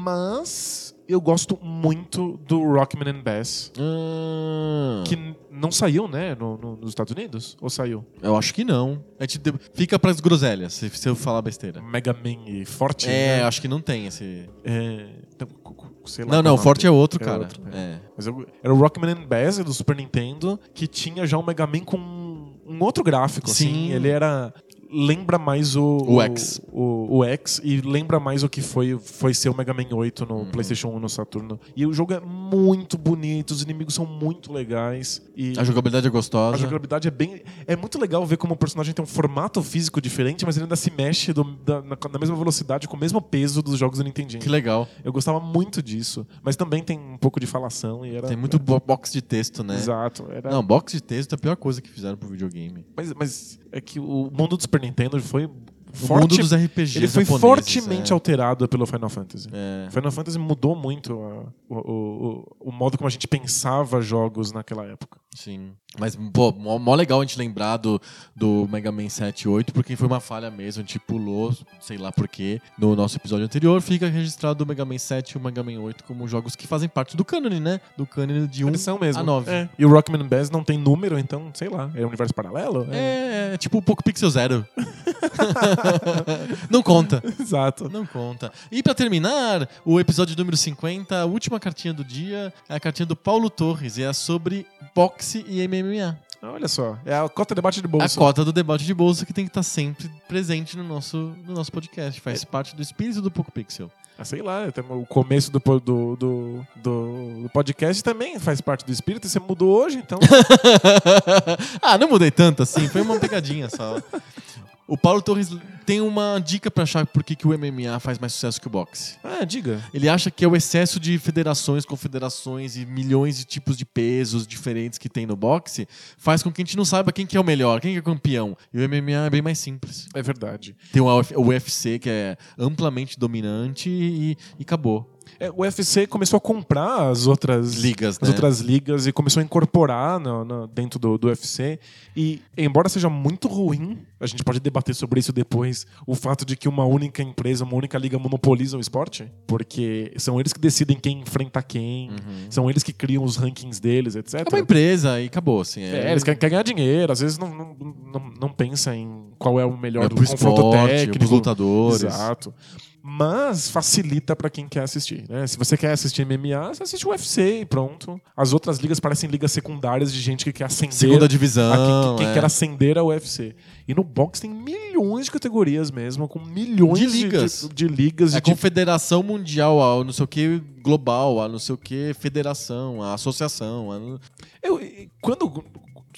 B: Mas eu gosto muito do Rockman and Bass.
A: Ah,
B: Que n- não saiu, né, no- no- nos Estados Unidos? Ou saiu?
A: Eu acho que não. A gente de- fica pras groselhas, se, se eu falar besteira.
B: Mega Man e Forte?
A: É,
B: né?
A: acho que não tem esse.
B: É, então, cu- cu- sei lá
A: Não,
B: qual
A: não, o
B: nome
A: Forte é
B: tem.
A: outro, cara.
B: é.
A: é.
B: Mas eu- era o Rockman and Bass do Super Nintendo que tinha já um Mega Man com um um outro gráfico. assim.
A: Sim.
B: Ele era. Lembra mais o.
A: O X.
B: O, o X e lembra mais o que foi, foi ser o Mega Man 8 no
A: Uhum.
B: PlayStation 1 no Saturno. E o jogo é muito bonito, os inimigos são muito legais. E
A: A jogabilidade é
B: a
A: gostosa.
B: jogabilidade é bem. É muito legal ver como o personagem tem um formato físico diferente, mas ele ainda se mexe do- da, na, na mesma velocidade, com o mesmo peso dos jogos do Nintendinho.
A: Que legal.
B: Eu gostava muito disso. Mas também tem um pouco de falação e era.
A: Tem muito bo- box de texto, né?
B: Exato. Era...
A: Não, box de texto é a pior coisa que fizeram pro videogame.
B: Mas, mas é que o mundo do Super Nintendo foi.
A: O
B: Forte...
A: mundo dos RPGs
B: Ele foi
A: japoneses,
B: fortemente
A: é.
B: alterado pelo Final Fantasy.
A: É.
B: Final Fantasy mudou muito a- o, o- o- o modo como a gente pensava jogos naquela época.
A: Sim. Mas, pô, mó, mó legal a gente lembrar do, do Mega Man 7 e 8, porque foi uma falha mesmo. A gente pulou, sei lá porquê, no nosso episódio anterior. Fica registrado o Mega Man 7 e o Mega Man 8 como jogos que fazem parte do cânone, né? Do cânone de 1
B: Eles são mesmo.
A: a 9.
B: É. E o Rockman Bass não tem número, então, sei lá, é um universo paralelo?
A: É, é tipo o Poco Pixel Zero. não conta.
B: É. Exato.
A: Não conta. E pra terminar, o episódio número 50, a última cartinha do dia, é a cartinha do Paulo Torres, e é sobre boxe e MMA.
B: Olha só, é a cota debate de
A: A
B: bolsa.
A: cota do debate de bolsa que tem que estar sempre presente no nosso, no nosso podcast. Faz parte do espírito do Poco Pixel.
B: Ah, Sei lá, até o começo do, po- do, do, do- do podcast também faz parte do espírito. e Você mudou hoje, então.
A: ah, não mudei tanto assim, foi uma pegadinha só. O Paulo Torres tem uma dica pra achar por que, que o MMA faz mais sucesso que o boxe.
B: ah, diga.
A: Ele acha que é o excesso de federações, confederações e milhões de tipos de pesos diferentes que tem no boxe faz com que a gente não saiba quem que é o melhor, quem que é o campeão. E o MMA é bem mais simples.
B: É verdade.
A: Tem o Uf- o UFC que é amplamente dominante e, e acabou.
B: É, o UFC começou a comprar as outras
A: Ligas,
B: as
A: né?
B: outras ligas e começou a incorporar no- no- dentro do, do UFC. E, embora seja muito ruim, a gente pode debater sobre isso depois, o fato de que uma única empresa, uma única liga monopoliza o esporte, porque são eles que decidem quem enfrenta quem, são eles que criam os rankings deles, etc.
A: Uhum. É uma empresa e acabou, assim.
B: É, eles querem, querem ganhar dinheiro, às vezes não, não, não, não pensa em qual é o melhor
A: é
B: do
A: pro
B: confronto
A: esporte, é
B: técnico.
A: pros lutadores.
B: Exato. Mas facilita pra quem quer assistir, né? Se você quer assistir MMA, você assiste o UFC e pronto. As outras ligas parecem ligas secundárias de gente que quer ascender.
A: Segunda
B: a-
A: divisão.
B: ah, que- que- quem
A: é.
B: quer ascender ao UFC. E no boxe tem milhões de categorias mesmo, com milhões
A: De ligas.
B: De, de ligas
A: É
B: e de
A: confederação mundial, a não sei o que global, a não sei o que federação, a associação. A... não-
B: Eu, e- quando.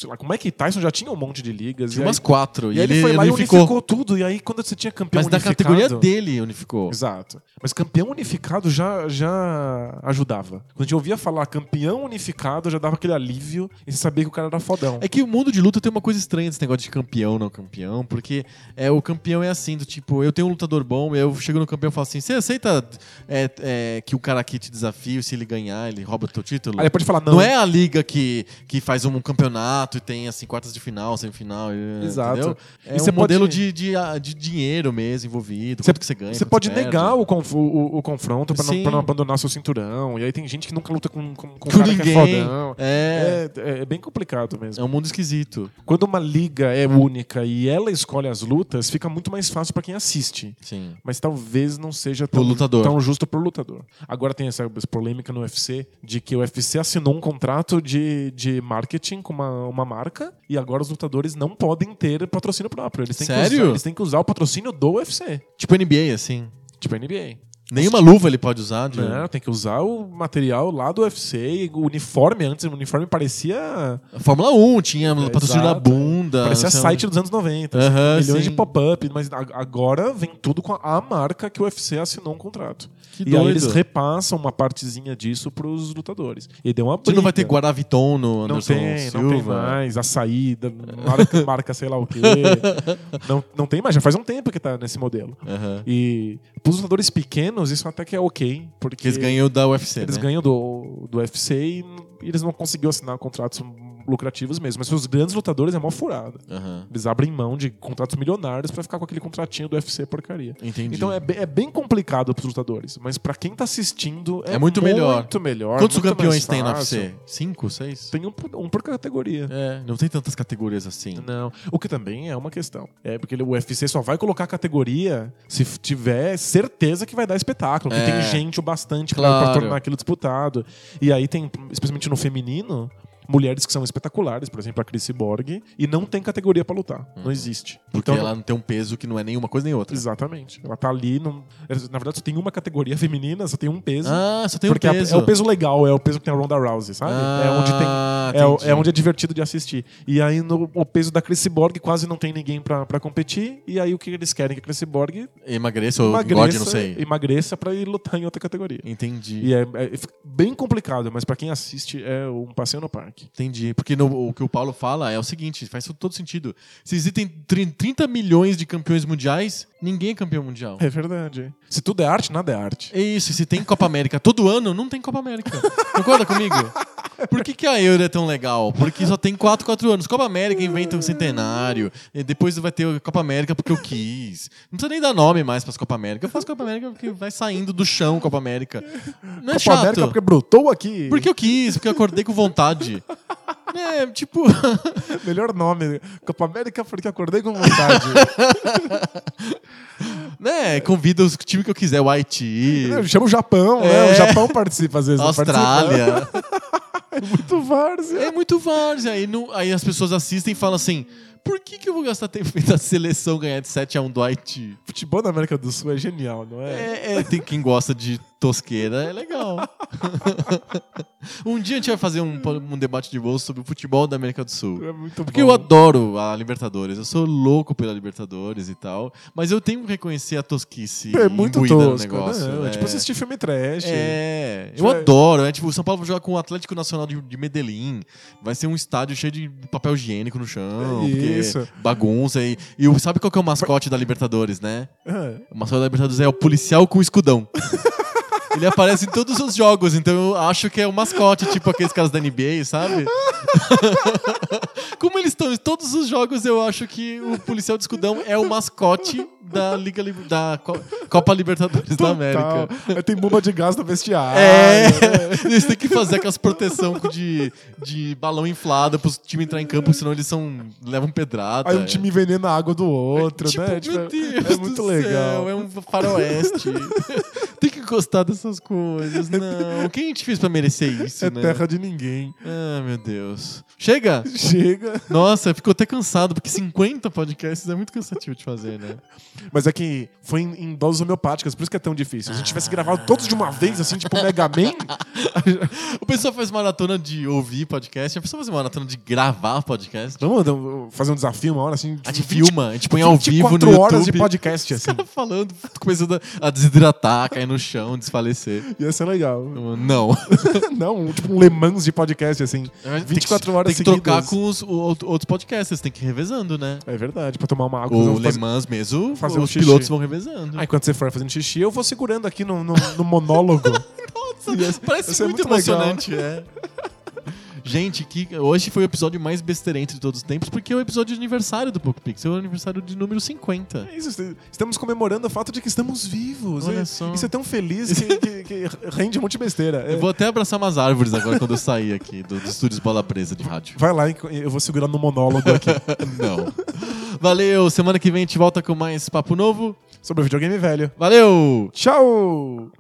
B: Sei lá, como é que Tyson já tinha um monte de ligas?
A: Tinha
B: e aí-
A: umas quatro.
B: e
A: E,
B: aí ele
A: ele
B: foi lá e
A: unificou.
B: unificou. tudo. E aí, quando você tinha campeão
A: Mas da
B: unificado...
A: categoria dele unificou.
B: Exato. Mas campeão unificado já, já ajudava. Quando a gente ouvia falar campeão unificado, já dava aquele alívio e você sabia que o cara era fodão.
A: É que o mundo de luta tem uma coisa estranha desse negócio de campeão, não campeão, porque é, o campeão é assim, do tipo, eu tenho um lutador bom, eu chego no campeão e falo assim, você aceita é, é, que o cara aqui te desafie, se ele ganhar, ele rouba o teu título?
B: Aí ele pode falar, não.
A: Não, é a liga que, que faz um campeonato e tem assim quartas de final, semifinal. e-
B: Exato.
A: Entendeu?
B: E
A: É
B: você
A: um modelo de,
B: pode-
A: de, ah, de dinheiro mesmo envolvido.
B: Você-
A: Quanto que você ganha?
B: Você
A: quanto
B: pode
A: perde.
B: negar o, conf- o- o confronto pra não,
A: Sim.
B: pra não abandonar seu cinturão. E aí tem gente que nunca luta com, com, com, um
A: Com
B: cara que é
A: ninguém.
B: fodão.
A: É,
B: É, é- é bem complicado mesmo.
A: é um mundo esquisito.
B: Quando uma liga é única e ela escolhe as lutas, fica muito mais fácil pra quem assiste.
A: Sim.
B: mas talvez não seja
A: Pro
B: tão,
A: lutador.
B: tão justo pro lutador. Agora tem essa polêmica no UFC de que o UFC assinou um contrato de, de marketing com uma, uma uma marca e agora os lutadores não podem ter patrocínio próprio. Eles têm Que
A: Sério?
B: usar, eles têm que usar o patrocínio do UFC,
A: Tipo NBA, assim.
B: tipo a NBA.
A: Nenhuma luva ele pode usar. De...
B: Né? Tem que usar o material lá do UFC, e o uniforme antes, o uniforme parecia
A: Fórmula 1 tinha
B: É,
A: patrocínio na
B: exato.
A: bunda.
B: parecia
A: não sei
B: site dos anos 90. assim,
A: Ah, Aham,
B: milhões
A: sim.
B: de pop-up, mas a- agora vem tudo com a, a marca que o UFC assinou um contrato.
A: Que
B: e
A: doido.
B: aí eles repassam uma partezinha disso pros lutadores. E deu uma
A: Você
B: briga.
A: não vai ter Guaraviton no
B: Não
A: Anderson
B: tem,
A: Silva.
B: não tem mais. A saída, marca, marca sei lá o quê. Não, não tem mais, já faz um tempo que tá nesse modelo.
A: Aham.
B: E pros lutadores pequenos, isso até que é ok. Porque
A: Que eles ganham da UFC,
B: eles
A: né?
B: ganham do, do UFC e n- eles não conseguiram assinar contratos lucrativos mesmo. Mas pros grandes lutadores é mó furada.
A: Aham.
B: Eles abrem mão de contratos milionários pra ficar com aquele contratinho do UFC porcaria.
A: Entendi.
B: Então é, be- é bem complicado pros lutadores, mas pra quem tá assistindo é,
A: É muito melhor.
B: muito melhor,
A: Quantos
B: muito
A: campeões
B: mais
A: tem na
B: fácil.
A: UFC? Cinco, seis?
B: Tem um, por- um por categoria.
A: É, não tem tantas categorias assim.
B: Não. O que também é uma questão. É porque ele- o UFC só vai colocar a categoria se f- tiver certeza que vai dar espetáculo, que
A: É.
B: tem gente o bastante pra-
A: Claro.
B: pra tornar aquilo disputado. E aí tem, especialmente no feminino, mulheres que são espetaculares, por exemplo, a Chris Borg, e não tem categoria pra lutar. Não existe.
A: Uhum.
B: Então,
A: Porque ela não tem um peso que não é nenhuma coisa nem outra.
B: Exatamente. Ela tá ali. num- Na verdade, só tem uma categoria feminina, só tem um peso.
A: Ah, só tem um
B: porque é-
A: peso.
B: é o peso legal, é o peso que tem a Ronda Rousey, sabe? é onde tem
A: Ah,
B: é, o-
A: entendi.
B: é onde é divertido de assistir. E aí no, o peso da Chris Borg quase não tem ninguém pra, pra competir. E aí o que eles querem é que a Chris Borg
A: Emagreça ou engorde,
B: emagreça,
A: não sei.
B: emagreça pra ir lutar em outra categoria.
A: Entendi.
B: E é, é- fica bem complicado, mas pra quem assiste é um passeio no parque.
A: Entendi. Porque no- o que o Paulo fala é o seguinte, faz todo sentido. Se existem tri- 30 milhões de campeões mundiais, ninguém é campeão mundial.
B: É verdade. Se tudo é arte, nada é arte.
A: É isso, e se tem Copa América todo ano, não tem Copa América. Concorda comigo? Por que, que a Euro é tão legal? Porque só tem 4, 4 anos. Copa América inventa um centenário, e depois vai ter a Copa América porque eu quis. Não precisa nem dar nome mais pras Copa América. Eu faço Copa América porque vai saindo do chão Copa América. Não é
B: Copa
A: chato.
B: América
A: porque...
B: porque brotou aqui.
A: eu quis, porque eu acordei com vontade. É, tipo,
B: Melhor nome. Copa América porque acordei com vontade.
A: né? Convida os times que eu quiser, o Haiti,
B: Chama o Japão, né?
A: É.
B: O Japão participa às vezes.
A: a
B: não participa?
A: Austrália.
B: É muito várzea.
A: É muito várzea. Aí, não- aí as pessoas assistem e falam assim: por que, que eu vou gastar tempo vendo a seleção ganhar de 7x1 do Haiti?
B: Futebol da América do Sul é genial, não é?
A: É, é, tem quem gosta de tosqueira, é legal. um dia a gente vai fazer um, um debate de bolso sobre o futebol da América do Sul.
B: É muito
A: Porque eu adoro a Libertadores, eu sou louco pela Libertadores e tal, mas eu tenho que reconhecer a tosquice
B: É muito
A: imbuída no
B: tosco.
A: negócio.
B: né? É
A: é.
B: tipo assistir filme trash.
A: É, eu
B: Tipo, é-
A: adoro. É tipo, o São Paulo vai jogar com o Atlético Nacional de, de Medellín. Vai ser um estádio cheio de papel higiênico no chão.
B: É
A: porque
B: isso.
A: Bagunça. E, e o- sabe qual que é o mascote da Libertadores, né?
B: Ah,
A: O mascote da Libertadores é o policial com escudão. Ele aparece em todos os jogos, então eu acho que é o mascote, tipo aqueles caras da NBA, sabe? Como eles estão em todos os jogos, eu acho que o policial de escudão é o mascote da Liga Li- da Co- Copa Libertadores da América.
B: tal. Aí Tem bomba de gás no vestiário.
A: É, Ah, eles têm que fazer aquelas proteção com de, de balão inflado pros time entrar em campo, senão eles são levam pedrada. é.
B: Aí um time envenena a água do outro,
A: tipo,
B: né? Tipo,
A: meu
B: é-
A: Deus
B: é muito
A: do
B: legal.
A: céu, é um faroeste. Tem que gostar dessas coisas, não. Quem a gente fez pra merecer isso,
B: É
A: né?
B: terra de ninguém.
A: Ah, meu Deus. Chega!
B: Chega.
A: Nossa, ficou até cansado, porque 50 podcasts é muito cansativo de fazer, né?
B: Mas é que foi em, em doses homeopáticas, por isso que é tão difícil. Se a gente tivesse gravado todos de uma vez, assim, tipo um Mega Man,
A: O pessoal faz maratona de ouvir podcast, a pessoa faz maratona de gravar podcast.
B: vamos vamos fazer um desafio uma hora, assim,
A: A
B: de
A: gente filma, a gente põe ao vivo no
B: 24
A: YouTube.
B: horas de podcast, assim.
A: cara falando, começando a desidratar, cair no chão, desfalecer.
B: Ia ser legal.
A: Não.
B: Não, tipo um Le Mans de podcast, assim. 24 horas
A: Tem É, que trocar
B: seguidas.
A: com os o- out- outros podcasts, tem que ir revezando, né?
B: É verdade, pra tomar uma água. fazer um-
A: O
B: fazer-
A: Le Mans mesmo,
B: fazer um
A: os
B: xixi.
A: pilotos vão revezando.
B: Aí quando você for fazendo xixi, eu vou segurando aqui no, no, no monólogo.
A: Nossa,
B: Ia-
A: parece
B: ia ser
A: muito,
B: muito legal.
A: emocionante, é. Gente, que hoje foi o episódio mais besteirento de todos os tempos, porque é o episódio de aniversário do PocoPixel, é o aniversário de número 50.
B: É isso, est- estamos comemorando o fato de que estamos vivos.
A: Olha
B: É-
A: só.
B: Isso é tão feliz que, que- que rende um monte de besteira. É,
A: Eu vou até abraçar umas árvores agora quando eu sair aqui do- dos estúdios Bola Presa de rádio.
B: Vai lá, enqu- eu vou segurando no monólogo aqui.
A: Não. Valeu, semana que vem a gente volta com mais papo novo.
B: Sobre o videogame velho.
A: Valeu!
B: Tchau!